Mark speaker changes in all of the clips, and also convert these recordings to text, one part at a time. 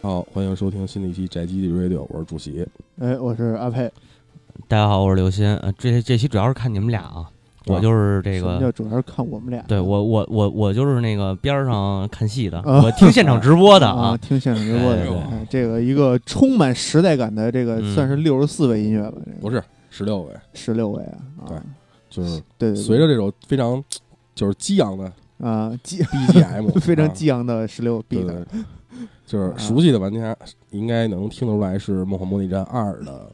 Speaker 1: 好，欢迎收听新的一期宅基地 Radio，我是主席。
Speaker 2: 哎，我是阿佩。
Speaker 3: 大家好，我是刘鑫。呃，这这期主要是看你们俩啊，我就是这
Speaker 2: 什么叫
Speaker 3: 个，
Speaker 2: 主要是看我们俩？
Speaker 3: 对我我我我就是那个边儿上看戏的，
Speaker 2: 啊
Speaker 3: 我听现场直播的
Speaker 2: 啊，
Speaker 3: 啊。
Speaker 2: 听现场直播
Speaker 3: 对
Speaker 2: 的
Speaker 3: 对，
Speaker 2: 哎这个一个充满时代感的这个
Speaker 3: 嗯
Speaker 2: 算是六十四位音乐吧，这个
Speaker 1: 不是十六位，
Speaker 2: 十六位啊，啊
Speaker 1: 对就是
Speaker 2: 对对，对
Speaker 1: 随着这首非常就是激昂 的
Speaker 2: 啊激
Speaker 1: BGM，
Speaker 2: 非常
Speaker 1: 啊
Speaker 2: 激昂的十六啊 B
Speaker 1: 对
Speaker 2: 的啊
Speaker 1: 对，对就是熟悉的玩家应该能听得出来是《梦幻模拟战二》的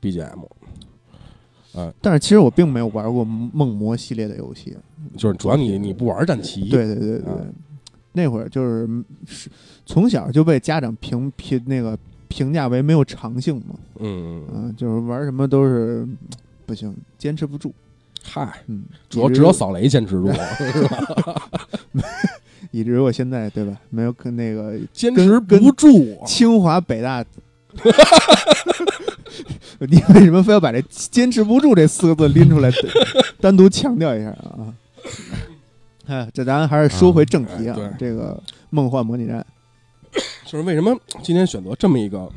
Speaker 1: BGM，
Speaker 2: 但是其实我并没有玩过梦魔系列的游戏，啊
Speaker 1: 就是主要你你不玩战棋，
Speaker 2: 对对对对
Speaker 1: 啊，
Speaker 2: 那会儿就是嗯是从小就被家长评评那个评价为没有长性嘛，
Speaker 1: 嗯，嗯，
Speaker 2: 嗯，就是玩什么都是嗯不行，坚持不住，
Speaker 1: 嗨，
Speaker 2: 嗯，
Speaker 1: 主要
Speaker 2: 以
Speaker 1: 只
Speaker 2: 至于
Speaker 1: 有扫雷坚持住，
Speaker 2: 以至于我现在对吧，没有跟那个
Speaker 1: 坚持
Speaker 2: 跟
Speaker 1: 不住，
Speaker 2: 清华北大， 你为什么非要把这“坚持不住”这四个字拎出来， 单独强调一下啊？哎，这咱还是说回正题啊，
Speaker 1: 嗯哎对
Speaker 2: 这个《梦幻模拟战》
Speaker 1: 就是为什么今天选择这么一个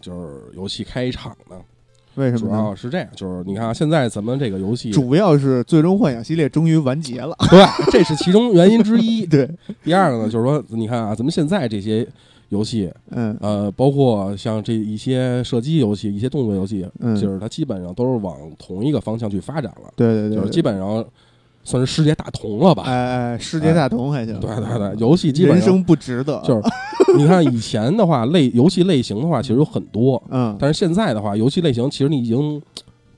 Speaker 1: 就是游戏开场呢？
Speaker 2: 为什
Speaker 1: 主
Speaker 2: 么呢？
Speaker 1: 要是这样，就是你看啊，现在咱们这个游戏，
Speaker 2: 主要是《最终幻想》系列终于完结了，
Speaker 1: 对，这是其中原因之一。
Speaker 2: 对，
Speaker 1: 第二个呢，就是说，你看啊，咱们现在这些游戏，
Speaker 2: 嗯
Speaker 1: 呃，包括像这一些射击游戏、一些动作游戏，
Speaker 2: 嗯，
Speaker 1: 就是它基本上都是往同一个方向去发展了，
Speaker 2: 对对
Speaker 1: 就
Speaker 2: 对，
Speaker 1: 是
Speaker 2: 对
Speaker 1: 基本上算是世界大同了吧。
Speaker 2: 哎哎，世界大同还行，
Speaker 1: 对对对，游戏基本
Speaker 2: 人
Speaker 1: 上
Speaker 2: 生不值得，
Speaker 1: 就是 你看以前的话，类游戏类型的话其实有很多，
Speaker 2: 嗯，
Speaker 1: 但是现在的话，游戏类型其实你已经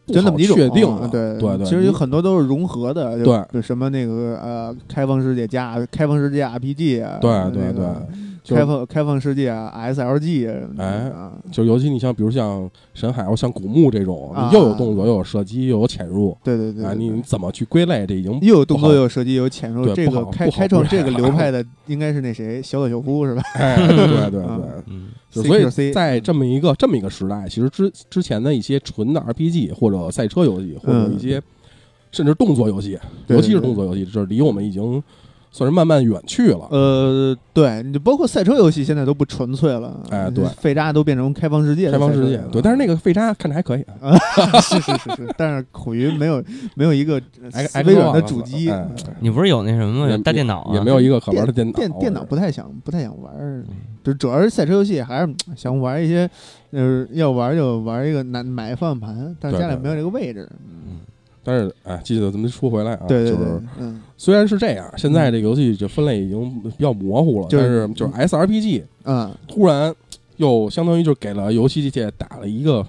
Speaker 1: 不
Speaker 2: 就那
Speaker 1: 好
Speaker 2: 么几种，
Speaker 1: 确定
Speaker 2: 啊
Speaker 1: 了。
Speaker 2: 对
Speaker 1: 对对，
Speaker 2: 其实有很多都是融合的，就
Speaker 1: 对，
Speaker 2: 就什么那个呃，开放世界加开放世界 RPG 啊，
Speaker 1: 对
Speaker 2: 那
Speaker 1: 对
Speaker 2: 个
Speaker 1: 就
Speaker 2: 开放开放世界啊 SLG 啊什么的
Speaker 1: 哎
Speaker 2: 啊，
Speaker 1: 就尤其你像比如像神海或像古墓这种，
Speaker 2: 啊
Speaker 1: 你又有动作又有射击又有潜入
Speaker 2: 对对对
Speaker 1: 啊，
Speaker 2: 对，
Speaker 1: 你你
Speaker 2: 对
Speaker 1: 怎么去归类？这已经
Speaker 2: 又有动
Speaker 1: 不
Speaker 2: 作
Speaker 1: 好
Speaker 2: 又有射击又有潜入，
Speaker 1: 对
Speaker 2: 这
Speaker 1: 不
Speaker 2: 个
Speaker 1: 好
Speaker 2: 开
Speaker 1: 不啊好
Speaker 2: 开创
Speaker 1: 归类
Speaker 2: 这个
Speaker 1: 了
Speaker 2: 流派的应该是那谁小岛秀夫 是吧？
Speaker 1: 哎，对对对
Speaker 2: 啊
Speaker 3: 嗯，
Speaker 1: 就所
Speaker 2: CQC
Speaker 1: 以在这么一个这么一个时代，其实之之前的一些纯的 RPG 或者赛车游戏，或者一些甚至动作游戏，
Speaker 2: 嗯对
Speaker 1: 尤其是
Speaker 2: 对
Speaker 1: 动作游戏，这离我们已经算是慢慢远去了。
Speaker 2: 呃，对，你就包括赛车游戏现在都不纯粹了，
Speaker 1: 哎对
Speaker 2: 废渣都变成开放世界的
Speaker 1: 开放世
Speaker 2: 赛车
Speaker 1: 界
Speaker 2: 游戏，了
Speaker 1: 对，但是那个废渣看着还可以，
Speaker 2: 呃 是是是是，但是苦于没有没有一个呃
Speaker 1: X- Xbox
Speaker 2: 微软的主机，
Speaker 1: 哎
Speaker 3: 你不是有那什么
Speaker 1: 也
Speaker 3: 有大电脑啊？
Speaker 1: 也没有一个可玩的
Speaker 2: 电
Speaker 1: 脑。啊
Speaker 2: 电电脑不太想不太想玩儿，
Speaker 3: 嗯
Speaker 2: 就主要是赛车游戏还是嗯想玩一些，呃，要玩就玩一个难买方向盘，但是
Speaker 1: 对
Speaker 2: 家里
Speaker 1: 对
Speaker 2: 没有这个位置，
Speaker 1: 但是哎，记得咱们说回来啊，
Speaker 2: 对对
Speaker 1: 就
Speaker 2: 对
Speaker 1: 是，
Speaker 2: 嗯
Speaker 1: 虽然是这样，现在这个游戏这分类已经比较模糊了，
Speaker 2: 就是
Speaker 1: 但是就是 SRPG
Speaker 2: 嗯，
Speaker 1: 突然又相当于就是给了游戏界打了一个，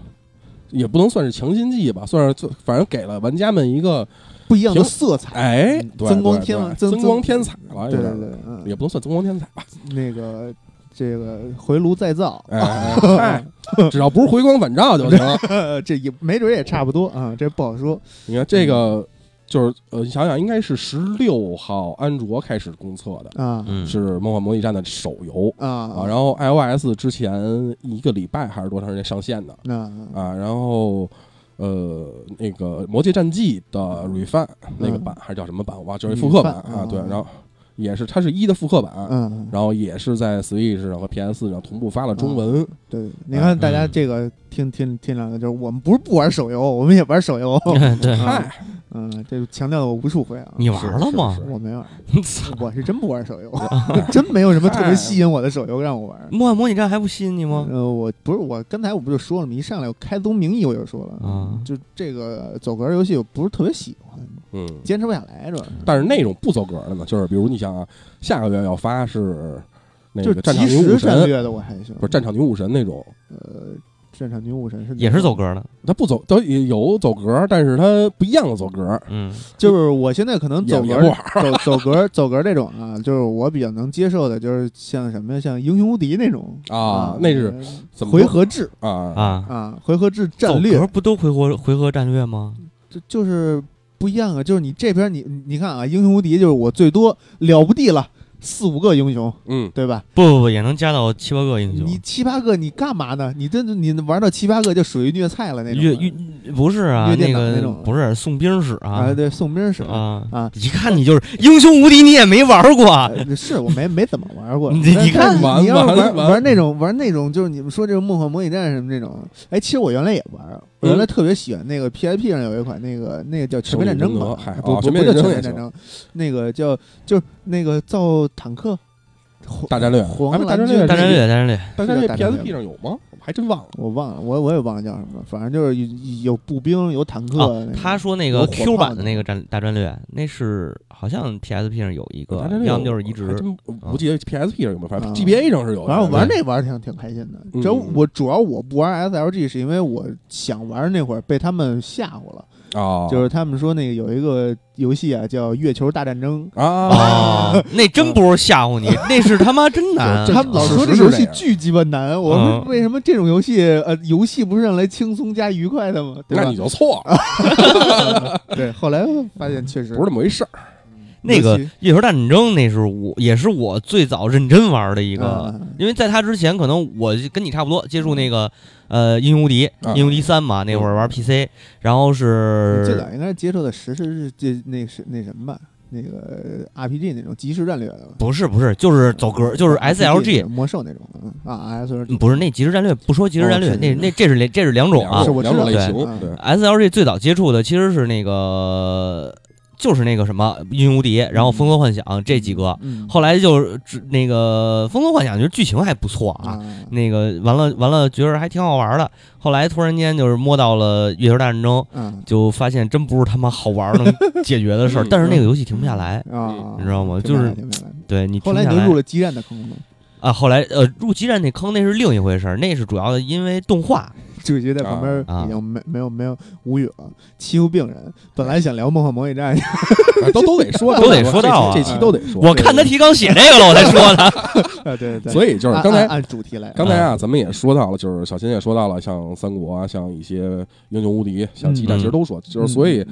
Speaker 1: 也不能算是强心剂吧，算是做反正给了玩家们一个
Speaker 2: 不一样的
Speaker 1: 行
Speaker 2: 色彩，
Speaker 1: 哎
Speaker 2: 嗯，
Speaker 1: 对
Speaker 2: 增光
Speaker 1: 对
Speaker 2: 添
Speaker 1: 对
Speaker 2: 增
Speaker 1: 增光添彩了，
Speaker 2: 对
Speaker 1: 哎有点
Speaker 2: 对对，
Speaker 1: 也
Speaker 2: 嗯，
Speaker 1: 不能算增光添彩吧，
Speaker 2: 那个这个回炉再造，
Speaker 1: 哎哎，哎嗨只要不是回光返照就行了。
Speaker 2: 这也没准也差不多啊，这不好说，
Speaker 1: 你看这个就是呃，你想想应该是十六号安卓开始公测的，
Speaker 2: 啊
Speaker 3: 嗯，
Speaker 1: 是《梦幻模拟战》的手游。
Speaker 2: 啊
Speaker 1: 啊，
Speaker 2: 啊
Speaker 1: 然后 iOS 之前一个礼拜还是多长时间上线的
Speaker 2: 那
Speaker 1: 啊？然后呃，那个《魔界战记》的 refan 那个
Speaker 2: 嗯
Speaker 1: 版还是叫什么版？我忘了，就是复刻版
Speaker 2: Refan，
Speaker 1: 啊。
Speaker 2: 啊
Speaker 1: 对，然后也是它是一的复刻版，
Speaker 2: 嗯，
Speaker 1: 然后也是在 Switch 上和 PS 上同步发了中文。
Speaker 2: 对，对
Speaker 1: 啊
Speaker 2: 你看大家
Speaker 1: 嗯
Speaker 2: 这个听听听两个，就是我们不是不玩手游，我们也玩 手游，
Speaker 3: 对，
Speaker 1: 嗨，
Speaker 2: 嗯，这强调了我无数回啊。
Speaker 3: 你玩了吗
Speaker 1: 是？是是
Speaker 2: 我没玩，
Speaker 3: 操
Speaker 2: 我是真不玩手游， 真没有什么特别吸引我的手游让我玩。
Speaker 3: 梦幻模拟战还不吸引你哎嗯吗？
Speaker 2: 呃，我不是我刚才我不就说了吗？一上来我开宗明义我就说了，
Speaker 3: 啊
Speaker 2: 就这个走格儿游戏我不是特别喜欢，
Speaker 1: 嗯。
Speaker 2: 坚持不下来，主要是
Speaker 1: 但是那种不走格的呢，就是比如你想啊，下个月要发是那
Speaker 2: 就
Speaker 1: 个
Speaker 2: 是
Speaker 1: 战场
Speaker 2: 即
Speaker 1: 女武
Speaker 2: 时战
Speaker 1: 神，
Speaker 2: 略的我还行，
Speaker 1: 不是战场女武神那种，
Speaker 2: 呃战场女武神是
Speaker 3: 也是走，格的，
Speaker 1: 它不走，它也有走格，但是它不一样的走格，
Speaker 3: 嗯，
Speaker 2: 就是我现在可能
Speaker 1: 也
Speaker 2: 走格
Speaker 1: 也
Speaker 2: 儿
Speaker 1: 不玩。
Speaker 2: 走走格儿走格儿这种啊，就是我比较能接受的，就是像什么呀，像英雄无敌那种
Speaker 1: 啊那是怎么
Speaker 2: 回
Speaker 1: 说
Speaker 2: 合制
Speaker 1: 啊
Speaker 3: 啊，
Speaker 2: 啊，回合制战
Speaker 3: 走
Speaker 2: 略
Speaker 3: 格，不都回合回合战略吗？
Speaker 2: 就就是不一样啊。就是你这边你你看啊，英雄无敌就是我最多了不地了，四五个英雄，
Speaker 1: 嗯，
Speaker 2: 对吧？
Speaker 3: 不不不，也能加到七八个英雄。
Speaker 2: 你七八个，你干嘛呢？你这你玩到七八个就属于虐菜了那种。
Speaker 3: 越越不是啊，
Speaker 2: 越电
Speaker 3: 那
Speaker 2: 脑那
Speaker 3: 个
Speaker 2: 种
Speaker 3: 不是送兵使
Speaker 2: 啊，
Speaker 3: 啊
Speaker 2: 对，送兵是
Speaker 3: 啊
Speaker 2: 啊
Speaker 3: 一看你就是英雄无敌，你也没玩过。啊
Speaker 2: 呃是我没没怎么 玩过。
Speaker 3: 你你
Speaker 2: 但是
Speaker 1: 看
Speaker 2: 但是你要
Speaker 1: 玩
Speaker 2: 是玩
Speaker 1: 玩玩
Speaker 2: 玩那种玩那种，就是你们说这种梦幻模拟战什么这种，哎，其实我原来也玩，我
Speaker 1: 嗯
Speaker 2: 原来特别喜欢那个 PIP 上有一款那个那个叫全面战争吧，
Speaker 1: 嗨
Speaker 2: 不
Speaker 1: 哦
Speaker 2: 不
Speaker 1: 全
Speaker 2: 不
Speaker 1: 面
Speaker 2: 叫
Speaker 1: 战争
Speaker 2: 全
Speaker 1: 也
Speaker 2: 面战争，那个叫就是那个造坦克，红
Speaker 1: 大战略
Speaker 2: 黄
Speaker 1: 哎不大
Speaker 2: 蓝
Speaker 1: 战略
Speaker 2: 军
Speaker 3: 大战略，大战略，
Speaker 1: 但是
Speaker 2: 是
Speaker 1: 这
Speaker 2: 大战略
Speaker 1: PSP 上有吗？我还真忘了。
Speaker 2: 我忘了，我我也忘了叫什么，反正就是有有步兵，有坦克。
Speaker 3: 哦
Speaker 2: 那个
Speaker 3: 他说那个
Speaker 2: 有火炮
Speaker 3: Q 版
Speaker 2: 的
Speaker 3: 的那个战大战略，那是好像 PSP 上有一个
Speaker 1: 大战，略
Speaker 3: 要
Speaker 1: 有
Speaker 3: 么就是移植
Speaker 1: 还。
Speaker 3: 啊
Speaker 1: 真不记得 PSP 上有没有，反正
Speaker 2: 啊
Speaker 1: GBA 上是有的。
Speaker 2: 反正我玩
Speaker 1: 对
Speaker 2: 那玩儿挺挺开心的。
Speaker 1: 嗯
Speaker 2: 主要我主要我不玩 SLG 是因为我想玩那会儿被他们吓唬了，
Speaker 1: 哦，
Speaker 2: 就是他们说那个有一个游戏啊叫《月球大战争》。
Speaker 1: 啊，
Speaker 3: 哦，那真不是吓唬你，那是他妈真难。
Speaker 1: 哦这
Speaker 2: 他们老说这
Speaker 1: 是是
Speaker 2: 游戏
Speaker 1: 这样
Speaker 2: 巨鸡巴难，我说
Speaker 3: 嗯
Speaker 2: 为什么这种游戏，呃，游戏不是让来轻松加愉快的吗？对
Speaker 1: 那
Speaker 2: 吧啊
Speaker 1: 你？就错了，
Speaker 2: 对，后来发现确实
Speaker 1: 不是那么回事儿。
Speaker 3: 那个
Speaker 2: 尤
Speaker 3: 《
Speaker 2: 其
Speaker 3: 月球大战争》，那是我也是我最早认真玩的一个，
Speaker 2: 嗯
Speaker 3: 因为在他之前，可能我就跟你差不多接触那个呃《英雄无敌》
Speaker 1: 啊
Speaker 3: 《英雄无敌三》嘛，那会儿玩 PC，然后
Speaker 2: 你嗯最
Speaker 3: 是
Speaker 2: 早应该是接触的时事是这那是那什么吧，那个 RPG 那种即时战略的吧，
Speaker 3: 不是不是就是走格，就是
Speaker 2: RPG
Speaker 3: SLG，
Speaker 2: 魔兽那种嗯啊，SLG
Speaker 3: 嗯不是那即时战略，不说即时
Speaker 2: 哦
Speaker 3: 战略，
Speaker 2: 是
Speaker 3: 那
Speaker 2: 是
Speaker 3: 那这是两这是两种啊
Speaker 1: 两
Speaker 2: 是。我
Speaker 1: 种
Speaker 2: 知
Speaker 1: 两
Speaker 2: 道
Speaker 1: 种类型
Speaker 2: 对，啊
Speaker 1: 对
Speaker 3: SLG 最早接触的其实是那个就是那个什么《英雄无敌》，然后《风色幻想》这几个，
Speaker 2: 嗯
Speaker 3: 后来就是只那个《风色幻想》，觉得剧情还不错
Speaker 2: 啊，
Speaker 3: 啊，那个完了完了，觉得还挺好玩的。后来突然间就是摸到了《月球大战争》，
Speaker 2: 嗯
Speaker 3: 就发现真不是他妈好玩儿能解决的事儿
Speaker 1: 嗯。
Speaker 3: 但是那个游戏停不下来，
Speaker 2: 啊，
Speaker 3: 你知道吗？
Speaker 2: 明
Speaker 3: 就
Speaker 2: 白了
Speaker 3: 是
Speaker 2: 明白了
Speaker 3: 对你
Speaker 2: 后
Speaker 3: 停
Speaker 2: 来
Speaker 3: 不
Speaker 2: 你
Speaker 3: 下
Speaker 2: 就入了基站的坑吗？
Speaker 3: 啊，后来呃入基站那坑那是另一回事儿，那是主要的因为动画
Speaker 2: 主角在旁边
Speaker 3: 啊啊
Speaker 2: 已经没没有没有无语了，欺负病人。本来想聊梦幻模拟战，
Speaker 1: 哎都都得 说，
Speaker 3: 都得
Speaker 1: 说
Speaker 3: 说到啊
Speaker 1: 这期这期都得说。
Speaker 3: 我看他提纲写这个了，我才说的。
Speaker 2: 啊对 啊对对，
Speaker 1: 所以就是
Speaker 2: 按
Speaker 1: 刚才
Speaker 2: 按按主题来，
Speaker 1: 刚才啊，咱们也说到了，就是小新也说到了，像三国啊，像一些英雄无敌，像激战，
Speaker 3: 嗯
Speaker 1: 其实都说，就
Speaker 2: 嗯
Speaker 1: 是所以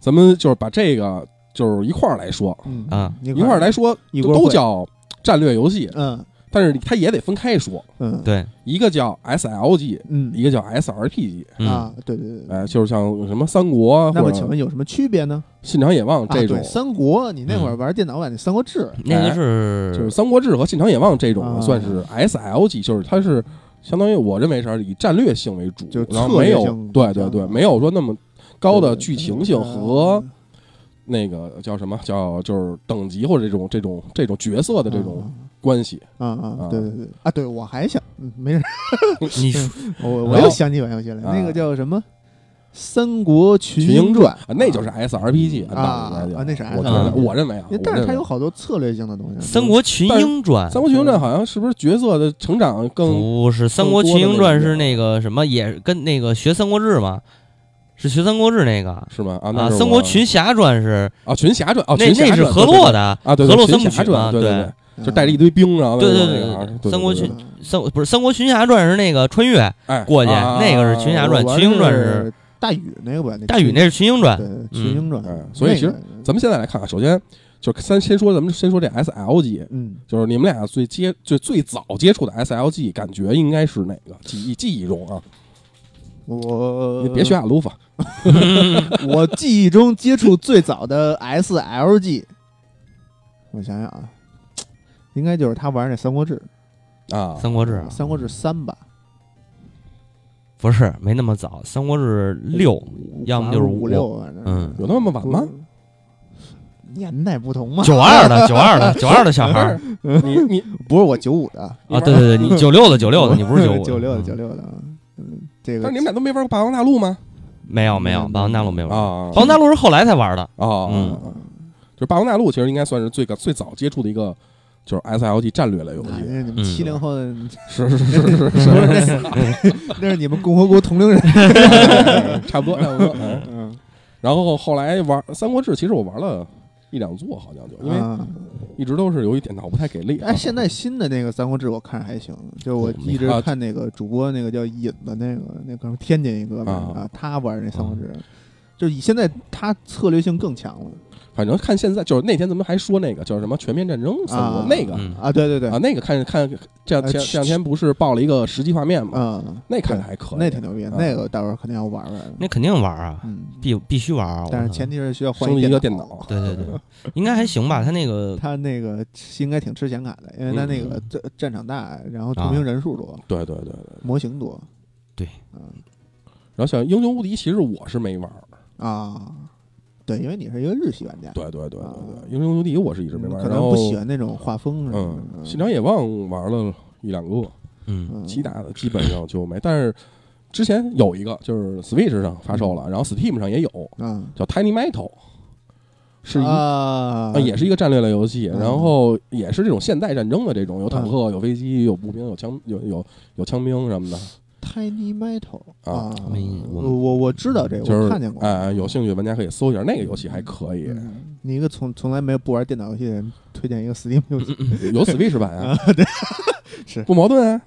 Speaker 1: 咱们就是把这个就是一块儿来说，
Speaker 2: 嗯
Speaker 3: 啊
Speaker 2: 一
Speaker 1: 一块儿来说，
Speaker 2: 一
Speaker 1: 就
Speaker 2: 锅烩
Speaker 1: 都叫战略游戏，
Speaker 2: 嗯
Speaker 1: 但是它也得分开说，
Speaker 2: 嗯
Speaker 3: 对，
Speaker 1: 一个叫 SLG，
Speaker 2: 嗯
Speaker 1: 一个叫 SRPG，
Speaker 3: 嗯，
Speaker 2: 啊对对对对。
Speaker 1: 哎，就是像什么三国啊
Speaker 2: 那
Speaker 1: 或
Speaker 2: 么请
Speaker 1: 者
Speaker 2: 问有什么区别呢？
Speaker 1: 信长野望
Speaker 2: 啊，
Speaker 1: 这种嗯
Speaker 2: 对，三国，你那会儿玩电脑版的《三国志》
Speaker 3: 那
Speaker 1: 哎
Speaker 3: 个是
Speaker 1: 就是《三国志》和《信长野望》这种
Speaker 2: 啊
Speaker 1: 呢，算是 SLG，就是它是相当于我认为是以战略性为主，
Speaker 2: 就是
Speaker 1: 然后
Speaker 2: 策略
Speaker 1: 没有
Speaker 2: 性
Speaker 1: 对对对，
Speaker 2: 啊
Speaker 1: 没有说那么高的
Speaker 2: 对
Speaker 1: 剧情
Speaker 2: 嗯
Speaker 1: 性和
Speaker 2: 嗯
Speaker 1: 那个叫什么叫就是等级或者这种这种这种角色的这种关系。
Speaker 2: 啊啊，
Speaker 1: 啊
Speaker 2: 对对对啊，对我还想，嗯，没事，
Speaker 3: 你说
Speaker 2: 我我
Speaker 1: 然后
Speaker 2: 又想起玩游戏来，
Speaker 1: 啊
Speaker 2: 那个叫什么《三国群
Speaker 1: 群英
Speaker 2: 传
Speaker 1: 啊》，那就是 SRPG
Speaker 2: 啊
Speaker 1: 按道理
Speaker 2: 啊
Speaker 1: 来
Speaker 2: 那是
Speaker 1: 讲，我觉得
Speaker 3: SRPG
Speaker 1: 我认为啊，
Speaker 2: 但是它有
Speaker 1: 《
Speaker 2: 好多策略性的东西。
Speaker 3: 三国群英传
Speaker 1: 三》国群英传》好像是不是角色的成长更
Speaker 3: 不是《三国群英传》是那个什么，也跟那个学《三国志》嘛，是学《三国志》那个啊，
Speaker 1: 是吗？啊，那
Speaker 3: 《
Speaker 1: 是
Speaker 3: 三
Speaker 1: 我
Speaker 3: 国群侠传》是
Speaker 1: 啊群侠传啊，
Speaker 3: 那
Speaker 1: 群侠
Speaker 3: 那是
Speaker 1: 传
Speaker 3: 河
Speaker 1: 对对
Speaker 3: 洛
Speaker 1: 对
Speaker 3: 的啊，
Speaker 1: 啊，对
Speaker 3: 河洛
Speaker 1: 群
Speaker 3: 三部
Speaker 1: 侠
Speaker 3: 曲嘛
Speaker 1: 传，对
Speaker 3: 对嗯
Speaker 1: 对，
Speaker 2: 嗯
Speaker 1: 就带着一堆兵，然后
Speaker 3: 对
Speaker 1: 那
Speaker 3: 对
Speaker 1: 种
Speaker 3: 对
Speaker 1: 那个啊
Speaker 3: 对
Speaker 1: 对
Speaker 3: 三国
Speaker 1: 对对
Speaker 3: 群三不是《三国群侠传》是那个穿越，
Speaker 1: 哎
Speaker 3: 过去
Speaker 1: 啊
Speaker 3: 那个是群侠传
Speaker 2: 嗯我玩
Speaker 3: 群英
Speaker 2: 的
Speaker 3: 传是
Speaker 2: 大禹那个版，
Speaker 3: 大禹那是群英传
Speaker 2: 对，群英传
Speaker 1: 嗯，所以其实
Speaker 2: 那个
Speaker 1: 咱们现在来看啊，首先就是先先说咱们先说这 SLG，
Speaker 2: 嗯，
Speaker 1: 就是你们俩最接最最早接触的 SLG，感觉应该是哪个记忆记忆中啊？
Speaker 2: 我
Speaker 1: 你别学，阿鲁法，
Speaker 2: 我记忆中接触最早的 SLG，我想想啊，应该就是他玩那《三国志
Speaker 1: 啊，
Speaker 3: 《三国志》》
Speaker 2: 《三国志三》吧，
Speaker 3: 不是没那么早，《三国志》六要么就是
Speaker 2: 五
Speaker 3: 五
Speaker 2: 六，反正
Speaker 3: 嗯
Speaker 1: 有那么晚 吗？？
Speaker 2: 年代不同嘛，
Speaker 3: 九二的九二的九二的小 孩儿
Speaker 1: 你你
Speaker 2: 不是我九五的，
Speaker 3: 啊，对对对，你九六的九六的，你不是
Speaker 2: 九
Speaker 3: 五
Speaker 2: 九六的
Speaker 3: 的
Speaker 2: 九
Speaker 3: 嗯
Speaker 2: 六的啊，嗯，这
Speaker 1: 但是
Speaker 2: 个
Speaker 1: 你们俩都没玩过《霸王大陆》吗？
Speaker 3: 没有没有，霸王大陆没有，霸
Speaker 1: 嗯啊，
Speaker 3: 王大陆是后来才玩的，
Speaker 1: 啊，
Speaker 3: 嗯
Speaker 1: 就是《霸王大陆》其实应该算是最个最早接触的一个。就是 SLG 战略类游
Speaker 2: 哎
Speaker 1: 戏，
Speaker 2: 那你们
Speaker 3: 嗯
Speaker 2: 七零后的，不
Speaker 1: 是是是是
Speaker 2: 是那那是你们共和国同龄人，
Speaker 1: 是，差不多差不多。嗯
Speaker 2: 嗯，
Speaker 1: 然后后来玩《三国志》，其实我玩了一两座，好像就因为
Speaker 2: 啊
Speaker 1: 一直都是由于电脑不太给力、啊。
Speaker 2: 哎，现在新的那个《三国志》我看着还行，就是我一直看那个主播那个叫尹的那个那哥们儿，天津一哥们儿
Speaker 1: 啊
Speaker 2: 啊，他玩那《三国志》，就是以现在它策略性更强了
Speaker 1: 反正看现在，就是那天咱们还说那个叫什么《全面战争》三国、
Speaker 2: 啊
Speaker 1: 那个、
Speaker 3: 嗯
Speaker 2: 啊！对对对，
Speaker 1: 啊，那个看看这两
Speaker 2: 呃
Speaker 1: 前
Speaker 2: 去
Speaker 1: 这两天不是爆了一个实际画面吗？
Speaker 2: 嗯，
Speaker 1: 那看着还可以，
Speaker 2: 那挺牛逼，
Speaker 1: 啊
Speaker 2: 那个待会儿肯定要玩玩。
Speaker 3: 那肯定玩啊，
Speaker 2: 嗯，
Speaker 3: 必必须玩啊。我
Speaker 2: 但是
Speaker 3: 操
Speaker 2: 前提是需要换
Speaker 1: 升了一个
Speaker 2: 个
Speaker 1: 电脑，
Speaker 3: 对对对，应该还行吧，他那个
Speaker 2: 它那个应该挺吃显卡的，因为它那
Speaker 1: 嗯
Speaker 2: 个战战场大，然后图
Speaker 3: 啊
Speaker 2: 形人数多，
Speaker 1: 对对对对。
Speaker 2: 模型多嗯
Speaker 1: 然后像《英雄无敌》，其实我是没玩儿，
Speaker 2: 啊。对，因为你是一个日系玩家，
Speaker 1: 对对对对对，
Speaker 2: 啊
Speaker 1: 英雄无敌》我是一直没
Speaker 2: 嗯
Speaker 1: 玩
Speaker 2: 可
Speaker 1: 儿，
Speaker 2: 能
Speaker 1: 然后
Speaker 2: 不喜欢那种画风啊什么
Speaker 1: 嗯，《
Speaker 2: 的。
Speaker 1: 信长野望》玩了一两个，
Speaker 3: 嗯
Speaker 2: 嗯
Speaker 1: 其他的基本上就没。但是之前有一个就是 Switch 上发售了，然后 Steam 上也有，
Speaker 2: 嗯，
Speaker 1: 叫 Tiny Metal，是一
Speaker 2: 啊
Speaker 1: 啊，也是一个战略类游戏，
Speaker 2: 嗯
Speaker 1: 然后也是这种现代战争的这种，有坦克、有飞机、有步兵、有枪、有有有枪兵什么的，
Speaker 2: Tiny Metal
Speaker 1: 啊
Speaker 3: 没我
Speaker 2: 我我我知道这个，
Speaker 1: 就
Speaker 2: 我
Speaker 1: 是
Speaker 2: 看见过。
Speaker 1: 哎、哎有兴趣的玩家可以搜一下那个游戏，还可以，
Speaker 2: 嗯你一个从从来没有不玩电脑游戏的人，推荐一个 Steam 游戏，
Speaker 1: 有 Switch 版 啊，对，
Speaker 2: 是
Speaker 1: 不矛盾啊，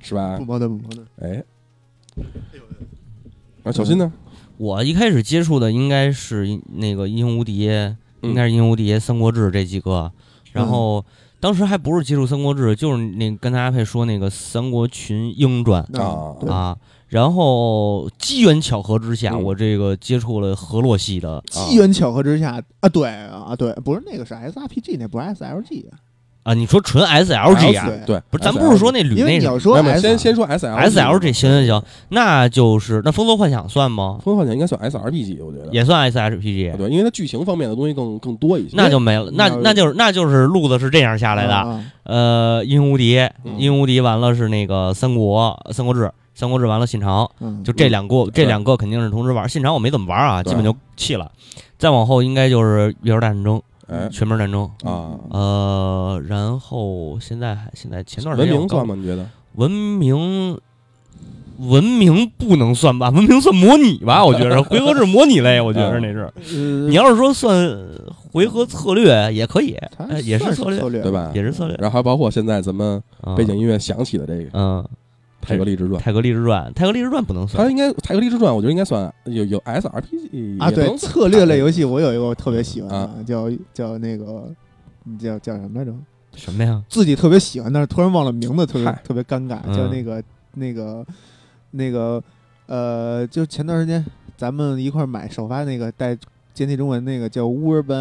Speaker 1: 是吧
Speaker 2: 不？矛盾不矛盾。
Speaker 1: 哎，啊，小新呢？
Speaker 3: 我一开始接触的应该是那个《英雄无敌》，应该是《英雄无敌》《三国志》这几
Speaker 2: 嗯
Speaker 3: 个，然后。当时还不是接触《三国志》，就是那跟大家配说那个《三国群英传
Speaker 2: 那
Speaker 1: 啊
Speaker 2: 嗯对》
Speaker 3: 啊，然后机缘巧合之下，
Speaker 1: 嗯
Speaker 3: 我这个接触了河洛系的
Speaker 2: 机缘巧合之下啊，对啊，对，不是那个是 SRPG，那不是 SLG，啊
Speaker 3: 啊，你说纯 SLG 啊？
Speaker 2: 对
Speaker 1: 对，
Speaker 3: 不是，咱不是说那
Speaker 2: 因
Speaker 3: 捋
Speaker 2: 为
Speaker 3: 那
Speaker 2: 你
Speaker 3: 个
Speaker 2: 要说啊
Speaker 1: 没有没有
Speaker 2: S
Speaker 1: 先先说 S L
Speaker 3: S L G，行行行，那就是那《风罗幻想》算吗？
Speaker 1: 风幻想应该算 S R P G，我觉得
Speaker 3: 也算 S H P
Speaker 1: 啊
Speaker 3: G，
Speaker 1: 对，因为它剧情方面的东西更更多一些。
Speaker 3: 那就没了。那
Speaker 2: 那
Speaker 3: 那就是那就是路子是这样下来的。
Speaker 2: 啊
Speaker 3: 呃，英雄无敌，
Speaker 1: 嗯
Speaker 3: 英雄无敌完了是那个三国，三国志，三国志完了信长，
Speaker 2: 嗯，
Speaker 3: 就这两个，这
Speaker 1: 对
Speaker 3: 两个肯定是同时玩。信长我没怎么玩啊，
Speaker 1: 对
Speaker 3: 基本就弃了。再往后应该就是月球大战争、
Speaker 1: 哎
Speaker 3: 全面战争。
Speaker 1: 啊，
Speaker 3: 呃，然后现在还现在前段时
Speaker 1: 文
Speaker 3: 间我
Speaker 1: 明
Speaker 3: 刚
Speaker 1: 算吗？你觉得？
Speaker 3: 文明，文明不能算吧？文明算模拟吧？我觉着回合制模拟类，我觉
Speaker 1: 嗯
Speaker 3: 着那是。
Speaker 2: 呃
Speaker 3: 你要是说算回合策略也可以，
Speaker 2: 它
Speaker 3: 呃也
Speaker 2: 算
Speaker 3: 是
Speaker 2: 是
Speaker 3: 策略，
Speaker 2: 略
Speaker 1: 对？吧？
Speaker 3: 也是策略。
Speaker 1: 然后还包括现在咱们
Speaker 3: 嗯
Speaker 1: 背景，音乐响起的这个《
Speaker 3: 嗯，
Speaker 1: 泰格立志传》，
Speaker 3: 泰格立志传，泰格立志传不能
Speaker 1: 它
Speaker 3: 算。
Speaker 1: 应该《泰格立志传》，我觉得应该算有有 S R P G
Speaker 2: 啊，对，策略类游戏我有一个我特别喜欢
Speaker 1: 啊
Speaker 2: 的，叫叫那个嗯叫叫什么来着？
Speaker 3: 什么呀？
Speaker 2: 自己特别喜欢，但是突然忘了名字，特别
Speaker 1: 嗨
Speaker 2: 特别尴尬，
Speaker 3: 嗯
Speaker 2: 叫那个、那个那个呃，就前段时间咱们一块儿买首发那个带简体中文那个叫乌尔班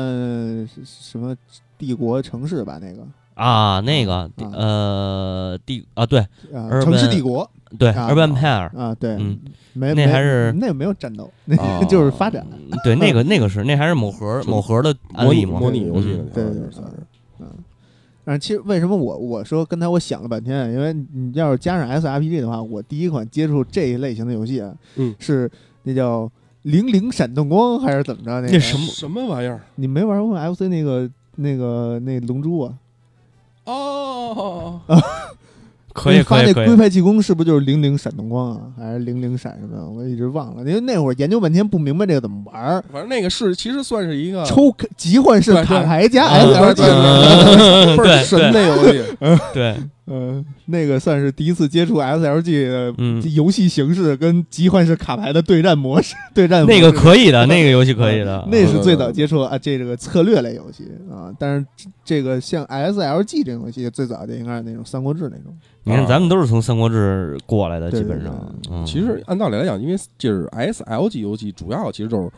Speaker 2: 什么帝国城市吧，那个
Speaker 3: 啊，那个
Speaker 2: 啊
Speaker 3: 呃，帝啊，对
Speaker 2: 啊、
Speaker 3: Urban-
Speaker 2: 城市帝国
Speaker 3: 对
Speaker 2: 啊
Speaker 3: ，Urban Pair，
Speaker 2: 啊，对，
Speaker 3: 嗯
Speaker 2: 没没
Speaker 3: 那还是
Speaker 2: 那没有战斗，那、
Speaker 1: 哦
Speaker 2: 就是发展，
Speaker 3: 嗯对，那个那个是那还是某盒
Speaker 1: 是
Speaker 3: 某盒的案
Speaker 1: 模拟
Speaker 3: 例嘛
Speaker 1: 模？拟游戏的
Speaker 3: 嗯，
Speaker 1: 对对
Speaker 2: 对对
Speaker 1: 对
Speaker 2: 对
Speaker 1: 算是
Speaker 2: 嗯。但是其实为什么我我说刚才我想了半天，因为你要是加上 SRPG 的话，我第一款接触这一类型的游戏啊，
Speaker 1: 嗯
Speaker 2: 是那叫《零零闪动光》还是怎么着？那
Speaker 3: 那
Speaker 2: 个、
Speaker 3: 什么
Speaker 1: 什么玩意儿？
Speaker 2: 你没玩过 FC 那个那个那龙珠啊？
Speaker 1: 哦，
Speaker 3: 可以
Speaker 2: 你发
Speaker 3: 可以
Speaker 2: 那
Speaker 3: 可
Speaker 2: 龟
Speaker 3: 以，
Speaker 2: 派气功是不是就是零零闪动光啊？还是零零闪什么的？我一直忘了，因为那会儿研究半天不明白这个怎么玩儿。
Speaker 1: 反正那个是其实算是一个
Speaker 2: 抽卡集幻式
Speaker 1: 对对
Speaker 2: 卡牌加
Speaker 1: 嗯对对对倍儿
Speaker 2: SLG，
Speaker 3: 嗯对
Speaker 1: 神的游戏，
Speaker 3: 对，
Speaker 2: 嗯，那个算是第一次接触 SLG 的
Speaker 3: 嗯，
Speaker 2: 游戏形式跟集幻式卡牌的对战模式， 对战模式
Speaker 3: 那个可以的，那个 游戏可以的，
Speaker 2: 那是最早接触啊这这个策略类游戏啊。但是这这个像 SLG 这种游戏，最早就应该是那种三国志那种。
Speaker 3: 你看，咱们都是从《三国志》过来的，
Speaker 2: 对
Speaker 3: 基
Speaker 2: 对
Speaker 3: 本上。嗯
Speaker 1: 其实按道理来讲，因为就是 S L G 游戏主要其实就是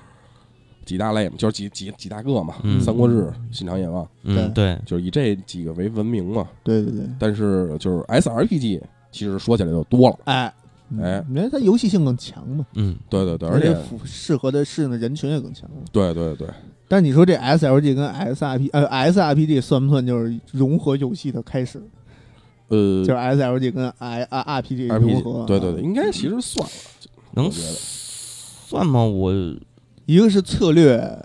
Speaker 1: 几大类嘛，就是几几几大个嘛，
Speaker 3: 嗯
Speaker 1: 三国志》《信长野望》，
Speaker 3: 嗯，对，
Speaker 1: 就是以这几个为文明嘛。
Speaker 2: 对对对，
Speaker 1: 但是就是 S R P G 其实说起来就多了，
Speaker 2: 哎
Speaker 1: 哎，
Speaker 2: 因为它游戏性更强嘛，
Speaker 3: 嗯，
Speaker 1: 对对对，而且
Speaker 2: 符适合的适应的人群也更强。
Speaker 1: 对对对，
Speaker 2: 但是你说这 SLG 跟 SRP 呃 SRPG 算不算就是融合游戏的开始？
Speaker 1: 呃
Speaker 2: 就是 SLG 跟 I R RPG
Speaker 1: ，R P
Speaker 2: 融
Speaker 1: G，
Speaker 2: 合啊？
Speaker 1: 对对对，应该其实算了，我
Speaker 3: 能
Speaker 1: 觉得
Speaker 3: 算吗？我，
Speaker 2: 一个是策略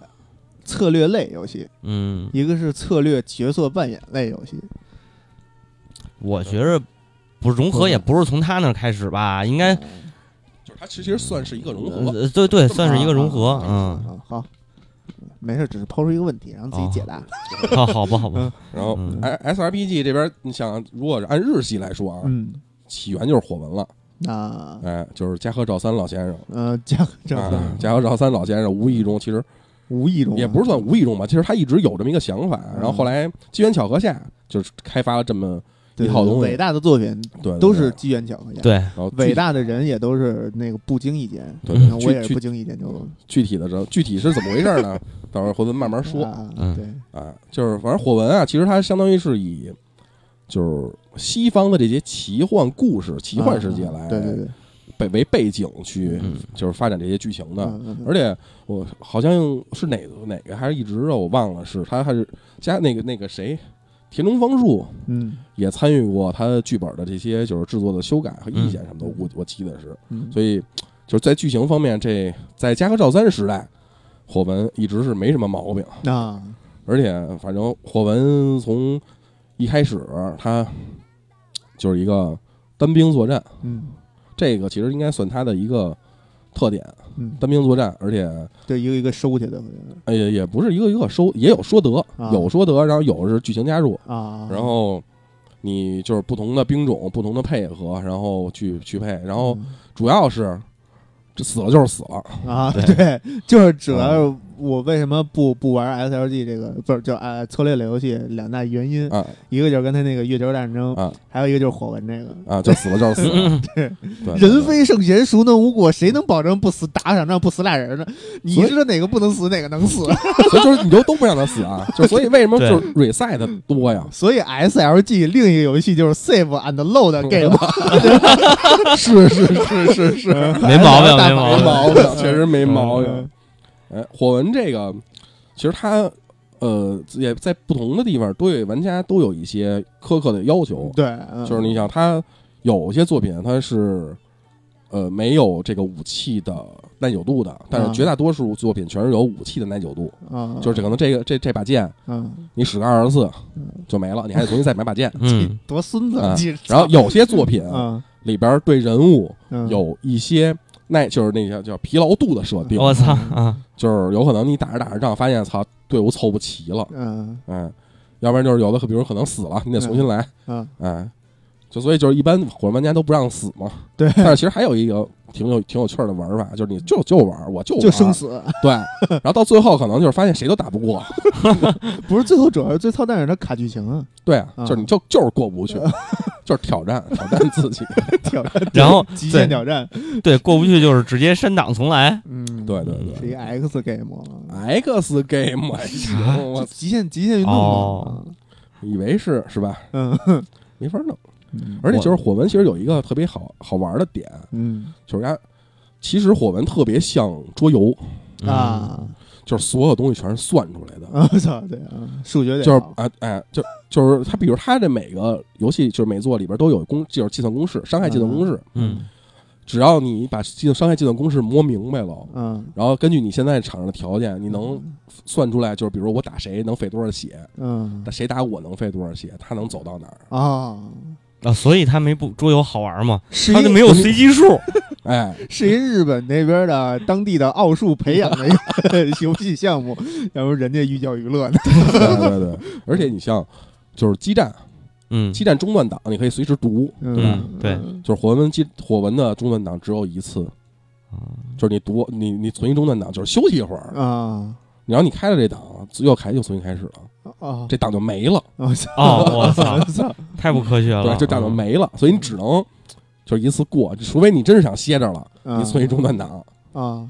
Speaker 2: 策略类游戏，
Speaker 3: 嗯，
Speaker 2: 一个是策略角色扮演类游戏。
Speaker 3: 我觉着不是融合，也不是从他那儿开始吧，应该，
Speaker 1: 就是它其实算是一个融合。
Speaker 3: 呃对对，算是一个融合，
Speaker 2: 啊
Speaker 3: 嗯，，
Speaker 2: 啊好，没事，只是抛出一个问题，让自己解答。
Speaker 3: 好，好吧，好吧，
Speaker 1: 然后哎
Speaker 3: 嗯
Speaker 1: S S R P G 这边，你想，如果是按日系来说啊，
Speaker 2: 嗯，
Speaker 1: 起源就是火纹了，
Speaker 2: 啊，
Speaker 1: 哎，就是嘉禾赵三老先生。
Speaker 2: 呃，讲这
Speaker 1: 啊，嘉禾赵三老先生无意中，其实
Speaker 2: 无意中啊
Speaker 1: 也不是算无意中吧，其实他一直有这么一个想法，
Speaker 2: 嗯
Speaker 1: 然后后来机缘巧合下，就是开发了这么
Speaker 2: 对
Speaker 1: 一套东西
Speaker 2: 伟大的作品
Speaker 1: 对，对
Speaker 2: 都
Speaker 1: 对
Speaker 2: 是机缘巧合下，，
Speaker 3: 对，
Speaker 1: 然后具
Speaker 2: 伟大的人也都是那个不经意间，
Speaker 1: 对
Speaker 2: 你看我
Speaker 1: 具
Speaker 2: 也是
Speaker 1: 具
Speaker 2: 不经意间就
Speaker 1: 具体的这具体是怎么回事呢？到时候回头慢慢说
Speaker 2: 啊
Speaker 3: 嗯
Speaker 2: 对，
Speaker 1: 啊。就是反正火纹啊，其实它相当于是以就是西方的这些奇幻故事、奇幻世界
Speaker 2: 啊
Speaker 1: 来
Speaker 2: 对对对，
Speaker 1: 背为背景去
Speaker 3: 嗯
Speaker 1: 就是发展这些剧情的。
Speaker 2: 嗯嗯
Speaker 1: 而且我好像是哪个哪个还是一直啊，我忘了是他还是加那个那个谁，田中芳树
Speaker 2: 嗯
Speaker 1: 也参与过他剧本的这些就是制作的修改和意见什么的，
Speaker 2: 嗯
Speaker 1: 我我记得是，
Speaker 2: 嗯，
Speaker 1: 所以就是在剧情方面，这在加贺照三时代，火纹一直是没什么毛病，
Speaker 2: 以啊，
Speaker 1: 而且反正火纹从一开始他就是一个单兵作战，
Speaker 2: 嗯
Speaker 1: 这个其实应该算他的一个特点，
Speaker 2: 嗯，
Speaker 1: 单兵作战，而且。
Speaker 2: 就一个一个收起来好像
Speaker 1: 哎也也不是一个一个收，也有说得，
Speaker 2: 啊
Speaker 1: 有说得，然后有是剧情加入，
Speaker 2: 啊，
Speaker 1: 然后你就是不同的兵种、不同的配合，然后去去配，然后
Speaker 2: 嗯
Speaker 1: 主要是这死了就是死 了，
Speaker 2: 啊，
Speaker 3: 对
Speaker 2: 对，就是主要
Speaker 1: 嗯
Speaker 2: 是我为什么不不玩 SLG 这个不是就啊策略类游戏两大原因，
Speaker 1: 啊
Speaker 2: 一个就是刚才那个月球战争
Speaker 1: 啊，
Speaker 2: 还有一个就是火纹这个。
Speaker 1: 啊，就死了就是死了，对
Speaker 2: 人非圣贤，孰能无过？谁能保证不死打场仗不死俩人呢？你
Speaker 1: 所以
Speaker 2: 知道哪个不能死，哪个能死？
Speaker 1: 所以就是你就都不让他死啊，就所以为什么就是 reset 的多呀？
Speaker 2: 所以 SLG 另一个游戏就是 save and load game，
Speaker 1: 是是是是是，
Speaker 3: 没毛病，没
Speaker 1: 没
Speaker 3: 毛。
Speaker 1: 毛病，确实没毛病
Speaker 2: 嗯。
Speaker 1: 哎，火纹这个，其实它呃也在不同的地方对玩家都有一些苛刻的要求，
Speaker 2: 对，嗯
Speaker 1: 就是你想，它有些作品它是呃没有这个武器的耐久度的，但是
Speaker 2: 啊
Speaker 1: 绝大多数作品全是有武器的耐久度，
Speaker 2: 啊，
Speaker 1: 就是这可能这个这这把剑
Speaker 2: 嗯，
Speaker 1: 你使个二十次就没了，你还得重新再买把 剑
Speaker 3: 嗯，
Speaker 2: 多孙子
Speaker 1: 啊，
Speaker 2: 记
Speaker 1: 然后有些作品
Speaker 2: 嗯
Speaker 1: 里边对人物
Speaker 2: 嗯
Speaker 1: 有一些耐，就是那叫叫疲劳度的设定，
Speaker 3: 我操啊，
Speaker 1: 就是有可能你打着打着仗发现操队伍凑不齐了，
Speaker 2: 嗯
Speaker 1: 哎，要不然就是有的可比如可能死了，你得重新来，
Speaker 2: 嗯
Speaker 1: 哎，就所以就是一般火玩家都不让死嘛。
Speaker 2: 对
Speaker 1: 但是其实还有一个挺有挺有趣儿的玩法，就是你就就玩儿，我就
Speaker 2: 就
Speaker 1: 就
Speaker 2: 生死，
Speaker 1: 对，然后到最后可能就是发现谁都打不过，
Speaker 2: 不是最后主要是最操蛋是他卡剧情啊，
Speaker 1: 对啊，
Speaker 2: 啊
Speaker 1: 就是你就就是过不
Speaker 2: 嗯
Speaker 1: 去，就是挑战挑战自己，
Speaker 2: 挑战
Speaker 3: 然后
Speaker 2: 极
Speaker 3: 对
Speaker 2: 限挑战，
Speaker 3: 对过不去就是直接删档重来，
Speaker 2: 嗯，
Speaker 1: 对对
Speaker 2: 是
Speaker 1: 对
Speaker 2: 一个 X game，啊
Speaker 1: ，X game 还
Speaker 3: 啥
Speaker 1: 行，我
Speaker 2: 极限极限运动
Speaker 3: 哦
Speaker 2: 嘛，
Speaker 1: 以为是是吧？
Speaker 2: 嗯
Speaker 1: 没法弄，
Speaker 2: 嗯
Speaker 1: 而且就是火纹其实有一个特别好好玩的点，
Speaker 2: 嗯
Speaker 1: 就是它其实火纹特别像桌游，
Speaker 3: 嗯
Speaker 2: 啊，
Speaker 1: 就是所有东西全是算出来的。
Speaker 2: 啊我操，对啊，数学得
Speaker 1: 就是
Speaker 2: 好
Speaker 1: 啊哎，就就是它，比如它这每个游戏就是每座里边都有公，就是计算公式，伤害计算公式。
Speaker 3: 嗯，
Speaker 1: 只要你把计伤害计算公式摸明白了，
Speaker 2: 嗯，
Speaker 1: 然后根据你现在场上的条件，你能算出来，就是比如我打谁能费多少血，
Speaker 2: 嗯
Speaker 1: 那谁打我能费多少血，他能走到哪儿？
Speaker 2: 啊，
Speaker 3: 啊，所以他没不桌游好玩嘛，
Speaker 2: 是
Speaker 3: 他
Speaker 2: 一
Speaker 3: 就没有随机数，
Speaker 1: 哎，
Speaker 2: 是一日本那边的当地的奥数培养的一个游戏项目，然后人家寓教于乐呢。
Speaker 1: 对对对，而且你像就是基站，
Speaker 3: 嗯，
Speaker 1: 基站中断档你可以随时读，
Speaker 3: 嗯对
Speaker 1: 就是火纹基火纹的中断档只有一次，就是你读你你存一中断档，就是休息一会儿，
Speaker 2: 啊
Speaker 1: 然后你开了这档，又开又重新开始了。
Speaker 2: 啊
Speaker 1: 这档就没了，
Speaker 2: 我操！
Speaker 3: 哦，我操
Speaker 2: 我，操！
Speaker 3: 太不科学
Speaker 1: 对吧？
Speaker 3: 了，
Speaker 1: 这档就没了，所以你只能就是一次过，除非你真是想歇着了，
Speaker 2: 啊
Speaker 1: 你存一中断档。
Speaker 2: 啊！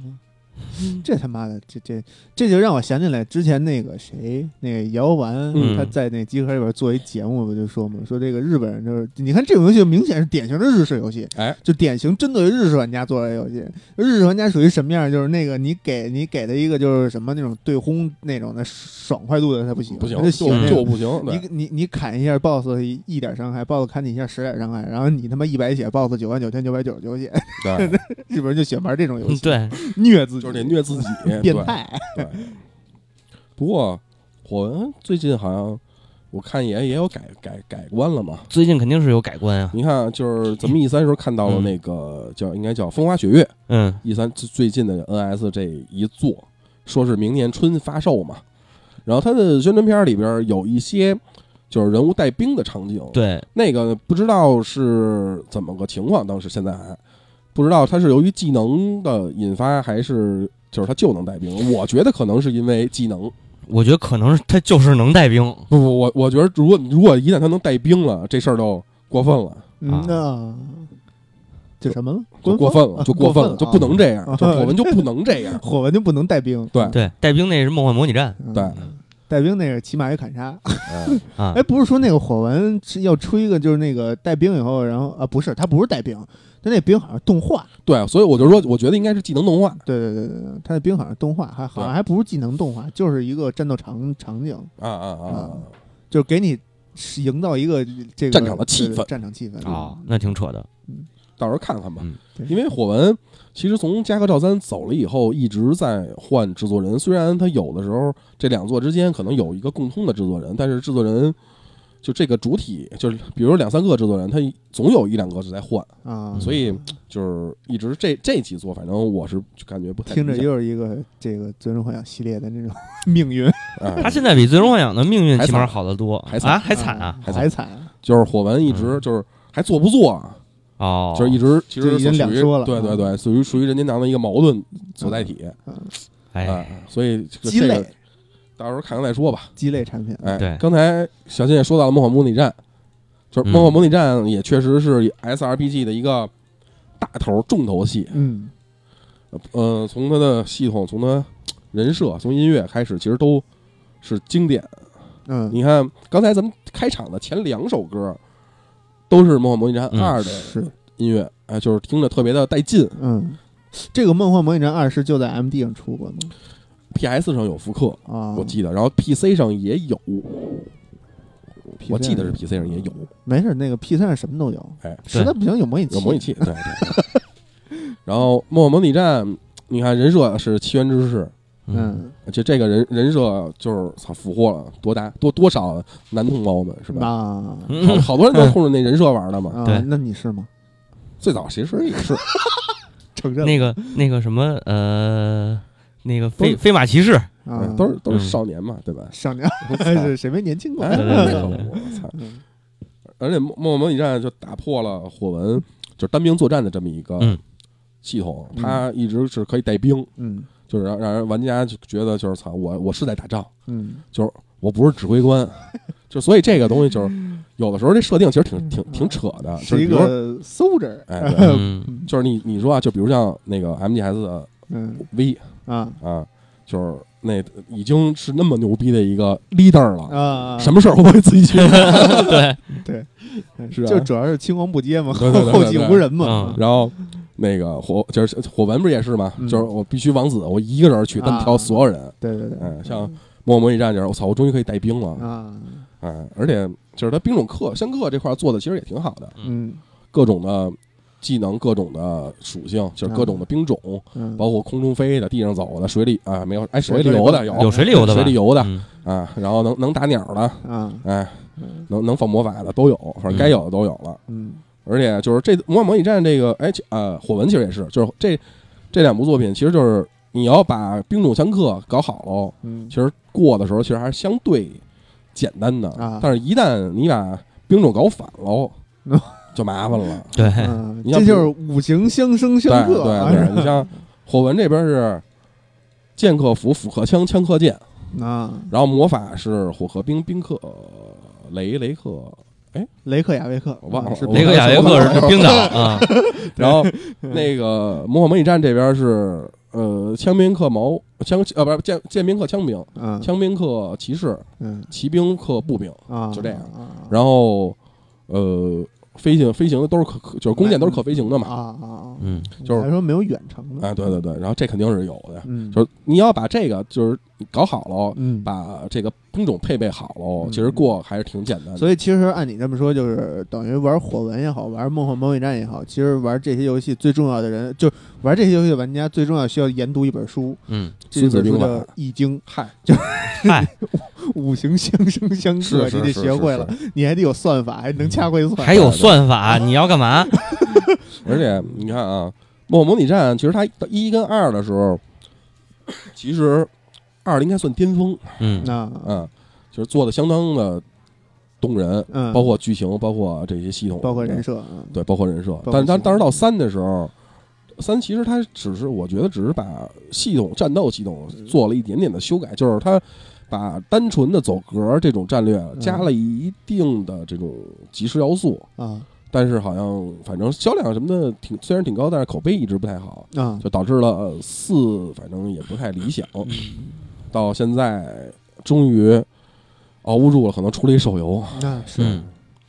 Speaker 2: 这他妈的，这这这就让我想起来之前那个谁，那个姚丸，
Speaker 1: 嗯
Speaker 2: 他在那集合里边做一节目，不就说嘛，说这个日本人就是，你看这种游戏明显是典型的日式游戏，
Speaker 1: 哎，
Speaker 2: 就典型针对于日式玩家做的游戏。日式玩家属于什么样？就是那个你给你给的一个就是什么那种对轰那种的爽快度的，他不喜欢，
Speaker 1: 不行
Speaker 2: 他，就喜欢
Speaker 1: 就
Speaker 2: 那
Speaker 1: 就
Speaker 2: 种。
Speaker 1: 不行。
Speaker 2: 你
Speaker 1: 对，
Speaker 2: 你你砍一下 BOSS 一一点伤害，BOSS 砍你一下十点伤害，然后你他妈一百血，BOSS 九万九千九百九十九血，
Speaker 1: 对，
Speaker 2: 日本人就喜欢玩这种游
Speaker 3: 嗯，
Speaker 2: 戏，
Speaker 3: 对，
Speaker 2: 虐自己，
Speaker 1: 就是得虐自己，
Speaker 2: 变态。
Speaker 1: 哎对。对。啊不过火纹最近好像我看也也有改改改观了嘛。
Speaker 3: 最近肯定是有改观啊，
Speaker 1: 你看，就是咱们 E 三时候看到了那个叫应该叫《风花雪月》
Speaker 3: 嗯，
Speaker 1: E 三最最近的 NS 这一做，说是明年春发售嘛。然后它的宣传片里边有一些，就是人物带兵的场景。
Speaker 3: 对，
Speaker 1: 那个不知道是怎么个情况，当时现在还不知道他是由于技能的引发，还是就是他就能带兵。我觉得可能是因为技能，
Speaker 3: 我觉得可能是他就是能带兵，
Speaker 1: 不不，我我觉得如果如果一旦他能带兵了，这事儿就过分了，
Speaker 2: 嗯
Speaker 3: 啊
Speaker 2: 那就什么了？
Speaker 1: 就
Speaker 2: 官
Speaker 1: 过
Speaker 2: 方啊
Speaker 1: 分了，就
Speaker 2: 过
Speaker 1: 过
Speaker 2: 分
Speaker 1: 分
Speaker 2: 了
Speaker 1: 了，就不能这样
Speaker 2: 啊，。
Speaker 1: 就我们就不能这样
Speaker 2: 火纹就不能带兵，
Speaker 1: 对
Speaker 3: 对，带兵那是梦幻模拟战
Speaker 2: 嗯
Speaker 1: 对，
Speaker 2: 带兵那个骑马与砍杀。
Speaker 1: 嗯
Speaker 3: 啊
Speaker 2: 哎，，不是说那个火纹是要出一个，就是那个带兵以后，然后啊，不是，他不是带兵，他那兵好像是动画，
Speaker 1: 对，所以我就说，我觉得应该是技能动画
Speaker 2: 对对对对对，他那兵好像是动画，还好像
Speaker 1: 对
Speaker 2: 还不是技能动画，就是一个战斗场场景，
Speaker 1: 啊啊啊啊！啊
Speaker 2: 就是给你营造一个这个
Speaker 1: 战场的气
Speaker 2: 对
Speaker 1: 氛
Speaker 2: 战场气氛
Speaker 3: 啊，那挺扯的，
Speaker 1: 到时候看看吧
Speaker 3: 嗯。
Speaker 2: 对
Speaker 1: 因为火纹其实从加贺照三走了以后，一直在换制作人。虽然他有的时候这两作之间可能有一个共通的制作人，但是制作人就这个主体，就是比如两三个制作人，他总有一两个是在换，
Speaker 3: 嗯
Speaker 2: 啊，
Speaker 1: 所以就是一直这这几作，反正我是感觉不太
Speaker 2: 听着
Speaker 1: 理想
Speaker 2: 又是一个这个《最终幻想》系列的那种 命运，
Speaker 1: 哎
Speaker 3: 他现在比最终幻想的命运
Speaker 1: 还
Speaker 3: 起码
Speaker 1: 惨
Speaker 3: 好得多，
Speaker 1: 还惨嗯
Speaker 3: 啊，还惨啊，
Speaker 1: 还惨
Speaker 2: 还惨啊，
Speaker 1: 就是火纹一直就是还做不做啊，
Speaker 3: 嗯哦，
Speaker 1: 就是一直其实
Speaker 2: 就已经
Speaker 1: 属于
Speaker 2: 两说了
Speaker 1: 对对
Speaker 2: 嗯
Speaker 1: 对，属于属于任天堂的一个矛盾所在体啊
Speaker 3: 嗯哎，，
Speaker 1: 所以这个
Speaker 2: 鸡
Speaker 1: 这个
Speaker 2: 肋
Speaker 1: 到时候看看再说吧。
Speaker 2: 鸡肋产品，
Speaker 1: 哎，
Speaker 3: 对
Speaker 1: 刚才小新也说到了《梦幻模拟战》，就是《
Speaker 3: 嗯
Speaker 1: 梦幻模拟战》也确实是 SRPG 的一个大头重头戏。
Speaker 2: 嗯，
Speaker 1: 呃，从它的系统，从它人设，从音乐开始，其实都是经典。
Speaker 2: 嗯，
Speaker 1: 你看，刚才咱们开场的前两首歌都是《梦幻模拟战
Speaker 3: 嗯
Speaker 1: 二》的
Speaker 2: 是，
Speaker 1: 音乐，哎，就是听着特别的带劲。
Speaker 2: 嗯，这个《梦幻模拟战二》是就在 MD 上出过吗？
Speaker 1: PS 上有复刻，
Speaker 2: 啊，
Speaker 1: 我记得，然后 PC 上也有，
Speaker 2: PC
Speaker 1: 我记得是 PC 上也有，
Speaker 2: 没事，那个 P 三上什么都有，
Speaker 1: 哎，
Speaker 2: 实在不行有模拟器，
Speaker 1: 有模拟器，对对对。 然后《梦幻模拟战》，你看人设是七元之士，
Speaker 2: 嗯，
Speaker 1: 而且这个人人设就是操俘获了多大多多少男同胞们是吧？
Speaker 2: 吧？
Speaker 1: 好
Speaker 3: 嗯，
Speaker 1: 好多人都冲着那人设玩的嘛。
Speaker 2: 啊
Speaker 3: 对，
Speaker 2: 那你是吗？
Speaker 1: 最早其实也 是，
Speaker 2: 承认
Speaker 3: 那个那个什么呃，那个
Speaker 1: 都
Speaker 3: 飞
Speaker 1: 是
Speaker 3: 飞马 骑士，
Speaker 2: 啊，
Speaker 1: 哎都是都是
Speaker 3: 嗯
Speaker 1: 少年嘛，对 吧？
Speaker 2: 上年
Speaker 1: 我操
Speaker 2: 是谁没年轻 过？
Speaker 1: 哎，
Speaker 3: 对
Speaker 1: 那
Speaker 3: 对
Speaker 1: 可
Speaker 3: 对
Speaker 1: 不，我操！
Speaker 2: 嗯
Speaker 1: 而且《梦梦幻模拟战》就打破了火纹就是单兵作战的这么一个
Speaker 3: 嗯
Speaker 1: 系统，
Speaker 2: 嗯
Speaker 1: 它一直是可以带兵，
Speaker 2: 嗯
Speaker 1: 就是让让人玩家就觉得就是操，我我是在打仗，
Speaker 2: 嗯，
Speaker 1: 我不是指挥官，就所以这个东西就是有的时候这设定其实挺挺挺扯的，啊就是是
Speaker 2: 一
Speaker 1: 比如说
Speaker 2: 个 soldier，
Speaker 1: 哎，对
Speaker 3: 嗯，
Speaker 1: 就是你你说啊，就比如像那个 MGS 的
Speaker 2: 嗯
Speaker 1: V
Speaker 2: 啊
Speaker 1: 啊，就是那已经是那么牛逼的一个 leader 了，
Speaker 2: 啊，
Speaker 1: 什么事儿我会自 己去。
Speaker 3: 对，
Speaker 1: 是啊
Speaker 2: 就主要是青黄不接嘛，
Speaker 1: 对对对对
Speaker 2: 后继无人嘛
Speaker 3: 嗯，
Speaker 1: 然后那个火就是火纹不是也是吗？
Speaker 2: 嗯啊
Speaker 1: 就是我必须王子，我一个人去单挑所有人。
Speaker 2: 对对对，
Speaker 1: 嗯，像《默默一战》就是我操，我终于可以带兵了。
Speaker 2: 啊，
Speaker 1: 哎，而且就是他兵种克相克这块做的其实也挺好的，
Speaker 2: 嗯
Speaker 1: 各种的技能、各种的属性，就是各种的兵种，
Speaker 2: 嗯，
Speaker 1: 包括空中飞的、地上走的、水里啊没有，哎，水里游的有
Speaker 3: 有水里游的吧，
Speaker 1: 水里游的
Speaker 3: 嗯
Speaker 1: 啊，然后能能打鸟的，
Speaker 2: 啊，
Speaker 1: 哎，
Speaker 2: 嗯
Speaker 1: 能能放魔法的都有，反正该有的都有了。
Speaker 2: 嗯
Speaker 1: 而且就是这《魔幻模拟战》这个，哎，其呃，火纹其实也是，就是这这两部作品，其实就是你要把兵种相克搞好喽，
Speaker 2: 嗯
Speaker 1: 其实过的时候其实还是相对简单的，
Speaker 2: 啊
Speaker 1: 但是一旦你把兵种搞反 喽，就麻烦了。
Speaker 3: 对，
Speaker 2: 嗯，
Speaker 1: 哎你要
Speaker 2: 这
Speaker 1: 比
Speaker 2: 就是五行相生
Speaker 1: 对
Speaker 2: 相
Speaker 1: 对
Speaker 2: 克啊，是
Speaker 1: 对，你像火纹这边是剑客斧、斧克枪、枪克剑，
Speaker 2: 吧啊，
Speaker 1: 然后魔法是火克冰、冰克雷、雷克，
Speaker 2: 雷克雅未克，
Speaker 1: 我忘了
Speaker 2: 啊是
Speaker 1: 我
Speaker 3: 雷克雅未克是冰岛啊，
Speaker 1: 然后那个《魔幻模拟战》这边是呃枪兵克矛枪呃不是剑剑兵克枪兵，
Speaker 2: 啊，
Speaker 1: 枪兵克骑士，
Speaker 2: 嗯
Speaker 1: 骑兵克步兵，
Speaker 2: 啊，
Speaker 1: 就这样
Speaker 2: 啊，
Speaker 1: 然后呃飞行飞行的都是可可就是弓箭都是可飞行的嘛，
Speaker 2: 啊啊啊，
Speaker 3: 嗯，
Speaker 1: 就是
Speaker 2: 还说没有远程的，
Speaker 1: 啊对对对，然后这肯定是有的，
Speaker 2: 嗯，
Speaker 1: 就是你要把这个就是搞好喽，
Speaker 2: 嗯，
Speaker 1: 把这个兵种配备好喽
Speaker 2: 嗯，
Speaker 1: 其实过还是挺简单的。
Speaker 2: 所以其实按你这么说，就是等于玩火纹也好，玩梦幻模拟战也好，其实玩这些游戏最重要的人，就玩这些游戏的玩家最重要需要研读一本书，
Speaker 3: 嗯，
Speaker 2: 这一
Speaker 1: 孙子
Speaker 2: 本书
Speaker 1: 兵法
Speaker 2: 叫《易经》，
Speaker 1: 嗨，
Speaker 3: 嗨，
Speaker 2: 五行相生相克，你得学会了，，你还得有算法，还能掐会算，啊
Speaker 3: 还有算法，你要 干嘛？
Speaker 1: 而且你看啊，《梦幻模拟战》其实它一跟二的时候， 其实二应该算巅峰，啊
Speaker 3: 嗯，
Speaker 1: 呃
Speaker 2: 那
Speaker 1: 嗯，就是做的相当的动人，
Speaker 2: 嗯，
Speaker 1: 包括剧情，包括这些系统，
Speaker 2: 包括人
Speaker 1: 对
Speaker 2: 设，嗯
Speaker 1: 对，包括人设。
Speaker 2: 括
Speaker 1: 但是
Speaker 2: 系
Speaker 1: 当
Speaker 2: 统
Speaker 1: 当时到三的时候，三其实它只是我觉得只是把系统战斗系统做了一点点的修改，就是它把单纯的走格这种战略加了一定的这种即时要素，
Speaker 2: 啊
Speaker 1: 但是好像反正销量什么的挺虽然挺高，但是口碑一直不太好，
Speaker 2: 啊，
Speaker 1: 就导致了呃四反正也不太理想。到现在终于熬不住了，可能出了一手游，
Speaker 2: 那是
Speaker 3: 嗯，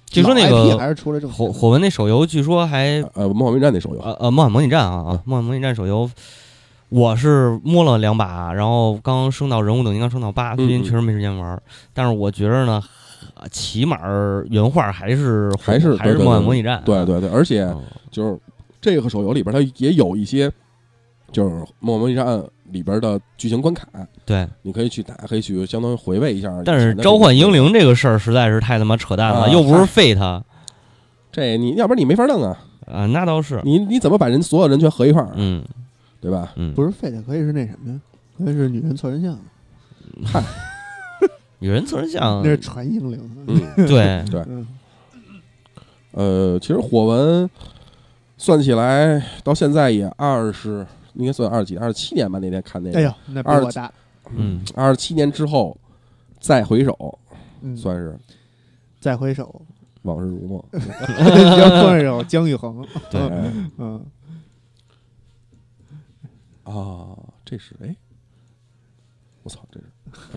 Speaker 3: 据说那
Speaker 2: 老 IP
Speaker 3: 个
Speaker 2: 还是出了正
Speaker 3: 火火纹那手游，据说还
Speaker 1: 呃，魔法命战那手游。
Speaker 3: 呃呃，梦幻模拟战啊啊，梦幻模拟战手游，我是摸了两把，然后刚升到人物等级刚升到八，
Speaker 1: 嗯
Speaker 3: 最
Speaker 1: 嗯
Speaker 3: 近确实没时间玩儿。但是我觉着呢，呃起码儿原画还是火
Speaker 1: 还是
Speaker 3: 还是
Speaker 1: 对对
Speaker 3: 梦幻
Speaker 1: 对
Speaker 3: 模拟战啊，
Speaker 1: 对对对，而且
Speaker 3: 嗯
Speaker 1: 就是这个手游里边，它也有一些就是《梦幻模拟战》里边的剧情关卡，
Speaker 3: 对。
Speaker 1: 你可以去打，可以去相当于回味一下。
Speaker 3: 但是召唤英，灵这个事儿实在是太他妈扯淡
Speaker 1: 啊
Speaker 3: 了，又不是废他
Speaker 1: 这你要不然你没法弄啊！
Speaker 3: 啊，那倒是，
Speaker 1: 你你怎么把人所有人全合一块儿，
Speaker 3: 嗯
Speaker 1: 对 吧？
Speaker 3: 嗯，
Speaker 2: 不是废的，可以是那什么呀？可以是女人错啊人像，
Speaker 3: 女人自人像
Speaker 2: 那，是传英灵。啊
Speaker 1: 嗯，
Speaker 3: 对，
Speaker 2: 嗯
Speaker 1: 呃，其实火纹算起来到现在也二十，应该算二十几，二十七年吧。那天看那
Speaker 2: 哎
Speaker 1: 个，
Speaker 2: 呦，那比
Speaker 1: 二
Speaker 2: 我大，
Speaker 3: 嗯，
Speaker 1: 二十七年之后再回首，
Speaker 2: 嗯，
Speaker 1: 算是
Speaker 2: 再回首，
Speaker 1: 往事如梦。
Speaker 2: 要换首姜育恒，
Speaker 3: 对
Speaker 1: 哎
Speaker 2: 嗯，
Speaker 1: 啊，这是哎，我操，这是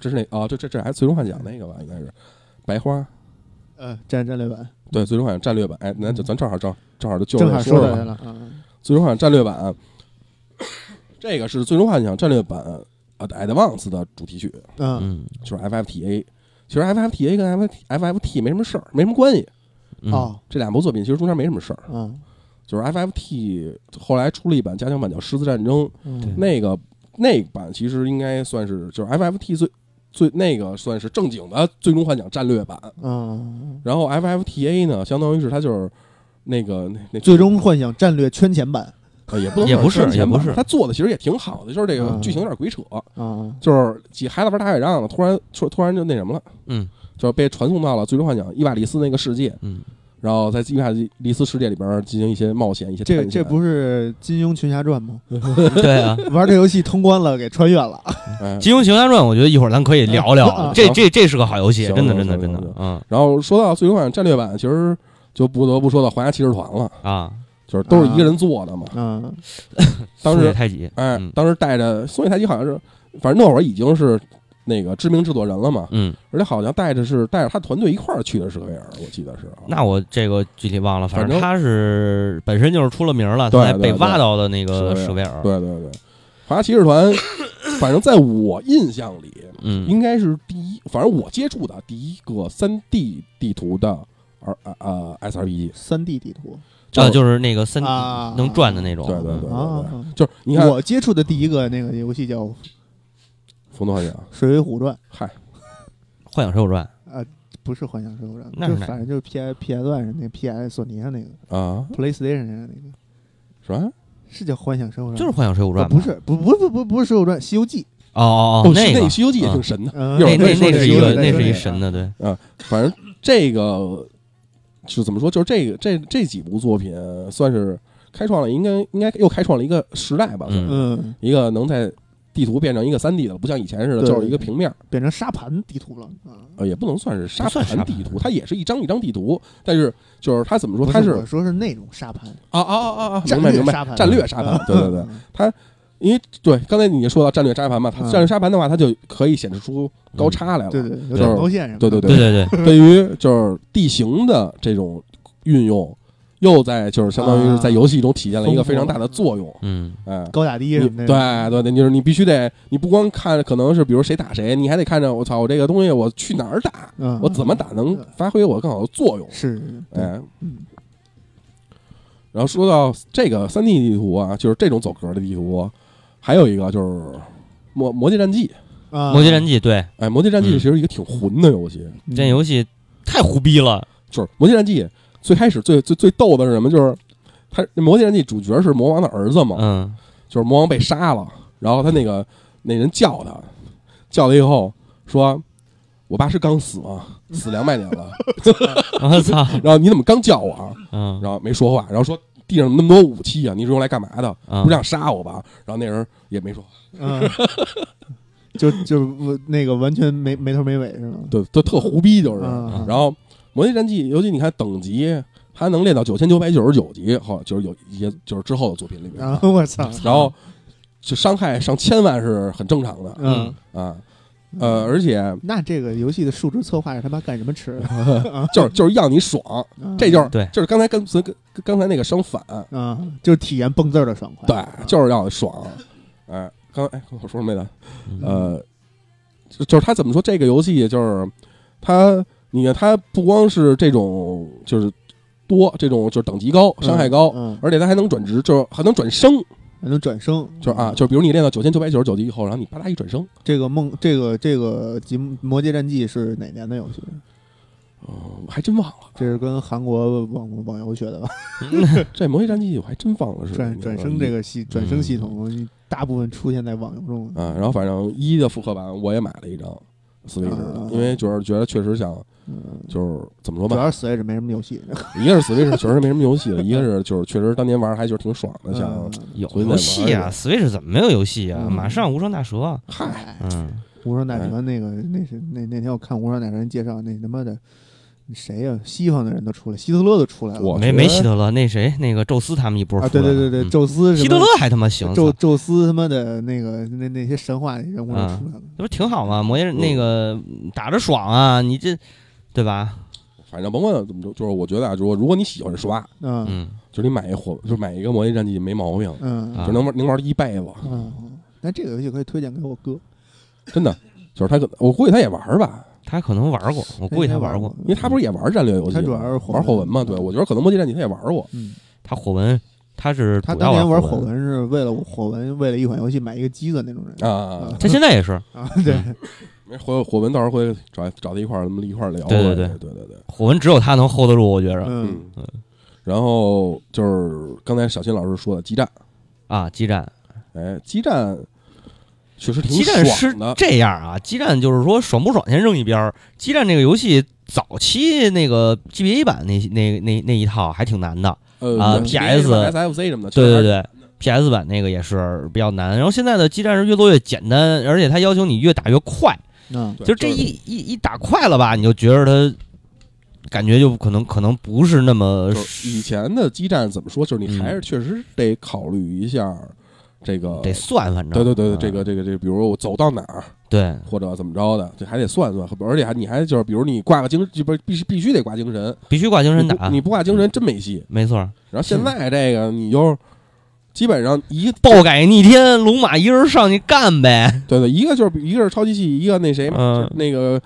Speaker 1: 这是那啊，这这这还最终幻想那个吧，应该是白花
Speaker 2: 呃，战战略版
Speaker 1: 对最终幻想战略版，哎，那就咱正好正正好就就
Speaker 2: 正好
Speaker 1: 着说
Speaker 2: 说
Speaker 1: 了
Speaker 2: 到
Speaker 1: 吧
Speaker 2: 来，了啊，
Speaker 1: 最终幻想战略版，这个是最终幻想战略版呃 Advance 的主题曲，
Speaker 2: 嗯
Speaker 3: 嗯
Speaker 1: 就是 FFTA。其实 FFTA 跟 FF FFT 没什么事儿，没什么关系。
Speaker 3: 嗯
Speaker 2: 哦，
Speaker 1: 这两部作品其实中间没什么事儿，
Speaker 2: 嗯
Speaker 1: 就是 FFT 后来出了一版加强版叫《狮子战争》，
Speaker 2: 嗯，
Speaker 1: 那个那版其实应该算是就是 FFT 最最那个算是正经的最终幻想战略版，
Speaker 2: 嗯，
Speaker 1: 然后 FFTA 呢，相当于是它就是那个那那
Speaker 2: 最终幻想战略圈钱版
Speaker 1: 呃也不能
Speaker 3: 也
Speaker 1: 算
Speaker 3: 不是
Speaker 1: 赚钱
Speaker 3: 也不
Speaker 1: 吧
Speaker 3: 是
Speaker 1: 它做的其实也挺好的，就是这个
Speaker 2: 嗯
Speaker 1: 剧情有点鬼扯，
Speaker 2: 啊，
Speaker 1: 就是几孩子玩打雪仗呢，突然突突然就那什么了，
Speaker 3: 嗯
Speaker 1: 就是被传送到了最终幻想伊瓦利斯那个世界，
Speaker 3: 嗯，
Speaker 1: 然后在伊瓦利斯世界里边进行一些冒险，一些
Speaker 2: 这
Speaker 1: 探
Speaker 2: 这
Speaker 1: 险
Speaker 2: 不是金庸群侠传吗？
Speaker 3: 对啊，
Speaker 2: 玩这游戏通关了，给穿越了，
Speaker 1: 哎
Speaker 3: 《金庸群侠传》，我觉得一会儿咱可以聊聊
Speaker 2: 啊，
Speaker 3: 这这这是个好游
Speaker 1: 嗯
Speaker 3: 戏，
Speaker 1: 行
Speaker 3: 真的
Speaker 1: 行
Speaker 3: 真的
Speaker 1: 行
Speaker 3: 真的
Speaker 1: 行，
Speaker 3: 嗯
Speaker 1: 然后说到最终幻想战略版，其实就不得不说到皇家骑士团了。
Speaker 3: 啊，
Speaker 1: 就是都是一个人做的嘛。
Speaker 2: 嗯
Speaker 1: 当
Speaker 3: 松
Speaker 1: 时
Speaker 3: 野太极，
Speaker 1: 哎
Speaker 3: 嗯，
Speaker 1: 当时带着松野太吉好像是，反正那会儿已经是那个知名制作人了嘛，
Speaker 3: 嗯，
Speaker 1: 而且好像带着是带着他团队一块儿去的舍维尔，我记得是啊。
Speaker 3: 那我这个具体忘了，反
Speaker 1: 反正
Speaker 3: 正他是本身就是出了名了，
Speaker 1: 对
Speaker 3: 才
Speaker 1: 对
Speaker 3: 被
Speaker 1: 对
Speaker 3: 挖到的那个
Speaker 1: 舍
Speaker 3: 舍维尔，
Speaker 1: 对对对，华夏骑士团，反正在我印象里
Speaker 3: 嗯
Speaker 1: 应该是第一，反正我接触的第一个三 D 地图的。而啊啊 SRPG，
Speaker 2: 三 D 地图
Speaker 3: 啊，就是那个三
Speaker 2: 啊
Speaker 3: 能转的那种，嗯
Speaker 1: 对对对对对，
Speaker 2: 啊。
Speaker 1: 就是你看《
Speaker 2: 我接触的第一个那个游戏叫《
Speaker 1: 风动幻想》，
Speaker 2: 水浒传》，
Speaker 1: 嗨，
Speaker 3: 幻想水浒传
Speaker 2: 不是《幻想水浒传》，
Speaker 3: 那嗯
Speaker 2: 就是是
Speaker 3: 哪
Speaker 2: 反正就是 P I P S 段上那 P S 索尼上那个
Speaker 1: 啊，
Speaker 2: PlayStation 上那个，
Speaker 1: 什么？
Speaker 2: 是叫《幻想水
Speaker 1: 嗯
Speaker 2: 浒传》吗？
Speaker 3: 就是幻想水�浒
Speaker 2: 哦
Speaker 3: 传吧，
Speaker 2: 不是不不不不不是《水浒传》，《西游记
Speaker 3: 哦哦
Speaker 1: 啊哦
Speaker 3: 哦，
Speaker 1: 那
Speaker 3: 个
Speaker 1: 《西游记》也挺
Speaker 3: 嗯
Speaker 1: 神的》，
Speaker 2: 嗯。
Speaker 1: 一会
Speaker 3: 那
Speaker 1: 儿
Speaker 3: 那
Speaker 1: 再说
Speaker 3: 那
Speaker 1: 这个再说这
Speaker 3: 是一个那是一
Speaker 1: 个
Speaker 3: 神的，对，嗯
Speaker 1: 反正这个就怎么说，就是这个这这几部作品算是开创了，应该应该又开创了一个时代吧，算是
Speaker 3: 嗯
Speaker 2: 嗯，
Speaker 1: 一个能在地图变成一个三 D 的了，不像以前似的，
Speaker 2: 对
Speaker 1: 就是一个平面儿，
Speaker 2: 变成沙盘地图了啊！
Speaker 1: 呃，也不能算是沙
Speaker 3: 不算
Speaker 1: 盘
Speaker 3: 沙盘啊
Speaker 1: 地图，它也是一张一张地图，但是就是它怎么说，
Speaker 2: 不
Speaker 1: 它
Speaker 2: 是
Speaker 1: 是
Speaker 2: 我说是那种沙盘，
Speaker 1: 啊啊啊啊啊，
Speaker 2: 战
Speaker 1: 明白
Speaker 2: 略
Speaker 1: 明白，
Speaker 2: 沙盘，
Speaker 1: 战略沙盘，对对对，
Speaker 2: 嗯，
Speaker 1: 因为对刚才你也说到战略沙盘嘛，它
Speaker 2: 嗯
Speaker 1: 战略沙盘的话，它就可以显示出
Speaker 3: 嗯
Speaker 1: 高差来了，
Speaker 2: 对对，对
Speaker 1: 就
Speaker 2: 有
Speaker 1: 是
Speaker 2: 点毛线什么
Speaker 1: 对
Speaker 2: 的，
Speaker 1: 对对
Speaker 3: 对对
Speaker 2: 嗯
Speaker 1: 对
Speaker 3: 对，
Speaker 1: 于就是地形的这种运用，又在就是相当于是在游戏中体现了一个非常大的作用。
Speaker 3: 嗯，
Speaker 1: 哎，
Speaker 2: 高打低
Speaker 1: 你
Speaker 2: 什么的，
Speaker 1: 对对对，就是你必须得，你不光看可能是比如谁打谁，你还得看着我操，我这个东西我去哪儿打，
Speaker 2: 嗯，
Speaker 1: 我怎么打能发挥我更好的作用。
Speaker 2: 是？是，是
Speaker 1: 哎，
Speaker 2: 嗯
Speaker 1: 然后说到这个三 D 地图啊，就是这种走格的地图，啊还有一个就是。魔魔界战记，
Speaker 2: 啊，
Speaker 3: 《魔界战记》对，
Speaker 1: 哎，魔界战记
Speaker 3: 嗯
Speaker 1: 其实是一个挺混的游戏，
Speaker 2: 嗯
Speaker 3: 这游戏太胡逼了，
Speaker 1: 就是《魔界战记》最开始最最最逗的是什么？就是他《魔界战记》主角是魔王的儿子嘛，
Speaker 3: 嗯，
Speaker 1: 就是魔王被杀了，然后他那个那人叫他，叫他以后说：“我爸是刚死吗？死两百年了。
Speaker 3: 我操，
Speaker 1: 然后你怎么刚叫我啊？
Speaker 3: 嗯
Speaker 1: 然后没说话，然后说地上那么多武器啊，你是用来干嘛的？
Speaker 3: 啊
Speaker 1: 不是想杀我吧？然后那人也没说，
Speaker 2: 嗯，就就我那个完全没没头没尾是吗？
Speaker 1: 对，都特胡逼就是。啊
Speaker 2: 嗯
Speaker 1: 然后《魔界战记》，尤其你看等级，它能练到九千九百九十九级，好，就是有一些就是之后的作品里面，
Speaker 2: 然后我操，
Speaker 1: 然后就伤害上千万是很正常的
Speaker 2: 嗯，
Speaker 1: 啊。呃，而且
Speaker 2: 那这个游戏的数值策划是他妈干什么吃的？
Speaker 1: 就是就是让你爽，嗯这就是
Speaker 3: 对
Speaker 1: 就是刚才跟跟跟刚才那个相反，
Speaker 2: 啊，就是体验蹦字儿的爽快。啊嗯
Speaker 1: 对，就是让你爽。哎，刚哎我说什么来着？
Speaker 3: 嗯
Speaker 1: 呃，就就是他怎么说这个游戏就是他，你看他不光是这种就是多这种就是等级高、
Speaker 2: 嗯
Speaker 1: 伤害高，
Speaker 2: 嗯，
Speaker 1: 而且他还能转职，就是还能转生，
Speaker 2: 还能转生，嗯
Speaker 1: 就是啊，就是比如你练到九千九百九十九级以后，然后你吧嗒一转生，
Speaker 2: 这个梦，这个这个集《魔界战记》是哪年的游戏？
Speaker 1: 哦，我还真忘了
Speaker 2: 这是跟韩国网网游学的吧？
Speaker 1: 这《魔界战记》，我还真忘了
Speaker 3: 嗯
Speaker 1: 是嗯
Speaker 2: 转转生这
Speaker 1: 个
Speaker 2: 个系转生系统，大部分出现在网游中。
Speaker 1: 啊，然后反正一的复刻版我也买了一张 Switch 的
Speaker 2: 啊，
Speaker 1: 因为觉得觉得确实想
Speaker 2: 嗯，
Speaker 1: 就是怎么说
Speaker 2: 主
Speaker 1: 吧，
Speaker 2: 要是 Switch 没什么游戏。
Speaker 1: 一个是 Switch 确实没什么游戏了，一个是就是确实当年玩儿还觉得挺爽的，想
Speaker 2: 嗯，
Speaker 3: 有
Speaker 1: 回来玩
Speaker 3: 游戏
Speaker 1: 一
Speaker 3: 啊
Speaker 1: 玩
Speaker 3: ，Switch 怎么没有游戏啊？
Speaker 2: 嗯
Speaker 3: 马上无声大蛇，啊
Speaker 1: 嗨。
Speaker 3: 嗯，
Speaker 2: 无双大蛇那个那是那那天我看无双大蛇人介绍，那他妈的谁呀？西方的人都出来，希特勒都出来了。
Speaker 1: 我
Speaker 3: 没
Speaker 1: 觉
Speaker 3: 没
Speaker 1: 得
Speaker 3: 希特勒，那谁那个宙斯他们一波
Speaker 2: 啊，
Speaker 3: 出
Speaker 2: 对
Speaker 3: 来
Speaker 2: 对
Speaker 3: 了
Speaker 2: 对对，
Speaker 3: 嗯
Speaker 2: 宙斯什么
Speaker 3: 希特勒还他妈行，
Speaker 2: 宙
Speaker 3: 操
Speaker 2: 宙斯他妈的那个那那些神话里人物都
Speaker 3: 啊
Speaker 2: 出来了。
Speaker 3: 那不挺好吗？魔戒那个打着爽啊，你这对吧？
Speaker 1: 反正甭管怎么着，就是我觉得啊，如果如果你喜欢刷，
Speaker 2: 嗯
Speaker 3: 嗯，
Speaker 1: 就是你买一火，就是买一个《魔界战记》没毛病，
Speaker 2: 嗯
Speaker 3: 啊
Speaker 1: 就能玩能玩一辈子，
Speaker 2: 嗯，那这个游戏可以推荐给我哥，
Speaker 1: 真的。就是他可，我估计他也玩吧，
Speaker 3: 他可能玩过，我估计他玩过，
Speaker 2: 嗯
Speaker 1: 因为他不是也玩战略游戏吗，
Speaker 2: 他主要是火
Speaker 1: 玩火纹嘛。
Speaker 2: 纹
Speaker 1: 对，我觉得可能《魔界战记》他也玩过，
Speaker 2: 嗯，
Speaker 3: 他火纹，他是
Speaker 2: 他
Speaker 3: 主
Speaker 2: 当
Speaker 3: 要
Speaker 2: 年玩
Speaker 3: 火
Speaker 2: 火，纹是为了火纹，为了一款游戏买一个机子那种人
Speaker 1: 啊。
Speaker 3: 他现在也是
Speaker 2: 啊，对，
Speaker 1: 没火火纹到时候会找找他一块儿，咱们一块儿聊。
Speaker 3: 对
Speaker 1: 对对
Speaker 3: 对对
Speaker 1: 对对对，
Speaker 3: 火纹，只有他能 hold 得住，我觉着
Speaker 2: 嗯，
Speaker 1: 嗯。然后就是刚才小新老师说的激战，
Speaker 3: 啊。激战，
Speaker 1: 哎，激战确实挺
Speaker 3: 激战是
Speaker 1: 爽的，
Speaker 3: 这样啊，激战就是说爽不爽先扔一边儿。激战这个游戏早期那个 GBA 版那那那那一套还挺难的，
Speaker 1: 呃
Speaker 3: 啊
Speaker 1: 对
Speaker 3: PS
Speaker 1: SFC 什么的，
Speaker 3: 对对
Speaker 1: 确实还是
Speaker 3: 对，PS 版那个也是比较难。然后现在的激战是越做越简单，而且它要求你越打越快。
Speaker 2: 嗯，
Speaker 1: 对
Speaker 3: 就这一一一打快了吧，你就觉着它感觉就可能可能不是那么
Speaker 1: 就是以前的基站怎么说，就是你
Speaker 3: 嗯
Speaker 1: 还是确实得考虑一下这个，
Speaker 3: 得算，反正
Speaker 1: 呃对对对对，这
Speaker 3: 嗯
Speaker 1: 个这个这个，比如我走到哪儿
Speaker 3: 对
Speaker 1: 或者怎么着的，这还得算算，而且还你还就是比如你挂个精，就不是必须必须得挂精神，
Speaker 3: 必须挂精神
Speaker 1: 你不
Speaker 3: 打，
Speaker 1: 你不挂精神真没戏。
Speaker 3: 没错。
Speaker 1: 然后现在这个你就基本上一个
Speaker 3: 嗯爆改逆天，龙马一人上去干呗。
Speaker 1: 对对，一个就是一个是超级系，一个那谁嘛，
Speaker 3: 嗯
Speaker 1: 就是那个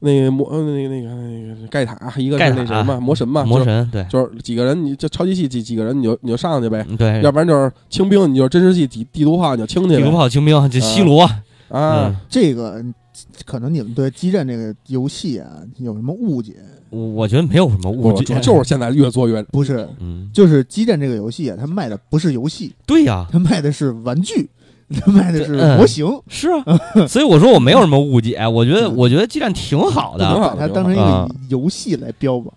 Speaker 1: 那个魔呃那个那个那个盖塔，一个
Speaker 3: 盖
Speaker 1: 是
Speaker 3: 塔啊
Speaker 1: 那什么魔神嘛，啊
Speaker 3: 魔
Speaker 1: 就是
Speaker 3: 神对
Speaker 1: 就是几个人你就超级系几几个人你就你就上去呗，
Speaker 3: 嗯对，
Speaker 1: 要不然就是清兵，你就真实系地地图炮，你就清去
Speaker 3: 地
Speaker 1: 呗
Speaker 3: 图炮清兵这西罗，嗯
Speaker 1: 啊。，
Speaker 2: 这个可能你们对激战这个游戏啊有什么误解？
Speaker 3: 我我觉得没有什么
Speaker 1: 我
Speaker 3: 误
Speaker 1: 就
Speaker 3: 解，
Speaker 1: 就是现在越做越
Speaker 2: 不是，
Speaker 3: 嗯，
Speaker 2: 就是激战这个游戏啊，它卖的不是游戏，
Speaker 3: 对呀，
Speaker 2: 它卖的是玩具， 它卖的是
Speaker 3: 嗯
Speaker 2: 模型，
Speaker 3: 是啊， 所以我说我没有什么误解，我觉得
Speaker 1: 嗯
Speaker 3: 我觉得激战挺好
Speaker 1: 挺
Speaker 3: 的，
Speaker 1: 好
Speaker 2: 把它当成一
Speaker 3: 啊
Speaker 2: 个游戏来标榜，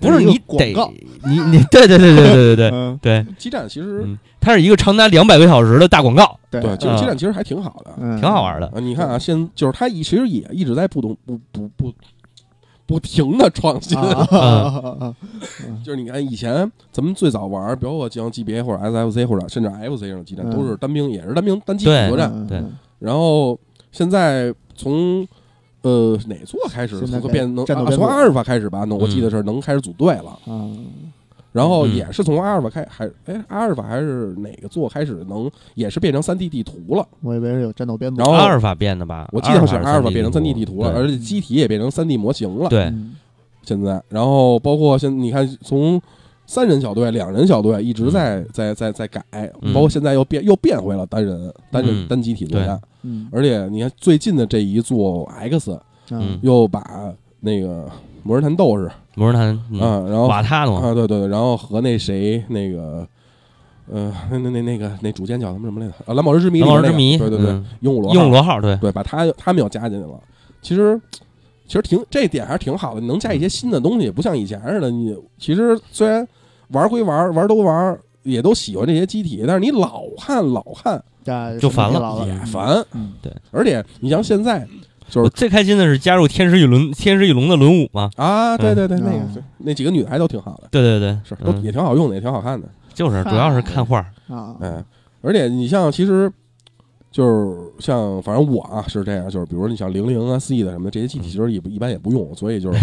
Speaker 3: 不是
Speaker 2: 一个
Speaker 3: 你
Speaker 2: 广
Speaker 3: 得
Speaker 2: 告，
Speaker 3: 你你对对对对对对对
Speaker 2: 嗯，
Speaker 3: 对，
Speaker 1: 激战，其实
Speaker 3: 嗯它是一个长达两百个小时的大广告，
Speaker 2: 对
Speaker 1: 对，就是
Speaker 3: 啊
Speaker 1: 激战其实还挺好的
Speaker 2: 嗯，
Speaker 3: 挺好玩的。
Speaker 1: 啊。你看啊，现就是他一其实也一直在不动不不不不停的创新。
Speaker 2: 啊
Speaker 3: 嗯
Speaker 2: 啊啊啊啊！
Speaker 1: 就是你看以前咱们最早玩，比如我像 GBA 或者 SFC 或者甚至 FC 这种激战，
Speaker 2: 嗯
Speaker 1: 都是单兵，也是单兵单机
Speaker 3: 对
Speaker 1: 作战。
Speaker 2: 嗯
Speaker 3: 对
Speaker 2: 嗯
Speaker 1: 然后现在从呃哪座开始，
Speaker 2: 现在
Speaker 1: 从
Speaker 2: 改
Speaker 1: 变能
Speaker 2: 战斗
Speaker 1: 啊
Speaker 2: 编
Speaker 1: 从
Speaker 2: 组
Speaker 1: 阿尔法开始吧？那我记得是能开始组队了。
Speaker 2: 嗯
Speaker 1: 然后
Speaker 3: 嗯
Speaker 1: 也是从阿尔法开，还哎阿尔法还是哪个座开始能也是变成三 D 地图了。
Speaker 2: 我以为是有战斗编组，
Speaker 1: 然后
Speaker 3: 阿尔法变的吧？
Speaker 1: 哦我记得好像是阿
Speaker 3: 阿
Speaker 1: 尔法变成三 D 地图了，而
Speaker 3: 对
Speaker 1: 且机体也变成三 D 模型了。
Speaker 3: 对，
Speaker 2: 嗯
Speaker 1: 现在，然后包括现你看从。三人小队、两人小队一直在、在在在改，
Speaker 3: 嗯
Speaker 1: 包括现在又变又变回了单人、单人、
Speaker 3: 嗯
Speaker 1: 单机体作战。
Speaker 2: 嗯
Speaker 1: 而且你看最近的这一座 X
Speaker 2: 嗯
Speaker 1: 又把那个魔人弹斗士啊、
Speaker 3: 摩尔坦嗯
Speaker 1: 然后
Speaker 3: 瓦塔诺
Speaker 1: 啊，对对对，然后和那谁那个，呃，那那那那个那主角叫什么什么来着？啊，蓝宝石之谜里
Speaker 3: 蓝
Speaker 1: 面那个，
Speaker 3: 宝石之谜，
Speaker 1: 对对对，
Speaker 3: 嗯，
Speaker 1: 鹦鹉螺，
Speaker 3: 鹦鹉，螺号对，
Speaker 1: 对，把他他们又加进去了。其实其实挺这点还是挺好的，能加一些新的东西，不像以前似的。你其实虽然玩归玩，玩都玩，也都喜欢这些机体，但是你老看老看
Speaker 2: 这
Speaker 3: 就烦
Speaker 2: 了，
Speaker 3: 了
Speaker 2: 老
Speaker 1: 也烦。
Speaker 2: 嗯，
Speaker 1: 而且你像现在
Speaker 3: 我最开心的是加入天使与轮天使与龙的轮舞嘛，
Speaker 1: 啊，对对对，那
Speaker 2: 嗯
Speaker 1: 个对那几个女的还都挺好的，
Speaker 3: 对对对，
Speaker 1: 是都
Speaker 3: 嗯
Speaker 1: 也挺好用的，也挺好看的。
Speaker 3: 就是主要是看画儿，
Speaker 2: 啊，
Speaker 3: 嗯
Speaker 1: 哎，而且你像其实就是像反正我啊是这样，就是比如你像零零啊、四 E 的什么的这些机体，其实也不一般也不用，所以就是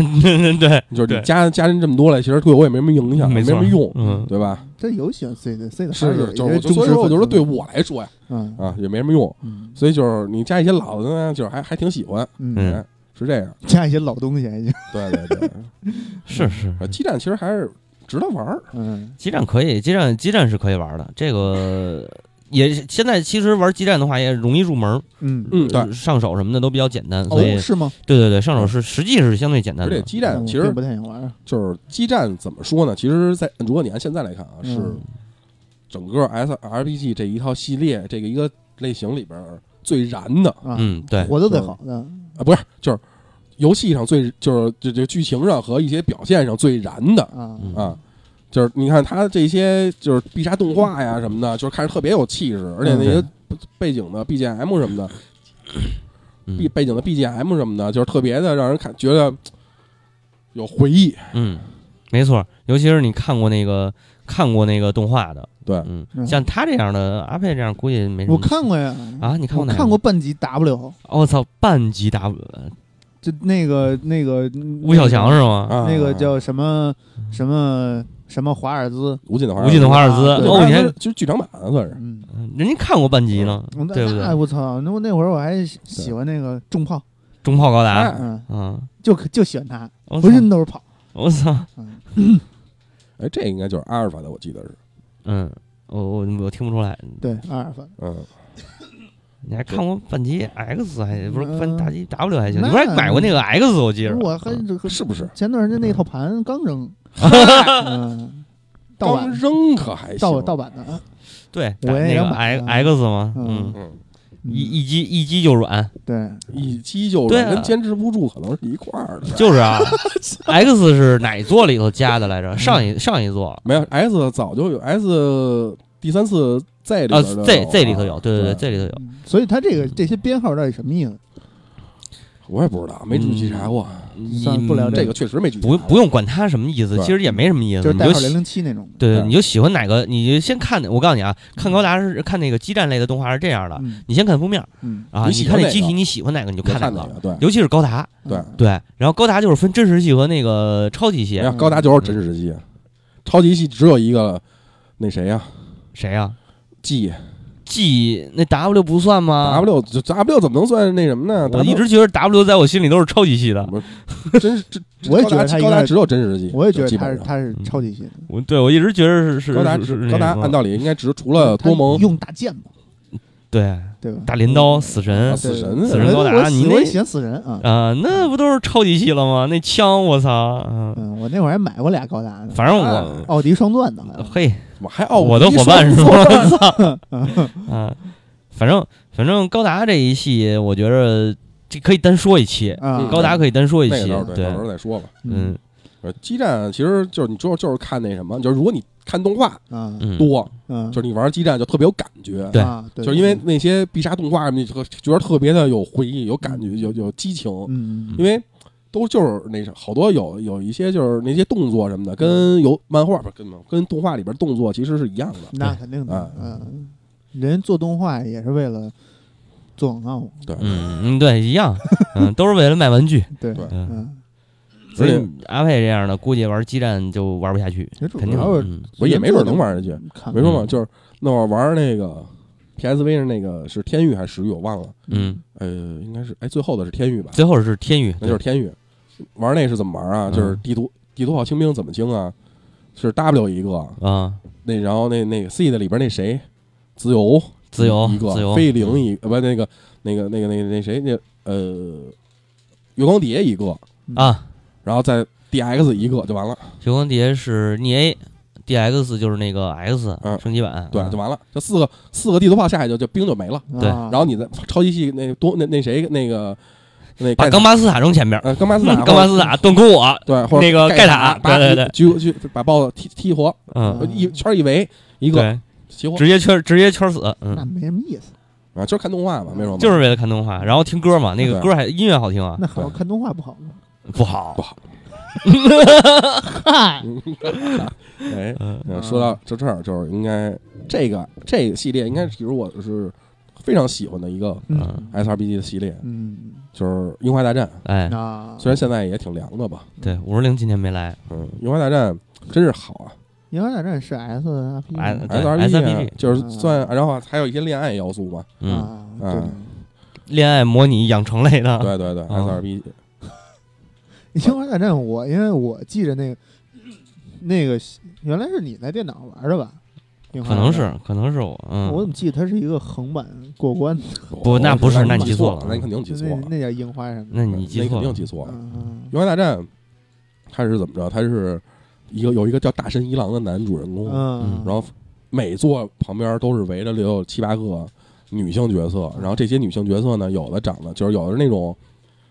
Speaker 3: 对，
Speaker 1: 就是
Speaker 3: 对
Speaker 1: 你加加人这么多来，其实对我也没什么影响，
Speaker 3: 没
Speaker 1: 没
Speaker 3: 错
Speaker 1: 什么用，
Speaker 3: 嗯
Speaker 1: 对吧？
Speaker 2: 这有喜欢 C 的 C 的，
Speaker 1: 是
Speaker 2: 有一
Speaker 1: 就是我就
Speaker 2: 些忠
Speaker 1: 所以
Speaker 2: 实
Speaker 1: 说我
Speaker 2: 粉
Speaker 1: 就说
Speaker 2: 丝
Speaker 1: 对我来说呀
Speaker 2: 嗯
Speaker 1: 啊也没什么用，
Speaker 2: 嗯
Speaker 1: 所以就是你加一些老的呢，就是还还挺喜欢，
Speaker 2: 嗯，
Speaker 3: 嗯
Speaker 1: 哎，是这样，
Speaker 2: 加一些老东西还 行，
Speaker 1: 对对对，
Speaker 3: 是是，
Speaker 1: 啊基站其实还是值得玩儿，
Speaker 2: 嗯
Speaker 3: 基站可以，基站基站是可以玩的，这个也现在其实玩基站的话也容易入门，
Speaker 2: 嗯，
Speaker 1: 嗯，对。
Speaker 3: 上手什么的都比较简单，所以
Speaker 2: 哦，是吗？
Speaker 3: 对对对，上手是实际是相对简单
Speaker 1: 而且
Speaker 3: 的，
Speaker 1: 基
Speaker 2: 那
Speaker 1: 站
Speaker 2: 我
Speaker 1: 其实啊
Speaker 2: 并不太想玩儿，
Speaker 1: 就是基站怎么说呢？其实在，如果你按现在来看啊，
Speaker 2: 嗯
Speaker 1: 是整个 S R P G 这一套系列这个一个类型里边儿最燃的
Speaker 2: 啊，
Speaker 3: 嗯，对，
Speaker 2: 活得最
Speaker 1: 就是
Speaker 2: 好的，
Speaker 1: 啊，不是就是游戏上最就是这这剧情上和一些表现上最燃的
Speaker 2: 啊，
Speaker 3: 嗯
Speaker 1: 啊。就是你看它这些就是必杀动画呀什么的，就是看着特别有气势，而且那些背景的 B G M 什么的，
Speaker 3: 嗯
Speaker 1: 背背景的 B G M 什么的，就是特别的让人看觉得有回忆。
Speaker 3: 嗯，没错，尤其是你看过那个看过那个动画的，
Speaker 1: 对，
Speaker 3: 嗯，
Speaker 2: 嗯
Speaker 3: 像他这样的阿佩这样，估计没什么
Speaker 2: 我看过呀，
Speaker 3: 啊，你看
Speaker 2: 我
Speaker 3: 过哪个？
Speaker 2: 看过半集 W，
Speaker 3: 哦我操，半级 W
Speaker 2: 就那个那个
Speaker 3: 吴小强是吗？
Speaker 1: 啊，
Speaker 2: 那个叫什么什么什么华尔兹，
Speaker 1: 无尽的华尔
Speaker 3: 吴尽的华尔兹，
Speaker 2: 啊对
Speaker 3: 哦，你
Speaker 1: 看
Speaker 3: 看
Speaker 1: 就是剧场版啊算是，
Speaker 2: 嗯，
Speaker 3: 人家看过半级呢，
Speaker 2: 我那
Speaker 3: 对不
Speaker 2: 那
Speaker 3: 对？
Speaker 2: 我操，那我那会儿我还喜欢那个重炮，
Speaker 3: 中炮高达，
Speaker 1: 哎
Speaker 2: 嗯，
Speaker 3: 嗯，
Speaker 2: 就就喜欢他，
Speaker 3: 我操
Speaker 2: 浑身都是跑，
Speaker 3: 我操，
Speaker 2: 嗯，
Speaker 1: 哎，这应该就是阿尔法的，我记得是，
Speaker 3: 嗯，我我我听不出来，
Speaker 2: 对，阿尔法，
Speaker 1: 嗯，
Speaker 3: 你还看过半级 X 还不是
Speaker 2: 嗯
Speaker 3: 半大级 W 还行，
Speaker 2: 那
Speaker 3: 你不是还买过那个 X 我记着，
Speaker 2: 我还这个
Speaker 1: 是不是？
Speaker 2: 前段时间那套盘刚 扔，嗯，盗
Speaker 1: 刚
Speaker 2: 版
Speaker 1: 扔可还
Speaker 2: 盗
Speaker 1: 行，
Speaker 2: 盗版的，啊
Speaker 3: 对，
Speaker 2: 我
Speaker 3: 打
Speaker 2: 也
Speaker 3: 那
Speaker 2: 想
Speaker 3: 个
Speaker 2: 买
Speaker 3: X
Speaker 2: 啊
Speaker 3: X 嘛，
Speaker 2: 嗯
Speaker 3: 嗯，
Speaker 1: 嗯，
Speaker 2: 嗯
Speaker 3: 一一击一击就软，
Speaker 2: 对，
Speaker 1: 一击就
Speaker 3: 对
Speaker 1: 软，
Speaker 3: 啊
Speaker 1: 跟坚持不住可能是一块儿的，
Speaker 3: 就是 啊，X 是哪座里头加的来着？上
Speaker 2: 嗯
Speaker 3: 一上一座
Speaker 1: 没有 S 早就有 S 第三次 Z 里
Speaker 3: 啊
Speaker 1: 边的
Speaker 3: ，Z Z 里头有，
Speaker 1: 啊
Speaker 3: 对
Speaker 1: 对
Speaker 3: 对对，，，Z 嗯里头有。
Speaker 2: 嗯所以他这个这些编号到底什么意思？
Speaker 1: 我也不知道，没仔细查过，啊
Speaker 2: 算不聊
Speaker 1: 这
Speaker 2: 这
Speaker 1: 个确实没具体
Speaker 3: 嗯不
Speaker 1: 查过
Speaker 3: 不用管它什么意思，
Speaker 1: 嗯对
Speaker 3: 其实也没什么意思，
Speaker 2: 就是
Speaker 3: 你
Speaker 2: 代
Speaker 3: 就
Speaker 2: 号零嗯
Speaker 3: 喜
Speaker 2: 零七那种的，
Speaker 3: 对，
Speaker 1: 对
Speaker 3: 你就喜欢哪个，你就先看。我告诉你啊，看高达是看那个激战类的动画是这样的，
Speaker 2: 嗯
Speaker 3: 你先看封面
Speaker 2: 嗯，
Speaker 3: 啊，
Speaker 1: 你
Speaker 3: 你
Speaker 1: 喜
Speaker 3: 看
Speaker 1: 欢
Speaker 3: 那
Speaker 1: 哪
Speaker 3: 机体
Speaker 1: 个
Speaker 3: 你喜欢哪个你就
Speaker 1: 别
Speaker 3: 看哪
Speaker 1: 看哪个，
Speaker 3: 个，
Speaker 1: 对。
Speaker 3: 尤其是高达，
Speaker 1: 对嗯
Speaker 2: 嗯
Speaker 3: 对，然后高达就是分真实系和那个超级系
Speaker 1: 你，看高达就是真实系，啊超级系只有一个，那谁啊呀
Speaker 3: 谁呀啊
Speaker 1: ？G
Speaker 3: ？G 那 W 不算吗
Speaker 1: W 就 W 怎么能算那什么呢？
Speaker 3: 我
Speaker 1: W
Speaker 3: 一直觉得 W 在我心里都是超级系的，
Speaker 1: 真是真，
Speaker 2: 我也觉得他应
Speaker 1: 高
Speaker 2: 该
Speaker 1: 达只有真实系，
Speaker 2: 我也觉得
Speaker 1: 基
Speaker 2: 他
Speaker 1: 本
Speaker 2: 是
Speaker 1: 上
Speaker 2: 他是
Speaker 3: 嗯
Speaker 2: 超级系的，
Speaker 3: 我对我一直觉得是是
Speaker 1: 高达
Speaker 3: 是是
Speaker 1: 高达
Speaker 3: 那什么
Speaker 1: 按道理应该只除了
Speaker 2: 他
Speaker 1: 多蒙
Speaker 2: 用大剑嘛，
Speaker 3: 对
Speaker 2: 对吧？
Speaker 3: 大镰刀死神
Speaker 1: 啊
Speaker 3: 啊、
Speaker 1: 死神
Speaker 2: 对
Speaker 1: 死
Speaker 3: 神高达
Speaker 2: 我我
Speaker 3: 你
Speaker 2: 喜
Speaker 3: 那
Speaker 2: 我也喜欢死神啊，
Speaker 3: 那不都是超级系了吗？那枪我操，嗯、
Speaker 2: 嗯，我那会儿还买过俩高达呢，
Speaker 3: 反正
Speaker 1: 啊
Speaker 3: 我、
Speaker 2: 奥迪双钻的，好像
Speaker 3: 嘿，
Speaker 1: 我还哦，
Speaker 3: 我的伙伴是
Speaker 1: 说嗯
Speaker 3: 吗？我操， 啊，反正反正高达这一系，我觉着这可以单说一期，
Speaker 2: 啊，
Speaker 3: 高达可以单说一
Speaker 1: 嗯那
Speaker 3: 期
Speaker 1: 个到时候，对
Speaker 3: 对
Speaker 1: 到时，候再说吧。
Speaker 2: 嗯
Speaker 3: 嗯
Speaker 1: 呃，基站其实就是你之后就是看那什么，就是如果你看动画
Speaker 2: 啊
Speaker 3: 嗯，
Speaker 1: 多，
Speaker 2: 嗯，
Speaker 1: 就是你玩基站就特别有感觉，
Speaker 3: 对
Speaker 2: 啊对，
Speaker 1: 就是因为那些必杀动画，你就觉得特别的有回忆、有感觉、有有激情，
Speaker 2: 嗯
Speaker 1: 因为。都就是那啥好多有有一些就是那些动作什么的，跟有漫画不是跟跟动画里边动作其实是一样的，
Speaker 2: 那肯定的
Speaker 1: 啊，
Speaker 2: 嗯，人做动画也是为了做广告，
Speaker 1: 对，
Speaker 3: 嗯嗯，对，一样，嗯，都是为了卖玩具，
Speaker 2: 对，
Speaker 1: 对
Speaker 3: 嗯，
Speaker 2: 嗯，
Speaker 3: 所以
Speaker 1: 而且
Speaker 3: 阿佩这样的，估计玩基站就玩不下去，
Speaker 2: 其实主
Speaker 3: 肯定
Speaker 2: 要是
Speaker 3: 嗯
Speaker 1: 我也没准能玩下去，
Speaker 2: 看
Speaker 1: 没说嘛，
Speaker 3: 嗯
Speaker 1: 就是那会儿玩那个 PSV 是那个是天域还是石域，我忘了，
Speaker 3: 嗯，
Speaker 1: 呃，应该是哎最后的是天域吧，
Speaker 3: 最后是天宇，
Speaker 1: 那就是
Speaker 3: 对
Speaker 1: 天域。玩那是怎么玩啊？
Speaker 3: 嗯
Speaker 1: 就是地图地图炮清兵怎么清啊？是 W 一个，
Speaker 3: 啊，
Speaker 1: 那然后那那个 C 的里边那谁，自由
Speaker 3: 自由
Speaker 1: 一
Speaker 3: 自由
Speaker 1: 个，飞灵一个，呃不那个那个那个那个那谁那呃，月光蝶一个，
Speaker 3: 啊，
Speaker 1: 然后再 DX 一个就完了，
Speaker 3: 九光碟是逆 A。D X 就是那个 X
Speaker 1: 嗯
Speaker 3: 升级版，
Speaker 1: 对，
Speaker 3: 嗯
Speaker 1: 就完了，就四个啊
Speaker 2: 啊
Speaker 1: 四个地图炮下去就就兵就没了。
Speaker 3: 对
Speaker 1: 然后你再超级系那多那那谁那个那
Speaker 3: 把
Speaker 1: 盖塔
Speaker 3: 冈巴斯塔扔前边儿，
Speaker 1: 呃冈巴斯塔
Speaker 3: 冈巴斯塔顿攻我，
Speaker 1: 对，或者
Speaker 3: 那个
Speaker 1: 盖
Speaker 3: 塔
Speaker 1: 把
Speaker 3: 对对对
Speaker 1: 举举把豹子踢踢活，
Speaker 3: 嗯，
Speaker 1: 一圈一围一个
Speaker 3: 对，
Speaker 1: 齐活
Speaker 3: 直接圈直接圈死，嗯
Speaker 2: 那，没什么意思。
Speaker 1: 啊，就是看动画嘛，没什么，
Speaker 3: 就是为了看动画，然后听歌嘛，那个歌还音乐好听啊，
Speaker 2: 那好好
Speaker 1: 对
Speaker 2: 看动画不好吗？
Speaker 3: 不好
Speaker 1: 不，好。
Speaker 2: 嗨，
Speaker 1: 哎，
Speaker 3: 嗯
Speaker 1: 嗯说到这这儿，就是应该这个这个系列，应该其实我是非常喜欢的一个
Speaker 2: 嗯
Speaker 1: SRPG 的系列，
Speaker 2: 嗯，
Speaker 1: 就是《樱花大战》。
Speaker 3: 哎，
Speaker 2: 那
Speaker 1: 虽然现在也挺凉的吧，
Speaker 3: 对，五十铃今天没来，
Speaker 1: 嗯，《樱花大战》真是好啊
Speaker 2: 银河大战是 S R P
Speaker 3: 哎对
Speaker 1: ，SRPG 啊
Speaker 3: SRPG
Speaker 2: 嗯
Speaker 1: 就是算，然后还有一些恋爱要素嘛，
Speaker 3: 嗯，
Speaker 2: 啊，
Speaker 1: 嗯
Speaker 3: 恋爱模拟养成类的，
Speaker 1: 对对对，SRPG，
Speaker 2: 对，银河大战我因为我记着那个那个原来是你在电脑玩的吧？樱花大战
Speaker 3: 啊可能是，可能是我，嗯，
Speaker 2: 我怎么记得它是一个横版过关的？
Speaker 3: 不那不是
Speaker 1: 我
Speaker 2: 那你
Speaker 1: 记
Speaker 2: 记
Speaker 1: 错
Speaker 3: 错
Speaker 1: 了
Speaker 3: 了，
Speaker 1: 那你肯定记
Speaker 2: 就
Speaker 1: 错
Speaker 2: 那
Speaker 1: 了，
Speaker 2: 那叫樱花什么的？
Speaker 3: 那你
Speaker 1: 那
Speaker 3: 记
Speaker 1: 肯
Speaker 3: 错
Speaker 1: 定
Speaker 3: 了，
Speaker 1: 记错了，
Speaker 2: 嗯
Speaker 1: 《樱花大战》它是怎么着？它是一个有一个叫大神一郎的男主人公，
Speaker 2: 嗯，
Speaker 1: 然后每座旁边都是围着得有七八个女性角色，然后这些女性角色呢，有的长得就是有的是那种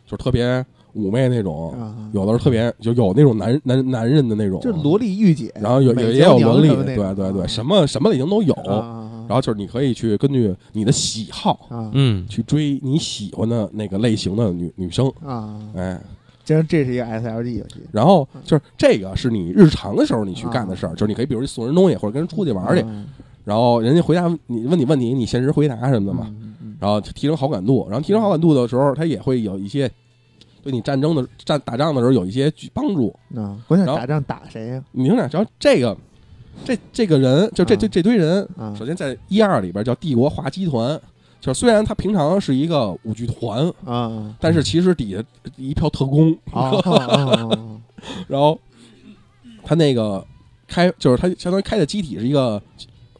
Speaker 1: 就是特别妩媚那种，
Speaker 2: 啊
Speaker 1: 有的是特别就有那种男男男人的那种，
Speaker 2: 就萝莉御姐，
Speaker 1: 然后有
Speaker 2: 美
Speaker 1: 也
Speaker 2: 娇
Speaker 1: 也有萝
Speaker 2: 娘
Speaker 1: 莉，
Speaker 2: 什么那
Speaker 1: 对
Speaker 2: 种
Speaker 1: 对对，
Speaker 2: 啊
Speaker 1: 什么什么类型都有。
Speaker 2: 啊
Speaker 1: 然后就是你可以去根据你的喜好
Speaker 2: 啊
Speaker 3: 嗯，
Speaker 1: 去追你喜欢的那个类型的女女生，
Speaker 2: 啊，
Speaker 1: 哎，
Speaker 2: 这这是一个 S L G 游戏，
Speaker 1: 然后就是这个是你日常的时候你去
Speaker 2: 啊
Speaker 1: 干的事儿，就是你可以比如送人东西或者跟人出去玩去，
Speaker 2: 嗯
Speaker 1: 然后人家回答你问你问题，你限时回答什么的嘛，
Speaker 2: 嗯嗯
Speaker 1: 然后提升好感度，然后提升好感度的时候，它也会有一些对你战争的战打仗的时候有一些帮助。
Speaker 2: 嗯啊，关键
Speaker 1: 然后
Speaker 2: 打仗打谁呀？
Speaker 1: 你听着，只要这个这这个人，就这这
Speaker 2: 啊
Speaker 1: 这堆人，
Speaker 2: 啊
Speaker 1: 首先在一二里边叫帝国滑稽团，就是虽然他平常是一个舞剧团，
Speaker 2: 啊
Speaker 1: 但是其实底下一票特工，
Speaker 2: 啊啊啊
Speaker 1: 然后他那个开就是他相当于开的机体是一个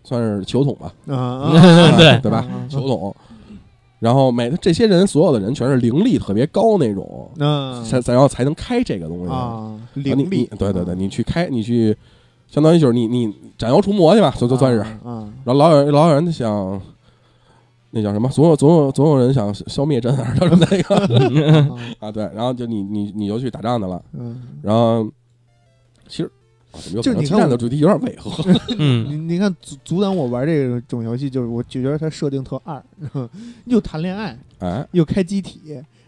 Speaker 1: 算是球桶吧，
Speaker 2: 啊啊！
Speaker 3: 对
Speaker 1: 对吧
Speaker 2: 啊？啊
Speaker 1: 球桶。然后每这些人所有的人全是灵力特别高那种，
Speaker 2: 那
Speaker 1: 才才然后才能开这个东西。
Speaker 2: 嗯啊，
Speaker 1: 然后你
Speaker 2: 灵力啊
Speaker 1: 你，对对对，你去开，你去，相当于就是你你斩妖除魔去吧，就就算是。然
Speaker 2: 啊
Speaker 1: 后老有老有人想，那叫什么？总有总有总有人想消灭真儿，就是那个
Speaker 2: 啊
Speaker 1: 啊，对。然后就你你你就去打仗去了，
Speaker 2: 嗯，
Speaker 1: 然后其实。啊怎么又
Speaker 2: 就
Speaker 1: 感觉
Speaker 2: 你
Speaker 1: 鸡
Speaker 2: 看
Speaker 1: 蛋
Speaker 2: 我
Speaker 1: 的主题有点违和，
Speaker 2: 你
Speaker 3: 嗯，
Speaker 2: 你看阻阻挡我玩这种游戏，就是我就觉得它设定特二， 又谈恋爱，
Speaker 1: 哎，
Speaker 2: 又开机体，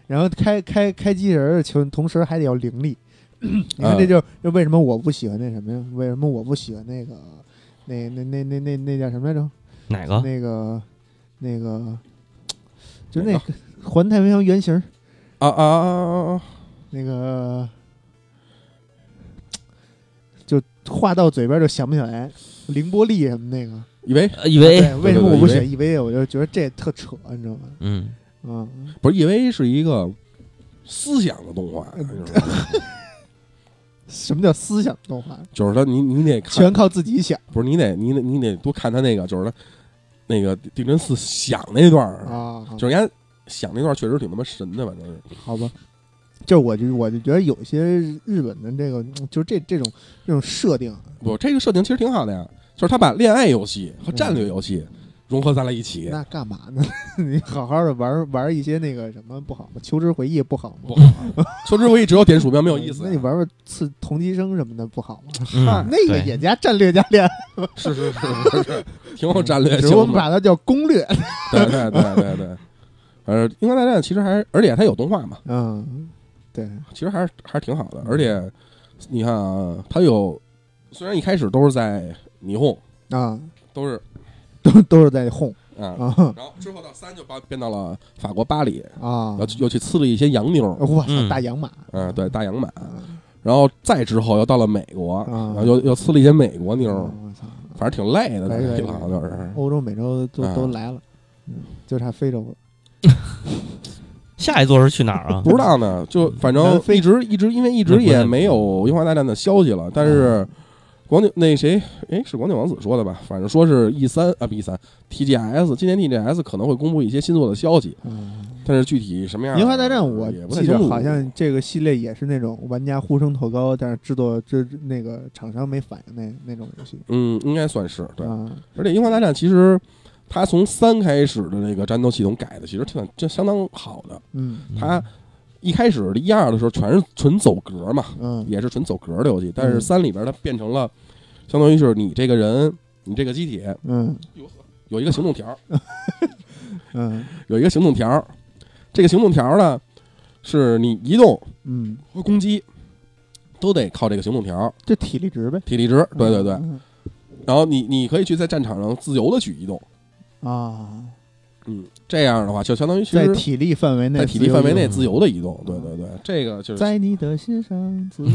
Speaker 2: 然后开开开机器人儿，求同时还得要灵力。 你
Speaker 1: 啊
Speaker 2: 看，这就是就为什么我不喜欢那什么呀？为什么我不喜欢那个那那那那那那叫什么来着？
Speaker 3: 哪个？
Speaker 2: 那个那个，就
Speaker 1: 哪
Speaker 2: 那个环太平洋原型儿
Speaker 1: 啊啊啊啊啊！
Speaker 2: 那个，就话到嘴边就想不起来，凌波丽什么那个。啊
Speaker 1: 以为
Speaker 3: 呃以为，
Speaker 2: 对，为什
Speaker 1: 对
Speaker 2: 么
Speaker 1: 对
Speaker 2: 我不
Speaker 1: 对
Speaker 2: 选 EVA？我就觉得这特扯，你知道吗？
Speaker 3: 嗯，
Speaker 2: 嗯，
Speaker 1: 不是以为是一个思想的动画，你知道吗
Speaker 2: 什么叫思想动画？
Speaker 1: 就是他你你得看
Speaker 2: 全靠自己想
Speaker 1: 不是你得你得你得多看他那个，就是他那个定真寺想那段儿，
Speaker 2: 啊！
Speaker 1: 就是人家想那段儿确实挺他妈神的，反正是
Speaker 2: 好吧，就是我就我就觉得有些日本的这个，嗯就是这这种这种设定，
Speaker 1: 不这个设定其实挺好的呀，就是他把恋爱游戏和战略游戏融合在了一起，
Speaker 2: 那干嘛呢？ 你好好的玩玩一些那个什么不好吗？求职回忆不好吗？
Speaker 1: 不好啊，求知为只有点鼠标没有意思
Speaker 2: 哎那
Speaker 1: 啊
Speaker 2: 你，玩玩刺同级生什么的不好吗？
Speaker 3: 嗯
Speaker 2: 那个
Speaker 3: 对
Speaker 2: 也加战略加恋爱，
Speaker 1: 是是是是是，挺有战略
Speaker 3: 哎
Speaker 2: 只
Speaker 1: 性
Speaker 2: 是我们
Speaker 1: 的，
Speaker 2: 把它叫攻略。
Speaker 1: 对对对对对，呃，樱花大战其实还而且它有动画嘛，
Speaker 2: 嗯， 对，
Speaker 1: 其实还是还是挺好的，而且你看啊，它有虽然一开始都是在霓虹，
Speaker 2: 啊，
Speaker 1: 都是
Speaker 2: 都都是在哄
Speaker 1: 啊。
Speaker 3: 嗯
Speaker 2: 啊
Speaker 1: 然后之后到三就把变到了法国巴黎，
Speaker 2: 啊
Speaker 1: 然后！又去刺了一些洋妞，
Speaker 2: 我操，
Speaker 3: 嗯
Speaker 2: 大洋马，
Speaker 1: 嗯、对，大洋马。
Speaker 2: 啊，
Speaker 1: 然后再之后又到了美国，
Speaker 2: 啊
Speaker 3: 嗯
Speaker 1: 然后又又刺了一些美国妞，
Speaker 2: 嗯我操，
Speaker 1: 反正挺嗯累的，
Speaker 2: 白
Speaker 1: 那
Speaker 2: 白
Speaker 1: 地方就是。
Speaker 2: 欧洲、美洲都
Speaker 1: 啊
Speaker 2: 都来了，嗯，就差非洲了。
Speaker 3: 下一座是去哪儿啊
Speaker 1: 不？知道呢，就反正
Speaker 2: 嗯南非
Speaker 1: 一直一直，因为一直也没有《樱花大战》的消息了。但
Speaker 2: 嗯
Speaker 1: 是广九那谁，哎，是广九王子说的吧？反正说是 E 三啊，B 三 TGS 今年 TGS 可能会公布一些新作的消息，
Speaker 2: 嗯，
Speaker 1: 但是具体什么样？
Speaker 2: 《银河大战》我
Speaker 1: 也不太
Speaker 2: 记
Speaker 1: 清
Speaker 2: 得
Speaker 1: 楚
Speaker 2: 好像这个系列也是那种玩家呼声特高，但是制作这那个厂商没反应那那种游戏。
Speaker 1: 嗯，应该算是对。
Speaker 2: 啊，
Speaker 1: 而且《樱花大战》其实它从三开始的那个战斗系统改的，其实挺这相当好的。
Speaker 2: 嗯
Speaker 1: 它一开始一二的时候全是纯走格嘛，
Speaker 2: 嗯
Speaker 1: 也是纯走格的游戏，但是
Speaker 2: 嗯
Speaker 1: 三里边它变成了，相当于是你这个人，你这个机体
Speaker 2: 嗯
Speaker 1: 有一个行动条儿，
Speaker 2: 嗯
Speaker 1: 有一个行动条儿，这个行动条儿呢，是你移动
Speaker 2: 嗯，
Speaker 1: 和攻击都得靠这个行动条儿，
Speaker 2: 这体力值呗。
Speaker 1: 体力值，对对对，
Speaker 2: 嗯
Speaker 1: 然后你你可以去在战场上自由的去移动，
Speaker 2: 啊，
Speaker 1: 嗯，这样的话就相当于其
Speaker 2: 在
Speaker 1: 实
Speaker 2: 体力范围内，
Speaker 1: 在体力范围内
Speaker 3: 自
Speaker 1: 自由的移动，对
Speaker 2: 嗯
Speaker 1: 对对，这个就是
Speaker 2: 在你的心上 自由。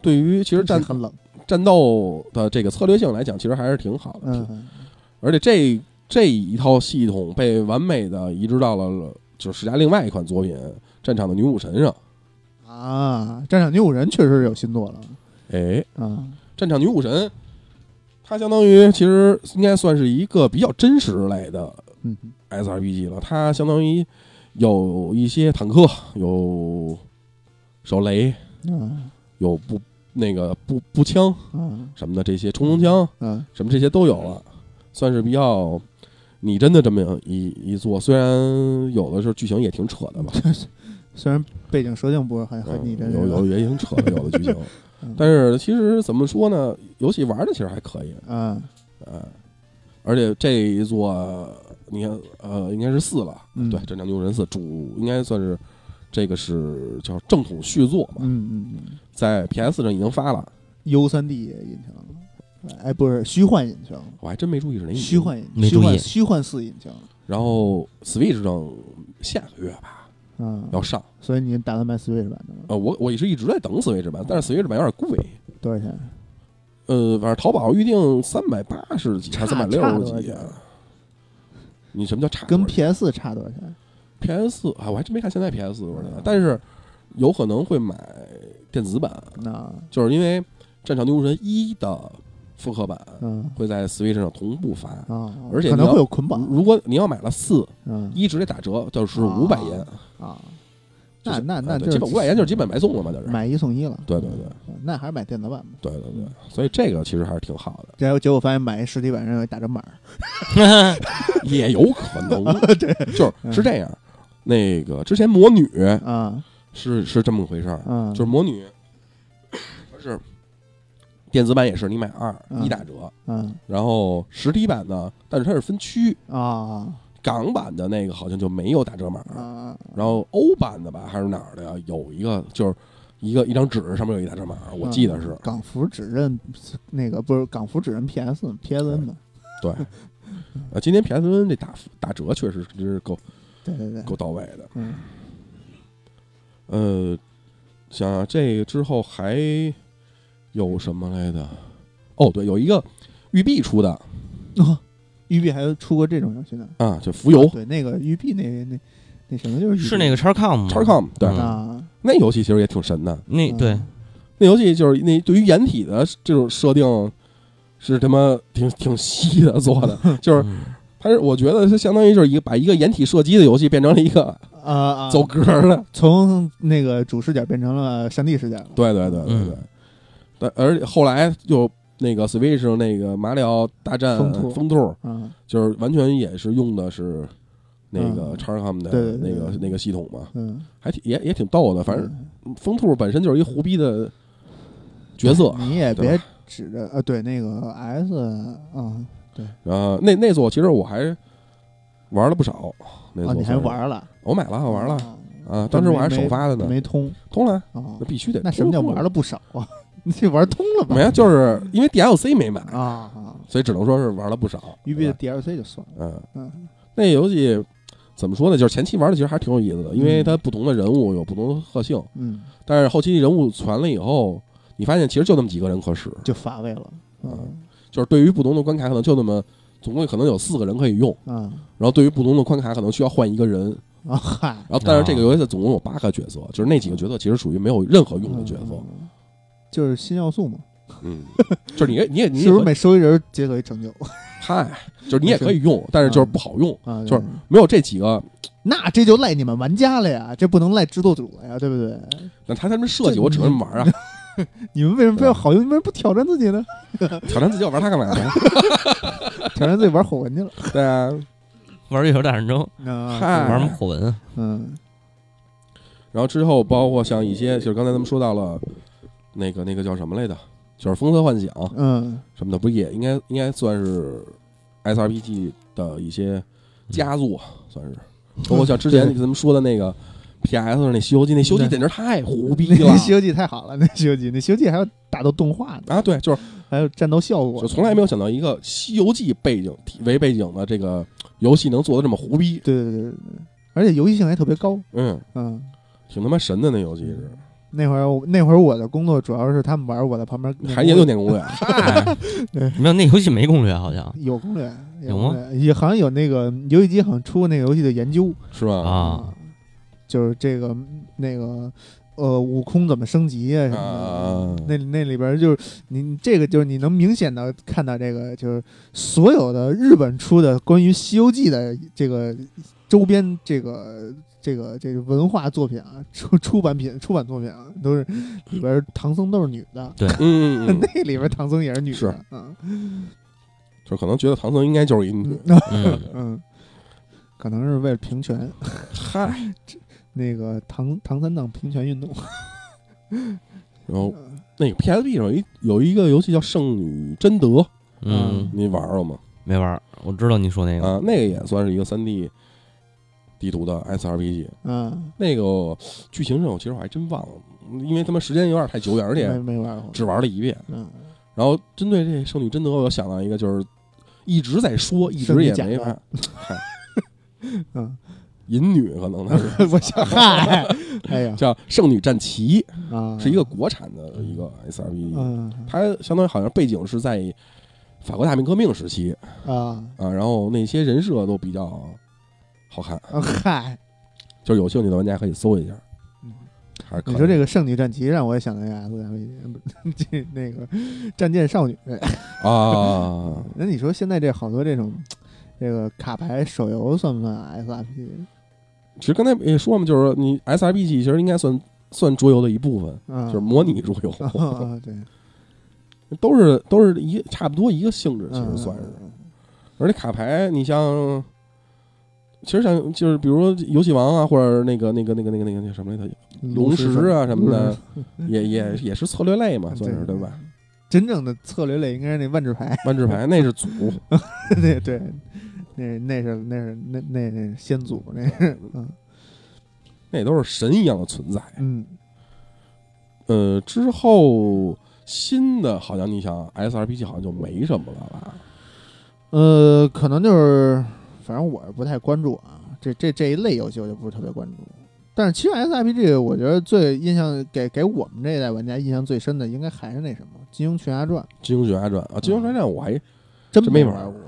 Speaker 1: 对于其实
Speaker 2: 真
Speaker 1: 战
Speaker 2: 是很冷，
Speaker 1: 战斗的这个策略性来讲，其实还是挺好的，挺
Speaker 2: 嗯
Speaker 1: 而且这这一套系统被完美的移植到了就是世嘉另外一款作品《战场的女武神》上。
Speaker 2: 啊，战场女武人确实是有新作了
Speaker 1: 哎，《
Speaker 2: 啊，
Speaker 1: 战场女武神》它相当于其实应该算是一个比较真实类的
Speaker 2: 嗯
Speaker 1: SRPG 了，它相当于有一些坦克，有手雷，
Speaker 2: 啊
Speaker 1: 有步那个步步枪
Speaker 2: 啊
Speaker 1: 什么的，这些冲锋枪
Speaker 2: 啊，
Speaker 1: 什么这些都有了，算是比较。拟真的这么一一做，虽然有的时候剧情也挺扯的吧，
Speaker 2: 虽然背景设定不是很很
Speaker 1: 嗯
Speaker 2: 拟真，
Speaker 1: 有有也挺扯的，有的剧情
Speaker 2: 嗯。
Speaker 1: 但是其实怎么说呢，游戏玩的其实还可以，
Speaker 2: 啊，
Speaker 1: 呃，而且这一座呃你看，呃，应该是四了，
Speaker 2: 嗯
Speaker 1: 对，《战场牛人四》主应该算是这个是叫正统续作嘛，
Speaker 2: 嗯嗯
Speaker 1: 在 PS 上已经发了，
Speaker 2: ，U 三 D 引擎，哎，不是虚幻引擎，
Speaker 1: 我还真没注意是哪一年
Speaker 2: 虚。幻
Speaker 3: 没
Speaker 2: 虚
Speaker 3: 注
Speaker 2: 幻
Speaker 3: 意
Speaker 2: 虚幻四引擎，
Speaker 1: 然后 Switch 上下个月吧
Speaker 2: 嗯，
Speaker 1: 要上，
Speaker 2: 所以你打算买 Switch 版的吗？
Speaker 1: 呃，我我也是一直在等 Switch 版，但是 Switch 版有点贵。
Speaker 2: 多少钱？
Speaker 1: 呃，反正淘宝预定三百八十几还是三百
Speaker 2: 差
Speaker 1: 六
Speaker 2: 差多
Speaker 1: 十
Speaker 2: 少
Speaker 1: 几
Speaker 2: 钱
Speaker 1: 啊？你什么叫差多
Speaker 2: 跟
Speaker 1: 少
Speaker 2: PS 差多少钱？
Speaker 1: PS 四啊，我还真没看现在 PS 多少钱
Speaker 2: 嗯，
Speaker 1: 但是有可能会买电子版，
Speaker 2: 那
Speaker 1: 就是因为《战场女武神一》的复刻版
Speaker 2: 嗯
Speaker 1: 会在 Switch 上同步发。
Speaker 2: 啊，
Speaker 1: 而且
Speaker 2: 可能
Speaker 1: 你要
Speaker 2: 会有捆绑，
Speaker 1: 如果你要买了四
Speaker 2: 嗯
Speaker 1: 一，直接打折，就是
Speaker 2: 啊
Speaker 1: 五百元，
Speaker 2: 啊，
Speaker 1: 就
Speaker 2: 那
Speaker 1: 是
Speaker 2: 那
Speaker 1: 啊
Speaker 2: 那
Speaker 1: 对
Speaker 2: 就
Speaker 1: 基本五百元就是基本白送了嘛，就是。
Speaker 2: 买一送一了，
Speaker 1: 对对对
Speaker 2: 嗯，那还是买电子版吧。
Speaker 1: 对对对，所以这个其实还是挺好的，
Speaker 2: 结果结果发现买一实体版上有打折码儿，
Speaker 1: 也有可能，就是是这样。那个之前魔女
Speaker 2: 啊
Speaker 1: 是是这么回事儿，
Speaker 2: 啊，
Speaker 1: 就是魔女，是电子版也是你买二
Speaker 2: 嗯
Speaker 1: 一打折，
Speaker 2: 嗯
Speaker 1: 然后实体版呢，但是它是分区，
Speaker 2: 啊
Speaker 1: 港版的那个好像就没有打折码，
Speaker 2: 啊
Speaker 1: 然后欧版的吧还是哪儿的呀，有一个就是一个一张纸上面有一打折码，我记得是
Speaker 2: 嗯港服只认那个不是港服只认 PS PSN 嘛？
Speaker 1: 对。呃，今天 PSN 这打打折确实是够
Speaker 2: 对对对，
Speaker 1: 够到位的。
Speaker 2: 嗯
Speaker 1: 呃，想想这之后还有什么来的？哦，对，有一个育碧出的
Speaker 2: 哦，育碧还有出过这种游戏呢？
Speaker 1: 啊，就浮游
Speaker 2: 对，那个育碧那那那什么就是育碧
Speaker 3: 是那个 XCOM 吗
Speaker 1: XCOM，对，
Speaker 3: 嗯
Speaker 2: 啊，
Speaker 1: 那游戏其实也挺神的。
Speaker 3: 那
Speaker 2: 嗯
Speaker 3: 对，
Speaker 1: 那游戏就是那对于掩体的这种设定，是他妈挺挺稀的做的，就是
Speaker 3: 嗯
Speaker 1: 它是我觉得它相当于就是一个把一个掩体射击的游戏变成了一个
Speaker 2: 啊啊，
Speaker 1: 走格儿 的，
Speaker 2: 从那个主视角变成了上帝视角了。
Speaker 1: 对对对对对
Speaker 3: 嗯。
Speaker 1: 但而且后来又那个 Switch 上那个马里奥大战
Speaker 2: 风兔
Speaker 1: 风兔，
Speaker 2: 嗯
Speaker 1: 就是完全也是用的是那个
Speaker 2: 嗯
Speaker 1: XCOM 的
Speaker 2: 对对对
Speaker 1: 那个
Speaker 2: 对
Speaker 1: 那个系统嘛，
Speaker 2: 嗯，
Speaker 1: 还挺也也挺逗的。反正
Speaker 2: 嗯
Speaker 1: 风兔本身就是一胡逼的角色，
Speaker 2: 哎你也
Speaker 1: 对
Speaker 2: 别指着呃，对那个 S 啊
Speaker 1: 然后那那座其实我还玩了不少，那座、
Speaker 2: 啊，你还？玩了？
Speaker 1: 我买了，我玩了
Speaker 2: 啊
Speaker 1: 啊！当时我还首发的呢，
Speaker 2: 没通
Speaker 1: 通了，
Speaker 2: 啊
Speaker 1: 那。必须得。
Speaker 2: 那什么叫玩了？不少啊？ 你这玩通了吧？
Speaker 1: 没有，就是因为 DLC 没买，
Speaker 2: 啊啊！
Speaker 1: 所以只能说是玩了不少。
Speaker 2: 育碧的
Speaker 1: 对吧
Speaker 2: DLC 就算了，
Speaker 1: 嗯，
Speaker 2: 嗯
Speaker 1: 那游戏怎么说呢？就是前期玩的其实还挺有意思的，因为
Speaker 2: 嗯
Speaker 1: 它不同的人物有不同的特性，
Speaker 2: 嗯，
Speaker 1: 但是后期人物全了以后，你发现其实就那么几个人可使，
Speaker 2: 就乏味了，
Speaker 1: 嗯
Speaker 2: 嗯
Speaker 1: 就是对于不同的关卡可能就那么。总共可能有四个人可以用，
Speaker 2: 啊
Speaker 1: 然后对于不同的关卡可能需要换一个人，
Speaker 2: 啊嗨，
Speaker 1: 然后，但是
Speaker 2: 啊
Speaker 1: 这个游戏总共有八个角色，就是那几个角色其实属于没有任何用的角色。
Speaker 2: 嗯就是新要素嘛，
Speaker 1: 嗯，就是你也你也你
Speaker 2: 是
Speaker 1: 也
Speaker 2: 不是
Speaker 1: 可以
Speaker 2: 每收一人解锁一成就
Speaker 1: 嗨，就是你也可以用，但是就是不好用，
Speaker 2: 啊？
Speaker 1: 就是
Speaker 2: 对
Speaker 1: 没有这几个。
Speaker 2: 那这就赖你们玩家了呀，这不能赖制作组了呀，对不对？
Speaker 1: 那他他们设计，我只能玩啊，
Speaker 2: 你们为什么非要好用？你们为什么不挑战自己呢？
Speaker 1: 挑战自己我玩它干嘛呀？
Speaker 2: 挑战自己玩火纹去了
Speaker 1: 对啊，
Speaker 3: 玩越球大战争，
Speaker 2: 啊
Speaker 1: 嗨
Speaker 3: 玩什么火纹啊？
Speaker 2: 嗯，
Speaker 1: 然后之后包括像一些，就是刚才咱们说到了那个那个叫什么来的，就是《风色幻想》
Speaker 2: 嗯
Speaker 1: 什么的，不是也应该应该算是 SRPG 的一些佳作，算是。包括像之前
Speaker 2: 嗯 对
Speaker 1: 咱们说的那个 PS 那《西游记》，那《西游记》简直太胡逼
Speaker 2: 嗯那
Speaker 1: 了
Speaker 2: 《西游记》太好了， 那《西游记》那《西游记》还有打斗动画呢，
Speaker 1: 啊！对，就是
Speaker 2: 还有战斗效果，
Speaker 1: 就从来没有想到一个《西游记》背景为背景的这个游戏能做的这么胡逼，
Speaker 2: 对对对对，对而且游戏性还特别高。
Speaker 1: 嗯，
Speaker 2: 嗯，
Speaker 1: 挺他妈神的那游戏是。
Speaker 2: 那会儿我那会儿我的工作主要是他们玩儿，我在旁边
Speaker 1: 还研究点攻略啊，
Speaker 3: 嗨哎没有那游戏没攻略好像
Speaker 2: 有攻略，
Speaker 3: 有
Speaker 2: 攻略？也好像有那个游戏机好像出过那个游戏的研究嗯
Speaker 1: 是吧？
Speaker 3: 啊，，
Speaker 2: 就是这个那个呃，悟空怎么升级啊什么
Speaker 1: 啊
Speaker 2: 的，那那里边儿就是你这个就是你能明显的看到这个就是所有的日本出的关于《西游记》的这个周边这个。这个这个文化作品啊，出出版品、出版作品啊，都是里边儿唐僧都是女的，
Speaker 1: 嗯，嗯嗯
Speaker 2: 那里边儿唐僧也是女的，
Speaker 1: 是
Speaker 2: 啊，
Speaker 1: 就是可能觉得唐僧应该就是一女
Speaker 2: 嗯，那
Speaker 3: 嗯，
Speaker 2: 嗯，可能是为了平权，
Speaker 1: 嗨，
Speaker 2: 那个唐唐三藏平权运动，
Speaker 1: 然后那个 PSP 上有一有一个游戏叫《圣女贞德》，
Speaker 3: 嗯，
Speaker 1: 你玩了吗？
Speaker 3: 没玩儿，我知道你说那个，
Speaker 1: 啊，那个也算是一个三 D 地图的 SRPG。
Speaker 2: 嗯，
Speaker 1: 那个剧情任务其实我还真忘了，因为他妈时间有点太久远，而
Speaker 2: 没
Speaker 1: 且
Speaker 2: 没玩过，
Speaker 1: 只玩了一遍。
Speaker 2: 嗯，
Speaker 1: 然后针对这圣女贞德，我又想到一个，就是一直在说，一
Speaker 2: 圣
Speaker 1: 直
Speaker 2: 女
Speaker 1: 也
Speaker 2: 假
Speaker 1: 没
Speaker 2: 的
Speaker 1: 法，嗨，
Speaker 2: 嗯，
Speaker 1: 淫女可能她 是
Speaker 2: 我想，嗨，哎呀，
Speaker 1: 叫《圣女战旗》，
Speaker 2: 啊，
Speaker 1: 是一个，国产的一个 SRPG。
Speaker 2: 嗯
Speaker 1: 它相当于好像背景是在法国大革命时期
Speaker 2: 啊
Speaker 1: 啊，然后那些人设都比较好看，
Speaker 2: 啊，嗨，
Speaker 1: 就是有兴趣的玩家可以搜一下，
Speaker 2: 嗯
Speaker 1: 还是可以
Speaker 2: 你说这个圣女战旗让我也想到那个 S 这 那个战舰少女，
Speaker 1: 啊，
Speaker 2: 那你说现在这好多这种。这个卡牌手游算不算 SRP？
Speaker 1: 其实刚才也说嘛，就是你 SRPG 其实应该算算桌游的一部分，
Speaker 2: 啊，
Speaker 1: 就是模 拟桌游，
Speaker 2: 啊 啊，对，
Speaker 1: 都是都是一差不多一个性质，其
Speaker 2: 嗯
Speaker 1: 实算是。而且卡牌，你像，其实像就是比如说游戏王啊，或者那个那个那个那个那个那个什么来着，
Speaker 2: 嗯
Speaker 1: 龙石啊什么的，也也也是策略类嘛，算是对吧？？
Speaker 2: 真正的策略类应该是那万智牌，
Speaker 1: 万智牌那是组，
Speaker 2: 对对，那那是那是那那那是先祖那是，嗯
Speaker 1: 那都是神一样的存在。
Speaker 2: 嗯
Speaker 1: 呃，之后新的好像你想 SRPG 好像就没什么了吧？
Speaker 2: 呃，可能就是反正我是不太关注啊，这这这一类游戏我就不是特别关注。但是其实
Speaker 1: 嗯
Speaker 2: SRPG 我觉得最印象给给我们这一代玩家印象最深的，应该还是那什么《金庸群侠传》，
Speaker 1: 《金庸群侠传》啊，《金庸群侠传》我还
Speaker 2: 真
Speaker 1: 真
Speaker 2: 没
Speaker 1: 没玩
Speaker 2: 玩过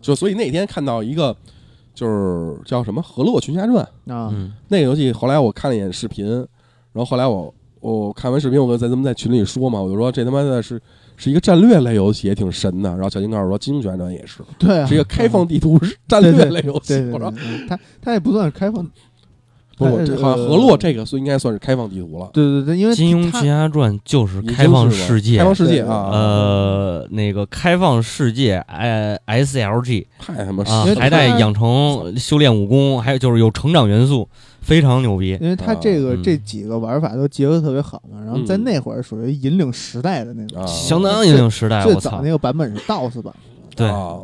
Speaker 1: 就所以那天看到一个就是叫什么《河洛群侠传》
Speaker 2: 啊。
Speaker 3: 嗯，
Speaker 1: 那个游戏，后来我看了一眼视频，然后后来我我看完视频，我在咱们在群里说嘛，我就说这他妈的是是一个战略类游戏，也挺神的。然后小金告诉我说，《金庸群侠传》也是，
Speaker 2: 对 啊，
Speaker 1: 是一个开放地图战
Speaker 2: 对
Speaker 1: 略
Speaker 2: 对
Speaker 1: 类游戏。
Speaker 2: 对对
Speaker 1: 我说
Speaker 2: 对，嗯它它也不算是开放，
Speaker 1: 不
Speaker 2: 它
Speaker 1: 是，这好像
Speaker 2: 呃
Speaker 1: 河洛这个算应该算是开放地图了，
Speaker 2: 对对对，因为
Speaker 3: 金庸
Speaker 2: 它
Speaker 3: 群侠传》就是
Speaker 1: 已经
Speaker 3: 开放
Speaker 1: 是吧
Speaker 3: 世界
Speaker 1: 开，放世界
Speaker 2: 对
Speaker 1: 啊，
Speaker 3: 呃，那个开放世界，哎，SLG
Speaker 1: 太他妈
Speaker 3: 啊
Speaker 1: 神
Speaker 2: 因为，
Speaker 3: 还
Speaker 1: 了！
Speaker 2: 它
Speaker 3: 带养成、修炼武功，还有就是有成长元素，非常牛逼。
Speaker 2: 因为它这个、
Speaker 3: 嗯
Speaker 2: 这几个玩法都结合得特别好
Speaker 1: 嗯
Speaker 2: 嘛，然后在那会儿属于引领时代的那种，
Speaker 1: 啊
Speaker 3: 相当引领时代，
Speaker 2: 最
Speaker 3: 我
Speaker 2: 早
Speaker 3: 操
Speaker 2: 那！个版本是 DOS 版，
Speaker 3: 对，
Speaker 1: 啊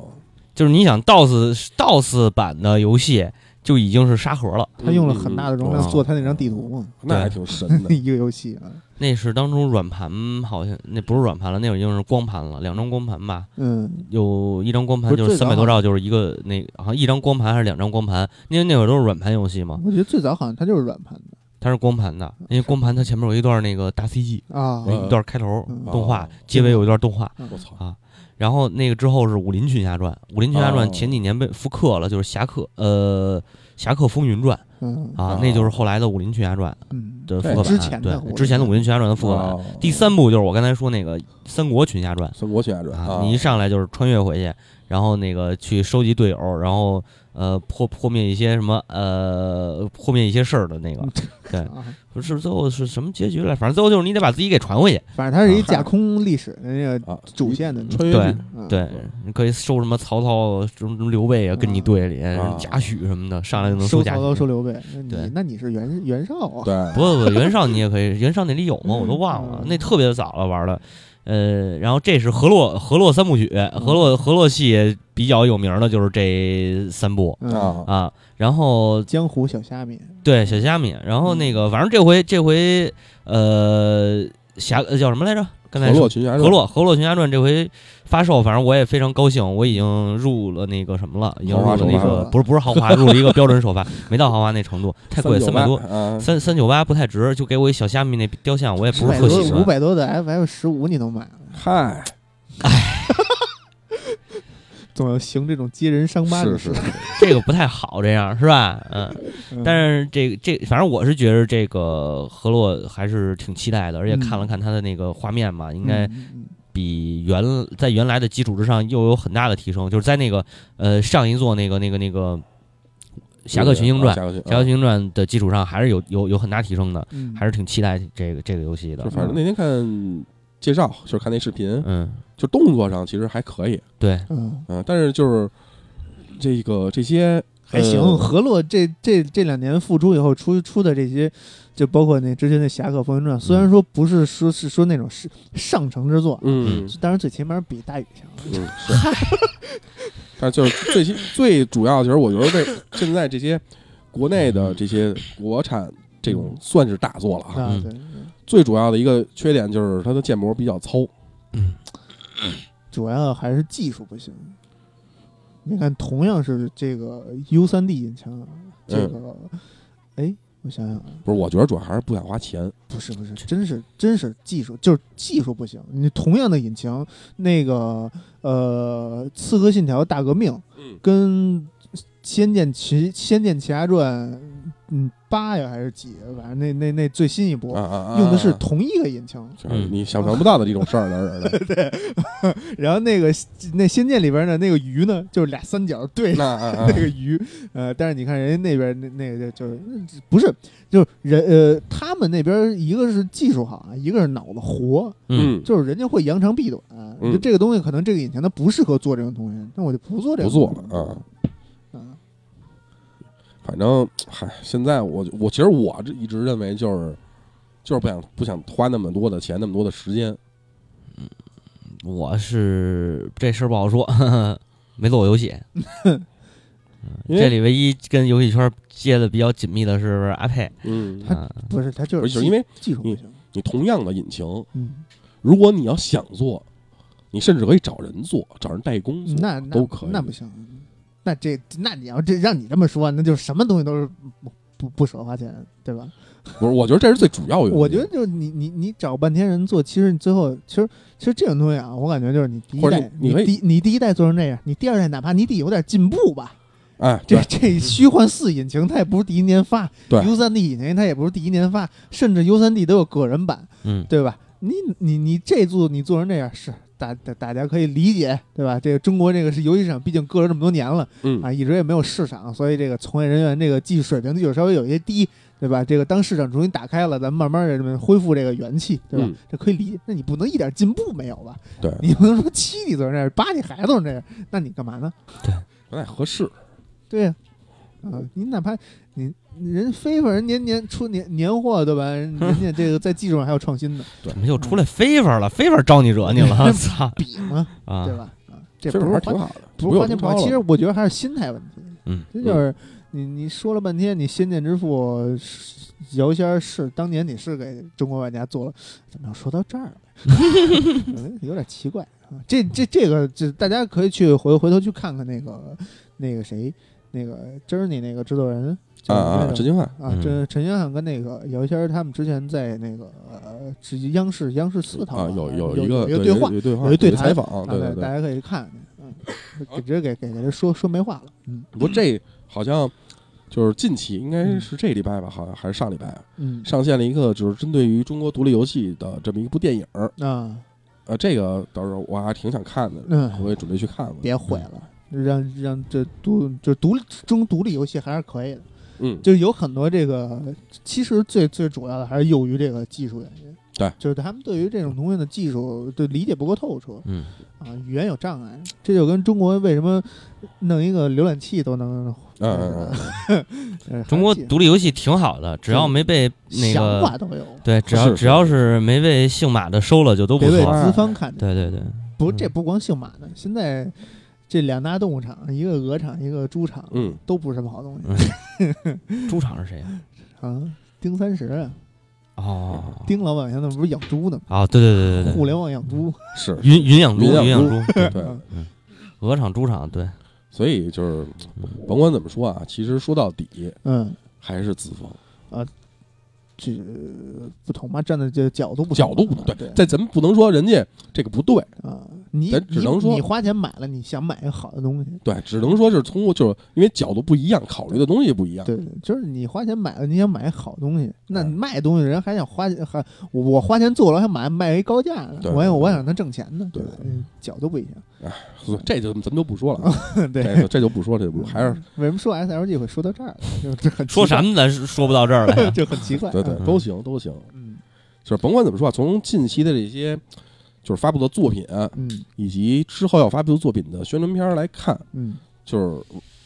Speaker 3: 就是你想 DOS DOS 版的游戏就已经是沙盒了，
Speaker 2: 它用了很大的容
Speaker 1: 嗯
Speaker 2: 量
Speaker 1: 嗯
Speaker 2: 做它那张地图嘛，
Speaker 1: 那还挺神的。
Speaker 2: 一个游戏啊，
Speaker 3: 那是当初软盘好像那不是软盘了，那会儿已经是光盘了，两张光盘吧，
Speaker 2: 嗯，
Speaker 3: 有一张光
Speaker 2: 不
Speaker 3: 盘
Speaker 2: 是
Speaker 3: 就是
Speaker 2: 最
Speaker 3: 三
Speaker 2: 早
Speaker 3: 百多兆，就是一个那个好像一张光盘还是两张光盘，因为那会儿都是软盘游戏嘛，
Speaker 2: 我觉得最早好像它就是软盘
Speaker 3: 它是光盘的，因为光盘它前面有一段那个大 CG，
Speaker 2: 的啊，
Speaker 1: 嗯
Speaker 3: 一段开头
Speaker 2: 嗯
Speaker 3: 动画
Speaker 1: 哦，
Speaker 3: 结尾有一段动画，
Speaker 1: 我操，
Speaker 3: 然后那个之后是《武林群侠传》，《武林群侠传
Speaker 1: 哦》
Speaker 3: 前几年被复刻了，就是《侠客》呃，《侠客风云传
Speaker 2: 嗯》
Speaker 3: 啊
Speaker 1: 哦，
Speaker 3: 那就是后来的《武林群侠传》
Speaker 2: 嗯，
Speaker 3: 的复
Speaker 1: 对
Speaker 3: 刻版，
Speaker 2: 之前的
Speaker 3: 对
Speaker 2: 我
Speaker 3: 之前的《武林群侠传》的复刻版。
Speaker 1: 啊
Speaker 3: 第三部就是我刚才说那个《三国群侠传》啊
Speaker 1: 三国群侠传啊
Speaker 3: 啊，你一上来就是穿越回去，然后那个去收集队友，然后呃破破灭一些什么呃破灭一些事儿的那个，对，
Speaker 2: 啊，
Speaker 3: 不是最后是什么结局来？反正最后就是你得把自己给传回去，
Speaker 2: 反正它是一架空历史的那个嗯
Speaker 1: 啊，
Speaker 2: 主线的那
Speaker 1: 穿越
Speaker 3: 对
Speaker 1: 剧
Speaker 2: 种，
Speaker 3: 啊嗯对，你可以收什么曹操、什么什么刘备啊，跟你队里
Speaker 1: 啊
Speaker 3: 贾诩什么的，上来就
Speaker 2: 嗯
Speaker 3: 能
Speaker 2: 收
Speaker 3: 贾
Speaker 2: 曹操收
Speaker 3: 诩。
Speaker 2: 刘备，那你
Speaker 3: 对
Speaker 2: 那你是袁袁绍啊？
Speaker 1: 对，
Speaker 3: 不不，袁绍你也可以，袁绍那里有吗？我都忘了
Speaker 2: 嗯，
Speaker 3: 那特别早了玩的。呃，然后这是河洛河洛三部曲，河
Speaker 2: 嗯
Speaker 3: 洛河洛系比较有名的就是这三部
Speaker 2: 嗯，
Speaker 1: 啊，
Speaker 3: 啊。然后
Speaker 2: 江湖小虾米，
Speaker 3: 对小虾米，然
Speaker 2: 嗯
Speaker 3: 后那个反正这回这回呃侠呃叫什么来着？刚才
Speaker 1: 河
Speaker 3: 说
Speaker 1: 洛群侠传
Speaker 3: 河洛《河洛群侠传》这回发售，反正我也非常高兴，我已经入了那个什么了，已经入了
Speaker 1: 豪华首
Speaker 3: 那个
Speaker 2: 发
Speaker 3: 不是不是豪华，入了一个标准首发，没到豪华那程度，太贵，三百
Speaker 1: 398
Speaker 3: 多，
Speaker 1: 啊，
Speaker 3: 三三九八不太值，就给我一小虾米那雕像，我也不是特喜
Speaker 2: 多五
Speaker 3: 欢。
Speaker 2: 百多的 FF 十五你能买吗？
Speaker 1: 嗨，
Speaker 2: 总要行这种揭人伤疤
Speaker 1: 是
Speaker 2: 之
Speaker 1: 是
Speaker 2: 事。，
Speaker 3: 这个不太好，这样是吧？嗯，
Speaker 2: 嗯
Speaker 3: 但是这个这反正我是觉得这个河洛还是挺期待的，而且看了看它的那个画面嘛，应该
Speaker 2: 嗯嗯
Speaker 3: 比原在原来的基础之上又有很大的提升，就是在那个呃上一座那个那个那个《侠客群英传》
Speaker 1: 啊侠客群
Speaker 3: 《侠客群英传》的基础上，还是有有有很大提升的，
Speaker 2: 嗯
Speaker 3: 还是挺期待这个这个游戏的
Speaker 1: 就。啊反正那天看介绍，就是看那视频，
Speaker 3: 嗯，
Speaker 1: 就动作上其实还可以，
Speaker 3: 对，
Speaker 2: 嗯
Speaker 1: 嗯，但是就是这个这些
Speaker 2: 还行。
Speaker 1: 呃
Speaker 2: 河洛这这这两年复出以后出出的这些，就包括那之前的《侠客风云传》，虽然说不是说是说那种是上乘之作，
Speaker 1: 嗯
Speaker 2: 当然最起码比大禹强。
Speaker 1: 嗯是，但是就是最新最主要，其实我觉得这现在这些国内的这些国产这种算是大作了啊，
Speaker 2: 啊，
Speaker 3: 嗯
Speaker 2: 对，嗯
Speaker 1: 最主要的一个缺点就是它的建模比较糙，
Speaker 2: 主要还是技术不行。你看，同样是这个 U 3 D 引擎，
Speaker 1: 嗯
Speaker 2: 这个，哎，我想想啊，
Speaker 1: 不是？我觉得主要还是不想花钱，
Speaker 2: 不是不是，真是真是技术，就是技术不行。你同样的引擎，那个呃，《刺客信条：大革命》
Speaker 1: 嗯
Speaker 2: 跟《仙剑奇仙剑奇侠传》嗯八呀还是几，反正那那那最新一波、
Speaker 1: 啊啊啊，
Speaker 2: 用的是同一个引擎。
Speaker 3: 嗯
Speaker 1: 就是你想象不到的这种事儿的，是 的
Speaker 2: 然后那个那《仙剑》里边呢，那个鱼呢，就是俩三角对着
Speaker 1: 那啊啊
Speaker 2: 那个鱼，呃，但是你看人家那边那那个就就是不是就是人呃，他们那边一个是技术好啊，一个是脑子活，
Speaker 3: 嗯，
Speaker 1: 嗯，
Speaker 2: 就是人家会扬长避短，
Speaker 1: 嗯
Speaker 2: 就这个东西可能这个引擎它不适合做这种东西，那我就不做这个，
Speaker 1: 不做了啊。
Speaker 2: 嗯
Speaker 1: 反正嗨，现在我我其实我这一直认为就是就是不想不想花那么多的钱，那么多的时间，
Speaker 3: 嗯我是这事儿不好说， 呵呵没做过游戏。
Speaker 1: 因
Speaker 3: 这
Speaker 1: 为
Speaker 3: 里唯一跟游戏圈接的比较紧密的是阿佩，
Speaker 1: 嗯，
Speaker 2: 他
Speaker 3: 啊
Speaker 2: 不是，它就
Speaker 1: 不
Speaker 2: 是
Speaker 1: 是就是因为
Speaker 2: 技术不行，
Speaker 1: 你同样的引擎，
Speaker 2: 嗯，
Speaker 1: 如果你要想做，你甚至可以找人做，找人代工做，
Speaker 2: 那那
Speaker 1: 都可以
Speaker 2: 那不行，嗯那这那你要这让你这么说，那就是什么东西都是不不不舍得花钱，对吧？
Speaker 1: 不是？我觉得这是最主要原因。
Speaker 2: 我觉得就是你你你找半天人做，其实你最后其实其实这种东西啊，我感觉就是你第一
Speaker 1: 或者
Speaker 2: 代
Speaker 1: 你
Speaker 2: 你
Speaker 1: 可以
Speaker 2: 第你第一代做成这样，你第二代哪怕你得有点进步吧，
Speaker 1: 哎，
Speaker 2: 这
Speaker 1: 对
Speaker 2: 这虚幻四引擎它也不是第一年发，
Speaker 1: 对
Speaker 2: U 3 D 引擎它也不是第一年发，甚至 U 3 D 都有个人版，
Speaker 3: 嗯，
Speaker 2: 对吧？你你你这做你做成这样是大大大家可以理解，对吧？这个中国这个是游戏市场，毕竟搁了这么多年了
Speaker 1: 嗯
Speaker 2: 啊，一直也没有市场，所以这个从业人员这个技术水平就稍微有一些低，对吧？这个当市场重新打开了，咱们慢慢的恢复这个元气，对吧？
Speaker 1: 嗯
Speaker 2: 这可以理解。那你不能一点进步没有吧？
Speaker 1: 对，
Speaker 2: 你不能说七你做成这样，八你还做成这样，那你干嘛呢？
Speaker 1: 不太合适。
Speaker 2: 对呀、啊，你哪怕你人非法人年年出年年货对吧？人人 家这个在技术上还有创新呢，
Speaker 3: 怎么又出来非法了？非法招你惹你了？操
Speaker 2: 比嘛，
Speaker 3: 啊
Speaker 2: 对！吧？啊，这
Speaker 1: 其
Speaker 2: 不
Speaker 1: 实
Speaker 2: 是
Speaker 1: 还
Speaker 2: 花
Speaker 1: 是挺好的，
Speaker 2: 不是花钱
Speaker 1: 用
Speaker 2: 不花，
Speaker 1: 着
Speaker 2: 其实我觉得还是心态问题。
Speaker 3: 嗯，
Speaker 2: 这就是你你说了半天，你《仙剑之父》是姚仙儿是当年你是给中国玩家做了，怎么又说到这儿了？嗯 有点奇怪啊。这这这个，这大家可以去回回头去看看那个那个谁，那个 Journey 那个制作人
Speaker 1: 啊啊，
Speaker 2: 这
Speaker 1: 真心话，
Speaker 2: 啊，
Speaker 3: 嗯
Speaker 2: 这陈星汉跟那个姚仙儿他们之前在那个呃，直接央视央视四套
Speaker 1: 啊，有
Speaker 2: 有
Speaker 1: 一个
Speaker 2: 一个对话，
Speaker 1: 有一对话，
Speaker 2: 有一对
Speaker 1: 有一
Speaker 2: 谈
Speaker 1: 采访，对
Speaker 2: 大
Speaker 1: 对
Speaker 2: 家大
Speaker 1: 对。
Speaker 2: 家可以看看，嗯，给直接给给给他说说没话了，嗯
Speaker 1: 不，这好像就是近期，应该是这礼拜吧，好像还是上礼拜啊
Speaker 2: 嗯
Speaker 1: 上线了一个，就是针对于中国独立游戏的这么一部电影儿。
Speaker 2: 啊，
Speaker 1: 呃，这个到时候我还挺想看的，
Speaker 2: 嗯，
Speaker 1: 我也准备去看看。
Speaker 2: 别毁了，让让这独就独立中独立游戏还是可以的，
Speaker 1: 嗯，
Speaker 2: 就是有很多这个，其实最最主要的还是由于这个技术原因。
Speaker 1: 对，
Speaker 2: 就是他们对于这种东西的技术的理解不够透彻
Speaker 3: 嗯，
Speaker 2: 啊，语言有障碍，这就跟中国为什么弄一个浏览器都能，
Speaker 1: 嗯嗯嗯，
Speaker 2: 呃
Speaker 3: 中国
Speaker 2: 还是
Speaker 3: 独立游戏挺好的，只要
Speaker 1: 嗯
Speaker 3: 没被那
Speaker 2: 想
Speaker 3: 个
Speaker 2: 法都有，
Speaker 3: 对，只要
Speaker 1: 是
Speaker 3: 只要是没被姓马的收了，就都不
Speaker 2: 别被
Speaker 3: 错。
Speaker 1: 啊
Speaker 2: 资方看见。
Speaker 3: 对对对，
Speaker 2: 不，
Speaker 3: 嗯
Speaker 2: 这不光姓马的，现在这两大动物场，一个鹅场，一个猪场，
Speaker 1: 嗯，
Speaker 2: 都不是什么好东西
Speaker 3: 猪场是谁呀？
Speaker 2: 啊。丁三十啊，
Speaker 3: 哦
Speaker 2: 丁老板现在不是养猪呢吗？
Speaker 3: 哦，对对对对
Speaker 2: 互
Speaker 3: 对，
Speaker 2: 联网养猪，啊
Speaker 1: 是
Speaker 3: 云云养猪，
Speaker 1: 云养
Speaker 3: 云养
Speaker 1: 猪
Speaker 3: 猪，
Speaker 1: 对对。
Speaker 2: 嗯
Speaker 3: 鹅场、猪场，对，
Speaker 1: 所以就是，甭管怎么说啊，其实说到底
Speaker 2: 嗯，
Speaker 1: 还是资方
Speaker 2: 这不同嘛，站的这角度不同
Speaker 1: 角度不
Speaker 2: 啊
Speaker 1: 对
Speaker 2: 对，
Speaker 1: 但咱们不能说人家这个不对，
Speaker 2: 啊，你
Speaker 1: 咱只
Speaker 2: 你
Speaker 1: 能说
Speaker 2: 你花钱买了，你想买一个好的东西，
Speaker 1: 对，只能说是通过就是因为角度不一样，考虑的东西不一样。
Speaker 2: 对，就是你花钱买了，你想买一好东西，那
Speaker 1: 嗯
Speaker 2: 卖东西人还想花还我我花钱做了还买卖一高价呢，
Speaker 1: 对
Speaker 2: 我还我还想他挣钱呢，
Speaker 1: 对
Speaker 2: 吧？嗯角度不一样，
Speaker 1: 所以这就咱们就不说了啊，
Speaker 2: 对嗯
Speaker 1: 这就这就不说，这就不说，还是
Speaker 2: 为什么说 SLG 会说到这儿来？ 就是这很奇
Speaker 3: 说
Speaker 2: 怪。
Speaker 3: 什？么咱是说不到这儿来啊呀
Speaker 2: 就很奇怪。
Speaker 1: 哎 对对
Speaker 3: 嗯
Speaker 1: 都行都行，
Speaker 2: 嗯
Speaker 1: 就是甭管怎么说啊，从近期的这些就是发布的作品啊
Speaker 2: 嗯
Speaker 1: 以及之后要发布的作品的宣传片儿来看，
Speaker 2: 嗯，
Speaker 1: 就是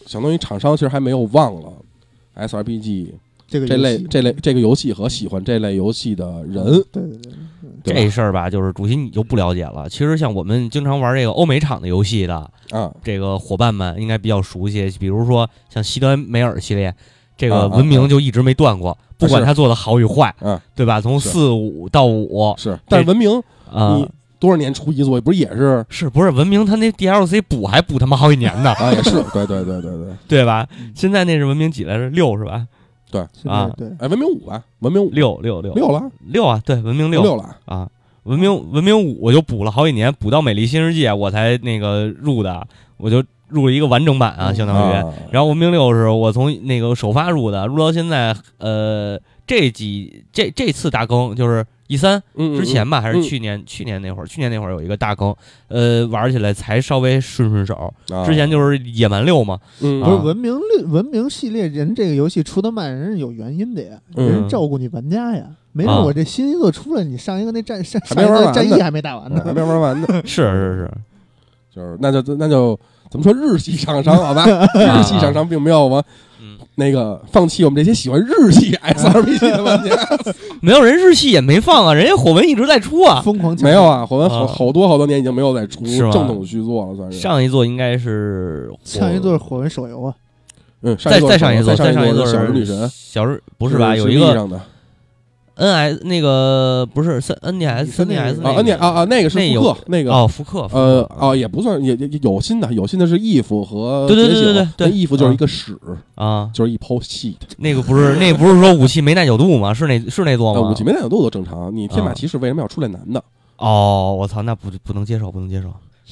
Speaker 1: 相当于厂商其实还没有忘了 SRPG
Speaker 2: 这个
Speaker 1: 这
Speaker 2: 游
Speaker 1: 类
Speaker 2: 戏
Speaker 1: 这类这个游戏和喜欢这类游戏的人，
Speaker 2: 对对对，
Speaker 1: 对
Speaker 3: 这事儿吧，就是主席你就不了解了。其实像我们经常玩这个欧美场的游戏的
Speaker 1: 啊，
Speaker 3: 这个伙伴们，应该比较熟悉。比如说像西德梅尔系列，这
Speaker 1: 啊
Speaker 3: 个
Speaker 1: 啊
Speaker 3: 文明就一直没断过，不管
Speaker 1: 是
Speaker 3: 他做的好与坏，
Speaker 1: 嗯
Speaker 3: 对吧？从
Speaker 1: 是
Speaker 3: 四五到五
Speaker 1: 是，但是文明
Speaker 3: 哦啊，
Speaker 1: 你多少年出一作，不是也是，
Speaker 3: 是不是文明他那 DLC 补还补他妈好几年呢
Speaker 1: 啊，也是，对对对对对，
Speaker 3: 对吧
Speaker 2: 嗯？
Speaker 3: 现在那是文明几来着？六是吧？
Speaker 2: 是
Speaker 3: 啊
Speaker 2: 的对，
Speaker 1: 哎，文明五吧，文明五
Speaker 3: 六六六
Speaker 1: 六了，
Speaker 3: 六啊！对，文明
Speaker 1: 六了，
Speaker 3: 啊，文明文明五我就补了好几年，补到《美丽新世界》我才那个入的，我就入了一个完整版啊，
Speaker 2: 嗯
Speaker 3: 相当于。
Speaker 1: 啊，
Speaker 3: 然后文明六是我从那个首发入的，入到现在，呃，这几这这次大更就是一三
Speaker 1: 嗯
Speaker 3: 之前吧，还
Speaker 1: 嗯
Speaker 3: 是去年、去年那会儿，去年那会儿有一个大更，呃，玩起来才稍微顺顺手。
Speaker 1: 啊
Speaker 3: 之前就是野蛮 六嘛，
Speaker 1: 嗯
Speaker 2: 不是
Speaker 3: 啊
Speaker 2: 文明六文明系列人这个游戏出的慢，人是有原因的呀，人
Speaker 3: 嗯
Speaker 2: 是照顾你玩家呀。没
Speaker 3: 啊
Speaker 2: 让我这新一作出来，你上一个那战上
Speaker 1: 还
Speaker 2: 上
Speaker 1: 没
Speaker 2: 一
Speaker 1: 玩
Speaker 2: 个
Speaker 1: 完
Speaker 2: 战役
Speaker 1: 呢
Speaker 2: 还没打完
Speaker 1: 嗯 还
Speaker 2: 呢，
Speaker 1: 没玩完呢，
Speaker 3: 是是
Speaker 1: 就是那就那就怎么说日系厂商 好吧，
Speaker 3: 是，啊
Speaker 1: 日系厂，商并没有我
Speaker 3: 嗯，
Speaker 1: 那个放弃我们这些喜欢日系
Speaker 3: 啊
Speaker 1: SRPG 的 玩家，
Speaker 3: 没有人日系也没放啊，人家火纹一直在出啊，
Speaker 2: 疯狂抢
Speaker 1: 没有啊，我们好
Speaker 3: 啊
Speaker 1: 好多好多年已经没有再出
Speaker 3: 是吗
Speaker 1: 正统续作了，算是。啊
Speaker 3: 上一座应该是
Speaker 2: 上一座是火纹手游啊，
Speaker 1: 嗯，
Speaker 3: 再
Speaker 1: 座
Speaker 3: 再上一座，
Speaker 1: 再
Speaker 3: 再
Speaker 1: 上
Speaker 3: 一座
Speaker 1: 是小人女神，
Speaker 3: 小人不是吧？有
Speaker 1: 是
Speaker 3: 一
Speaker 1: B
Speaker 3: 个
Speaker 1: 上的
Speaker 3: N S 那个不是三 N D S
Speaker 2: 是
Speaker 3: 3 D
Speaker 2: 那个
Speaker 3: S
Speaker 1: 啊啊那啊啊那个是
Speaker 3: 那
Speaker 1: 复
Speaker 3: 有
Speaker 1: 刻那个
Speaker 3: 哦复刻
Speaker 1: 呃哦，也不算，也也也有新的，有新的是 if 和
Speaker 3: 对对
Speaker 1: 觉醒
Speaker 3: 对对对对
Speaker 1: 那 if 就是一个屎，
Speaker 3: 啊
Speaker 1: 就是一泡 shit。
Speaker 3: 那个不是那不是说武器没耐久度吗？是那是那座
Speaker 1: 呃，
Speaker 3: 吗
Speaker 1: 武器？没耐久度都正常，你天马
Speaker 3: 哦啊
Speaker 1: 骑士为什么要出来男的？
Speaker 3: 哦，我操，那不不能接受，不能接受，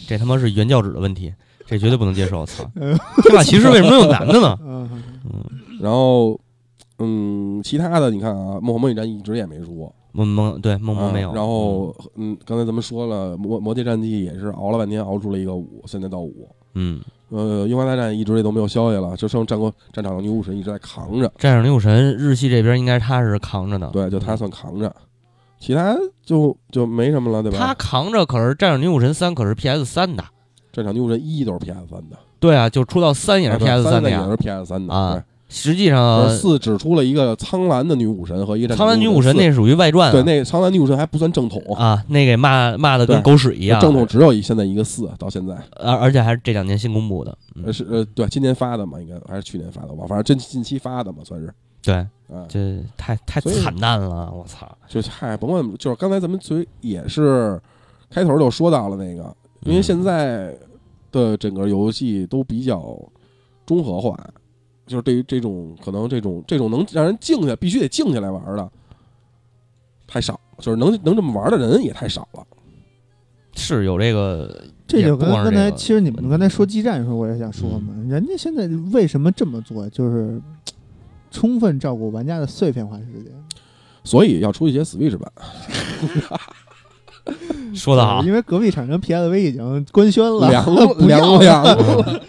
Speaker 3: 这他妈是原教旨的问题，这绝对不能接受！我操， 天马骑士为什么用男的呢？
Speaker 2: 嗯，
Speaker 1: 然后，嗯，其他的你看啊，《梦幻模拟战》一直也没出，
Speaker 3: 梦梦对梦
Speaker 1: 啊
Speaker 3: 哦梦没有，
Speaker 1: 然后，嗯，刚才咱们说了，《魔魔界战记》也是熬了半天，熬出了一个五，现在到五。
Speaker 3: 嗯，
Speaker 1: 呃，《樱花大战》一直也都没有消息了，就剩战国战场的女武神一直在扛着，
Speaker 3: 战士女武神日系这边应该他是扛着的，
Speaker 1: 对，就他算扛着，其他就就没什么了，对
Speaker 3: 他
Speaker 1: 吧？
Speaker 3: 扛着可是战士女武神三可是 PS 三的。
Speaker 1: 战场女武神一都是 PS 三的，
Speaker 3: 对啊，就出到三也是
Speaker 1: 啊对
Speaker 3: PS
Speaker 1: 三
Speaker 3: 的
Speaker 1: 的也
Speaker 3: 呀
Speaker 1: 是。PS 三的
Speaker 3: 啊。呃
Speaker 1: 对
Speaker 3: 实际
Speaker 1: 而
Speaker 3: 上，
Speaker 1: 四只出了一个苍蓝的女武神和一个战
Speaker 3: 苍
Speaker 1: 场
Speaker 3: 兰女武神
Speaker 1: 四
Speaker 3: 那属于外传啊，
Speaker 1: 对那个苍蓝女武神还不算正统，
Speaker 3: 啊，那给骂骂的跟
Speaker 1: 对
Speaker 3: 狗屎一样。啊
Speaker 1: 正统只有一现在一个四，到现在
Speaker 3: 而而且还是这两年新公布的。嗯
Speaker 1: 呃是呃对今年发的嘛，应该还是去年发的吧，反正近近期发的嘛，算是
Speaker 3: 对，
Speaker 1: 啊，
Speaker 3: 这太太
Speaker 1: 所以
Speaker 3: 惨淡了，我操！
Speaker 1: 就嗨甭管就是刚才咱们嘴也是开头就说到了那个，因为
Speaker 3: 嗯
Speaker 1: 现在的整个游戏都比较综合化，就是对于这种可能这种这种能让人静下必须得静下来玩的太少，就是能能这么玩的人也太少了。
Speaker 3: 是有这个，
Speaker 2: 这
Speaker 3: 也
Speaker 2: 就
Speaker 3: 不
Speaker 2: 跟
Speaker 3: 光是
Speaker 2: 刚
Speaker 3: 这
Speaker 2: 才
Speaker 3: 个
Speaker 2: 其实你
Speaker 3: 问
Speaker 2: 们
Speaker 3: 题
Speaker 2: 刚才说基站的时候，我也想说嘛，人家现在为什么这么做，就是充分照顾玩家的碎片化时间。
Speaker 1: 所以要出一些 Switch 版，
Speaker 3: 说得好
Speaker 2: 因，为革命厂商 PSV 已经官宣了，
Speaker 1: 凉
Speaker 2: 了不
Speaker 1: 凉
Speaker 2: 要
Speaker 1: 了 呀！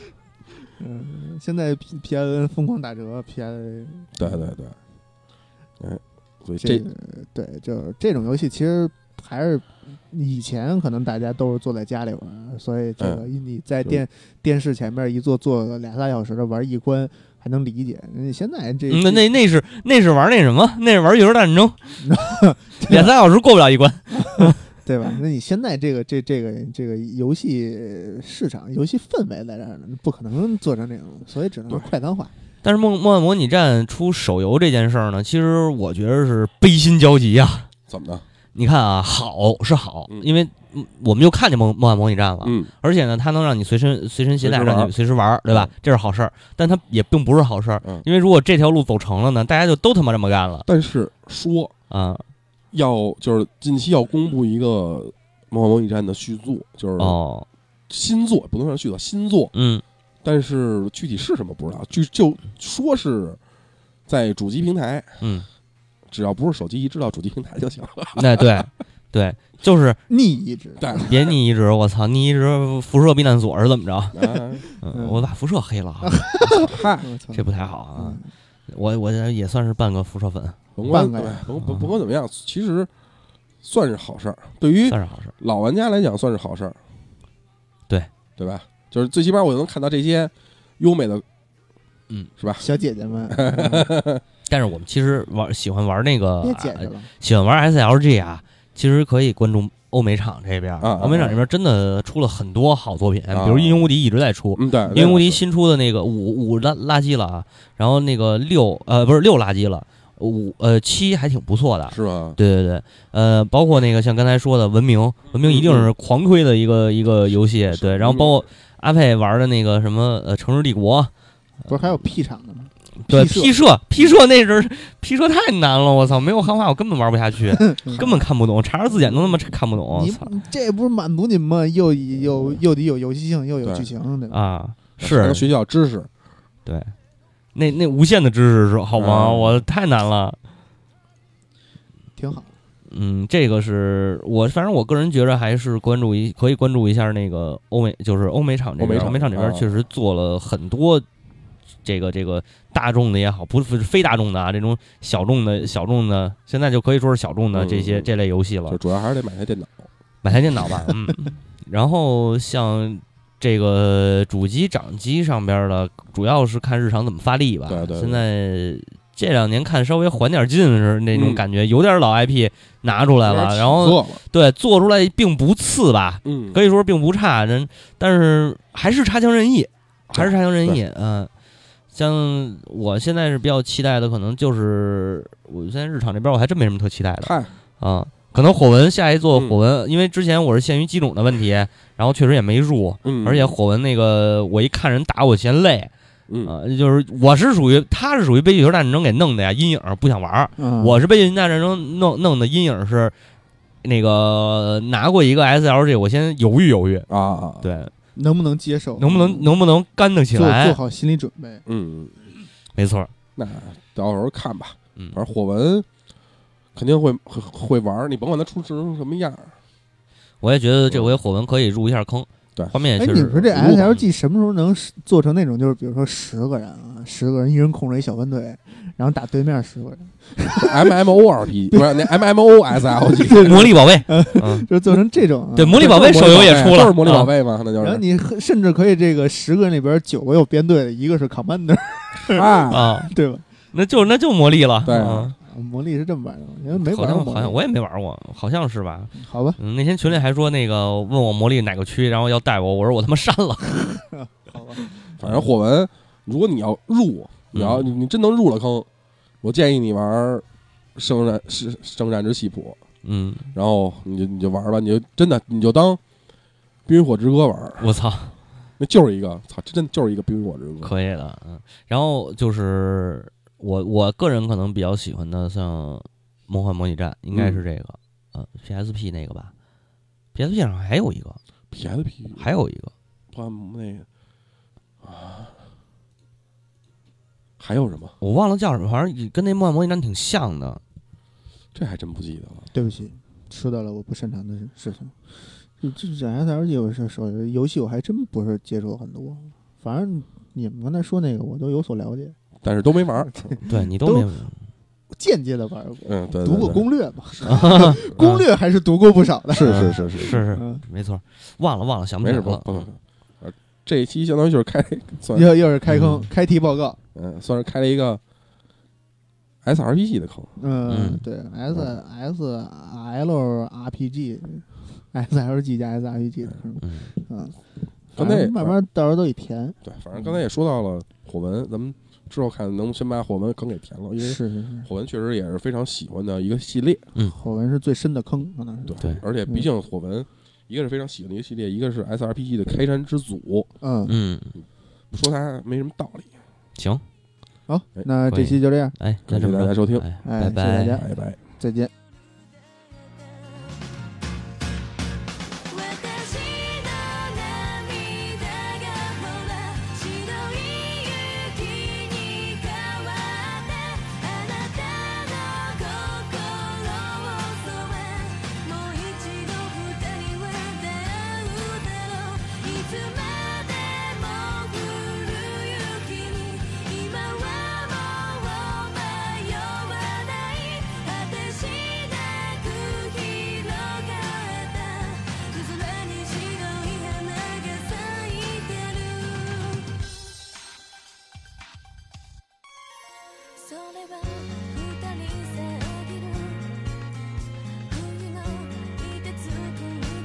Speaker 2: 嗯，现在 P PSN 疯狂打折，PSV
Speaker 1: 对对对，哎，所以
Speaker 2: 这
Speaker 1: 这
Speaker 2: 对就是这种游戏其实还是以前可能大家都是坐在家里玩，所以这个
Speaker 3: 嗯
Speaker 2: 你
Speaker 1: 是
Speaker 2: 在电、电视前面一坐坐个俩仨小时的玩一关还能理解，你现在这，
Speaker 3: 嗯那那那是那是玩那什么，那是玩《月球大 战争》两三小时过不了一关。
Speaker 2: 对吧？那你现在这个这这个这个游戏市场、游戏氛围在这儿呢，不可能做成这种，所以只能
Speaker 1: 对
Speaker 2: 快餐化。
Speaker 3: 但是《梦梦幻模拟战》出手游这件事儿呢，其实我觉得是悲心交集啊。
Speaker 1: 怎么的？
Speaker 3: 你看啊，好是好
Speaker 1: 嗯，
Speaker 3: 因为嗯我们就看见梦梦幻模拟战了，
Speaker 1: 嗯，
Speaker 3: 而且呢，它能让你随身随身携带，
Speaker 1: 随时玩
Speaker 3: 让你随时玩，对吧？这是好事儿，但它也并不是好事儿
Speaker 1: 嗯，
Speaker 3: 因为如果这条路走成了呢，大家就都他妈这么干了
Speaker 1: 但是说
Speaker 3: 啊！
Speaker 1: 要就是近期要公布一个《梦幻模拟战》的续作，就是
Speaker 3: 哦，
Speaker 1: 新作，不能算续作，新作。
Speaker 3: 嗯
Speaker 1: 但是具体是什么不知道，就就说是在主机平台，
Speaker 3: 嗯，
Speaker 1: 只要不是手机移植到主机平台就行了。
Speaker 3: 那对对，就是
Speaker 2: 逆移植，
Speaker 1: 但
Speaker 3: 别逆移植，我操，逆移植辐射避难所是怎么着？
Speaker 1: 啊
Speaker 3: 嗯，
Speaker 2: 嗯
Speaker 3: 我把辐射黑 了啊，
Speaker 1: 嗨，
Speaker 2: 我操，
Speaker 3: 这不太好啊
Speaker 2: 嗯。
Speaker 3: 我我这也算是半个辐射粉，
Speaker 1: 甭管
Speaker 2: 半个呀
Speaker 1: 甭甭甭管怎么样，其实算是好事儿。对于
Speaker 3: 算是好事。
Speaker 1: 老玩家来讲，算是好事儿。
Speaker 3: 对
Speaker 1: 对吧？就是最起码我能看到这些优美的，
Speaker 3: 嗯，
Speaker 1: 是吧？
Speaker 2: 小姐姐 们，嗯
Speaker 3: 但是我们其实玩喜欢玩那个
Speaker 2: 别解释 了，
Speaker 3: 喜欢玩 SLG 啊，其其实可以关注欧美厂这边儿。
Speaker 1: 啊啊
Speaker 3: 欧美厂这边真的出了很多好作品，
Speaker 1: 啊
Speaker 3: 比如《英雄无敌》一直在出，
Speaker 1: 嗯，对，
Speaker 3: 英雄无敌》
Speaker 1: 是
Speaker 3: 新出的那个五五垃垃圾了啊，然后那个六呃不是六垃圾了，五呃七还挺不错的。
Speaker 1: 是吧？
Speaker 3: 对对对，呃，包括那个像刚才说的《文明》，《文明》一定是狂推的一个一个游戏，
Speaker 1: 嗯是嗯
Speaker 3: 对。然后包括阿佩玩的那个什么呃《城市帝国》，
Speaker 2: 不是还有 P 场的吗？
Speaker 3: 对
Speaker 2: P 社
Speaker 3: P 社 P 社那阵儿 P 社太难了，我操，没有汉化我根本玩不下去，根本看不懂，查查字典都他妈看不懂，我
Speaker 2: 你
Speaker 3: 操
Speaker 2: 你这不是满足你们吗？又又又得有游戏性，又有
Speaker 1: 对
Speaker 2: 剧情，对吧？
Speaker 3: 啊！
Speaker 1: 还能
Speaker 3: 是
Speaker 1: 学校知识，
Speaker 3: 那那无限的知识是好吗？
Speaker 1: 嗯
Speaker 3: 我太难了。
Speaker 2: 挺好。
Speaker 3: 嗯，这个是我，反正我个人觉着还是关注一，可以关注一下那个欧美，就是欧美厂这
Speaker 1: 欧美
Speaker 3: 边，
Speaker 1: 厂
Speaker 3: 欧美厂这边
Speaker 1: 啊
Speaker 3: 确实做了很多这个这个大众的也好，不是非大众的啊，这种小众的小众的，现在就可以说是小众的这些
Speaker 1: 嗯
Speaker 3: 这类游戏了
Speaker 1: 就。主要还是得买台电脑。
Speaker 3: 买台电 脑吧，嗯。然后像这个主机、掌机上边的，主要是看日常怎么发力吧。
Speaker 1: 对对对
Speaker 3: 现在这两年看稍微缓点劲是那种
Speaker 1: 嗯
Speaker 3: 感觉，有点老 IP 拿出来了，然后
Speaker 1: 做了，
Speaker 3: 对做出来并不次吧，
Speaker 1: 嗯，
Speaker 3: 可以说并不差，人但是还是差强人意，还是差强人意，嗯。像我现在是比较期待的，可能就是我现在日常这边我还真没什么特期待的。
Speaker 1: 嗨，
Speaker 3: 啊，可能火纹下一座
Speaker 1: 嗯
Speaker 3: 火纹，因为之前我是限于机种的问题，然后确实也没入，
Speaker 1: 嗯，
Speaker 3: 而且火纹那个我一看人打我嫌累
Speaker 1: 嗯，
Speaker 3: 啊、就是我是属于他是属于被月球大战争给弄的呀，阴影儿不想玩儿，
Speaker 2: 嗯
Speaker 3: 我是被月球大战争弄弄的阴影儿是那个拿过一个 SLG，我先犹豫犹豫，
Speaker 1: 啊啊，，
Speaker 3: 对，
Speaker 2: 能不能接受？
Speaker 3: 能不能能不能干得起
Speaker 2: 做做
Speaker 3: 来？
Speaker 2: 好心理准备？
Speaker 1: 嗯，
Speaker 3: 没错儿，
Speaker 1: 那到时候看吧，
Speaker 3: 嗯
Speaker 1: 反正火纹肯定会会会玩儿，你甭管它出成什么样儿，
Speaker 3: 我也觉得这回火纹可以入一下坑，
Speaker 1: 对
Speaker 3: 画面
Speaker 2: 哎，
Speaker 3: 也确
Speaker 2: 你
Speaker 3: 实。
Speaker 2: 说这
Speaker 3: 入吧
Speaker 2: SLG 什么时候能是做成那种，就是比如说十个人啊，十个人一人控制一小分队，然后打对面十个人，
Speaker 1: M M O R P 不是那 M M O S L G，
Speaker 3: 魔力 宝贝，嗯，
Speaker 2: 就做成这种啊。
Speaker 3: 对， 魔力宝贝手游也出了，
Speaker 1: 就是魔力
Speaker 3: 啊
Speaker 1: 宝贝嘛，那就
Speaker 2: 然后
Speaker 1: 是
Speaker 2: 你很甚至可以这个十个人里边九个有编队的，一个是 commander，
Speaker 1: 啊，
Speaker 3: 啊，
Speaker 2: 对吧？啊
Speaker 3: 那就那就魔力了，
Speaker 1: 对
Speaker 3: 嗯
Speaker 2: 魔力是这么玩的吗，因为没
Speaker 3: 好
Speaker 2: 玩过
Speaker 3: 像
Speaker 2: 魔
Speaker 3: 好像
Speaker 2: 力。
Speaker 3: 我也没玩过，好像是吧？
Speaker 2: 好吧，
Speaker 3: 嗯，那天群里还说那个问我魔力哪个区，然后要带我，我说我他妈删了，
Speaker 2: 好吧，
Speaker 1: 反正火纹，如果你要入，你要
Speaker 3: 嗯
Speaker 1: 你真能入了坑，我建议你玩儿圣战是圣战之系谱，
Speaker 3: 嗯，
Speaker 1: 然后你就你就玩儿吧，你就真的你就当冰与火之歌玩儿，
Speaker 3: 我操，
Speaker 1: 那就是一个操，这真的就是一个冰与火之歌，
Speaker 3: 可以的，嗯，然后就是我我个人可能比较喜欢的像《梦幻模拟战》，应
Speaker 1: 嗯
Speaker 3: 该是这个，呃，PSP 那个吧，PSP 上还有一个，
Speaker 1: PSP
Speaker 3: 还有一个，
Speaker 1: 他们那个啊，还有什么？
Speaker 3: 我忘了叫什么，反正跟那《梦幻模拟战》挺像的，
Speaker 1: 这还真不记得了。
Speaker 2: 对不起，吃到了我不擅长的事情。这这讲 S L G 我是手游游戏我还真不是接触很多，反正你们刚才说那个我都有所了解，
Speaker 1: 但是都没 玩儿。
Speaker 3: 对你都
Speaker 2: 都
Speaker 3: 没有
Speaker 2: 间接的玩过，
Speaker 1: 嗯，对，对
Speaker 2: 读过
Speaker 1: 对
Speaker 2: 攻略嘛， 攻略还是读过不少的。
Speaker 1: 是是是是
Speaker 3: 是是
Speaker 2: 嗯，
Speaker 3: 没错，忘了忘了想不
Speaker 1: 没
Speaker 3: 起
Speaker 1: 事
Speaker 3: 来
Speaker 1: 不
Speaker 3: 了。
Speaker 1: 不不不，呃这一期相当于就是开算
Speaker 2: 又又是开坑
Speaker 3: 嗯，
Speaker 2: 开题报告。
Speaker 1: 嗯算是开了一个 SRPG 的坑，
Speaker 2: 嗯
Speaker 3: 嗯，
Speaker 2: 对，S S L R P G。S L G 加 S R P G 的坑，
Speaker 3: 嗯，
Speaker 2: 嗯，
Speaker 1: 刚
Speaker 2: 反
Speaker 1: 才也
Speaker 2: 正慢慢到时候都得填，
Speaker 1: 对，反正刚才也说到了火纹，咱们之后看能先把火纹坑给填了，因为
Speaker 2: 是是是，
Speaker 1: 火纹确实也是非常喜欢的一个系列，
Speaker 2: 火纹是最深的坑，可能是，
Speaker 1: 对，
Speaker 3: 对嗯
Speaker 1: 而且毕竟火纹。一个是非常喜欢的一个系列，一个是 SRPG 的开山之祖，
Speaker 2: 嗯，
Speaker 3: 嗯，
Speaker 1: 不说它没什么道理。
Speaker 3: 行，
Speaker 2: 好
Speaker 1: 哎，
Speaker 2: 那这期就这样，
Speaker 3: 哎，那
Speaker 1: 感
Speaker 3: 这
Speaker 1: 谢
Speaker 3: 么
Speaker 1: 大家
Speaker 3: 着，
Speaker 1: 收听，
Speaker 3: 哎，
Speaker 2: 哎
Speaker 3: 拜
Speaker 2: 谢谢大家
Speaker 3: 拜。
Speaker 1: 拜拜。
Speaker 2: 再见。
Speaker 4: 私の涙がほら白い雪に変わってあなたの心を染めもう一度二人は出会うだろういつまでも降る雪に今はもう迷わない果てしなく広がった「夜空に白い花が咲いてる」「それは二人遮る」「冬の凍てつく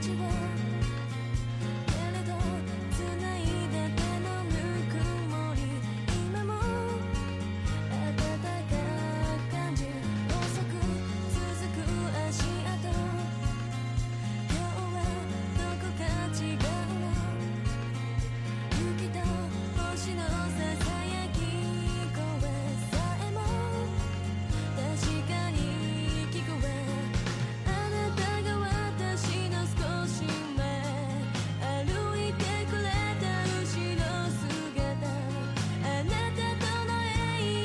Speaker 4: 道を」「けれど繋いだ手のぬくもり」「今も」「暖かく感じ」「遅く続く足跡」今日はどこか違うの雪と星のささやき声さえも確かに聞こえあなたが私の少し前歩いてくれた後ろ姿あなたとの永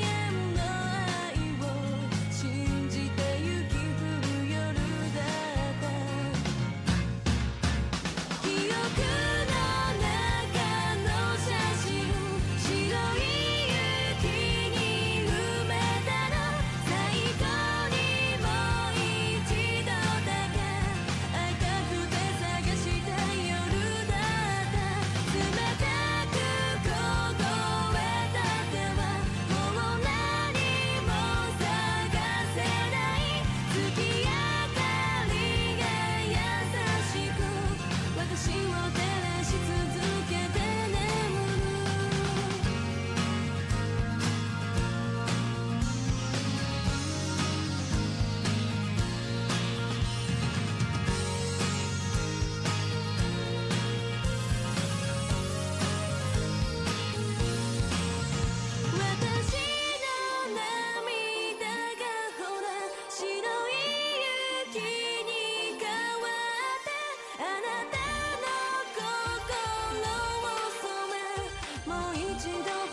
Speaker 4: 遠の愛を信じてゆき降る夜だった記憶の中の写真白い雪に埋めたの最高にもう一度だけ会いたくて探した夜だった冷たく凍えた手はもう何も探せない月明かりが優しく私を照らし続けて眠る私の涙がほら白い雪に変わってあなたの心を染めもう一度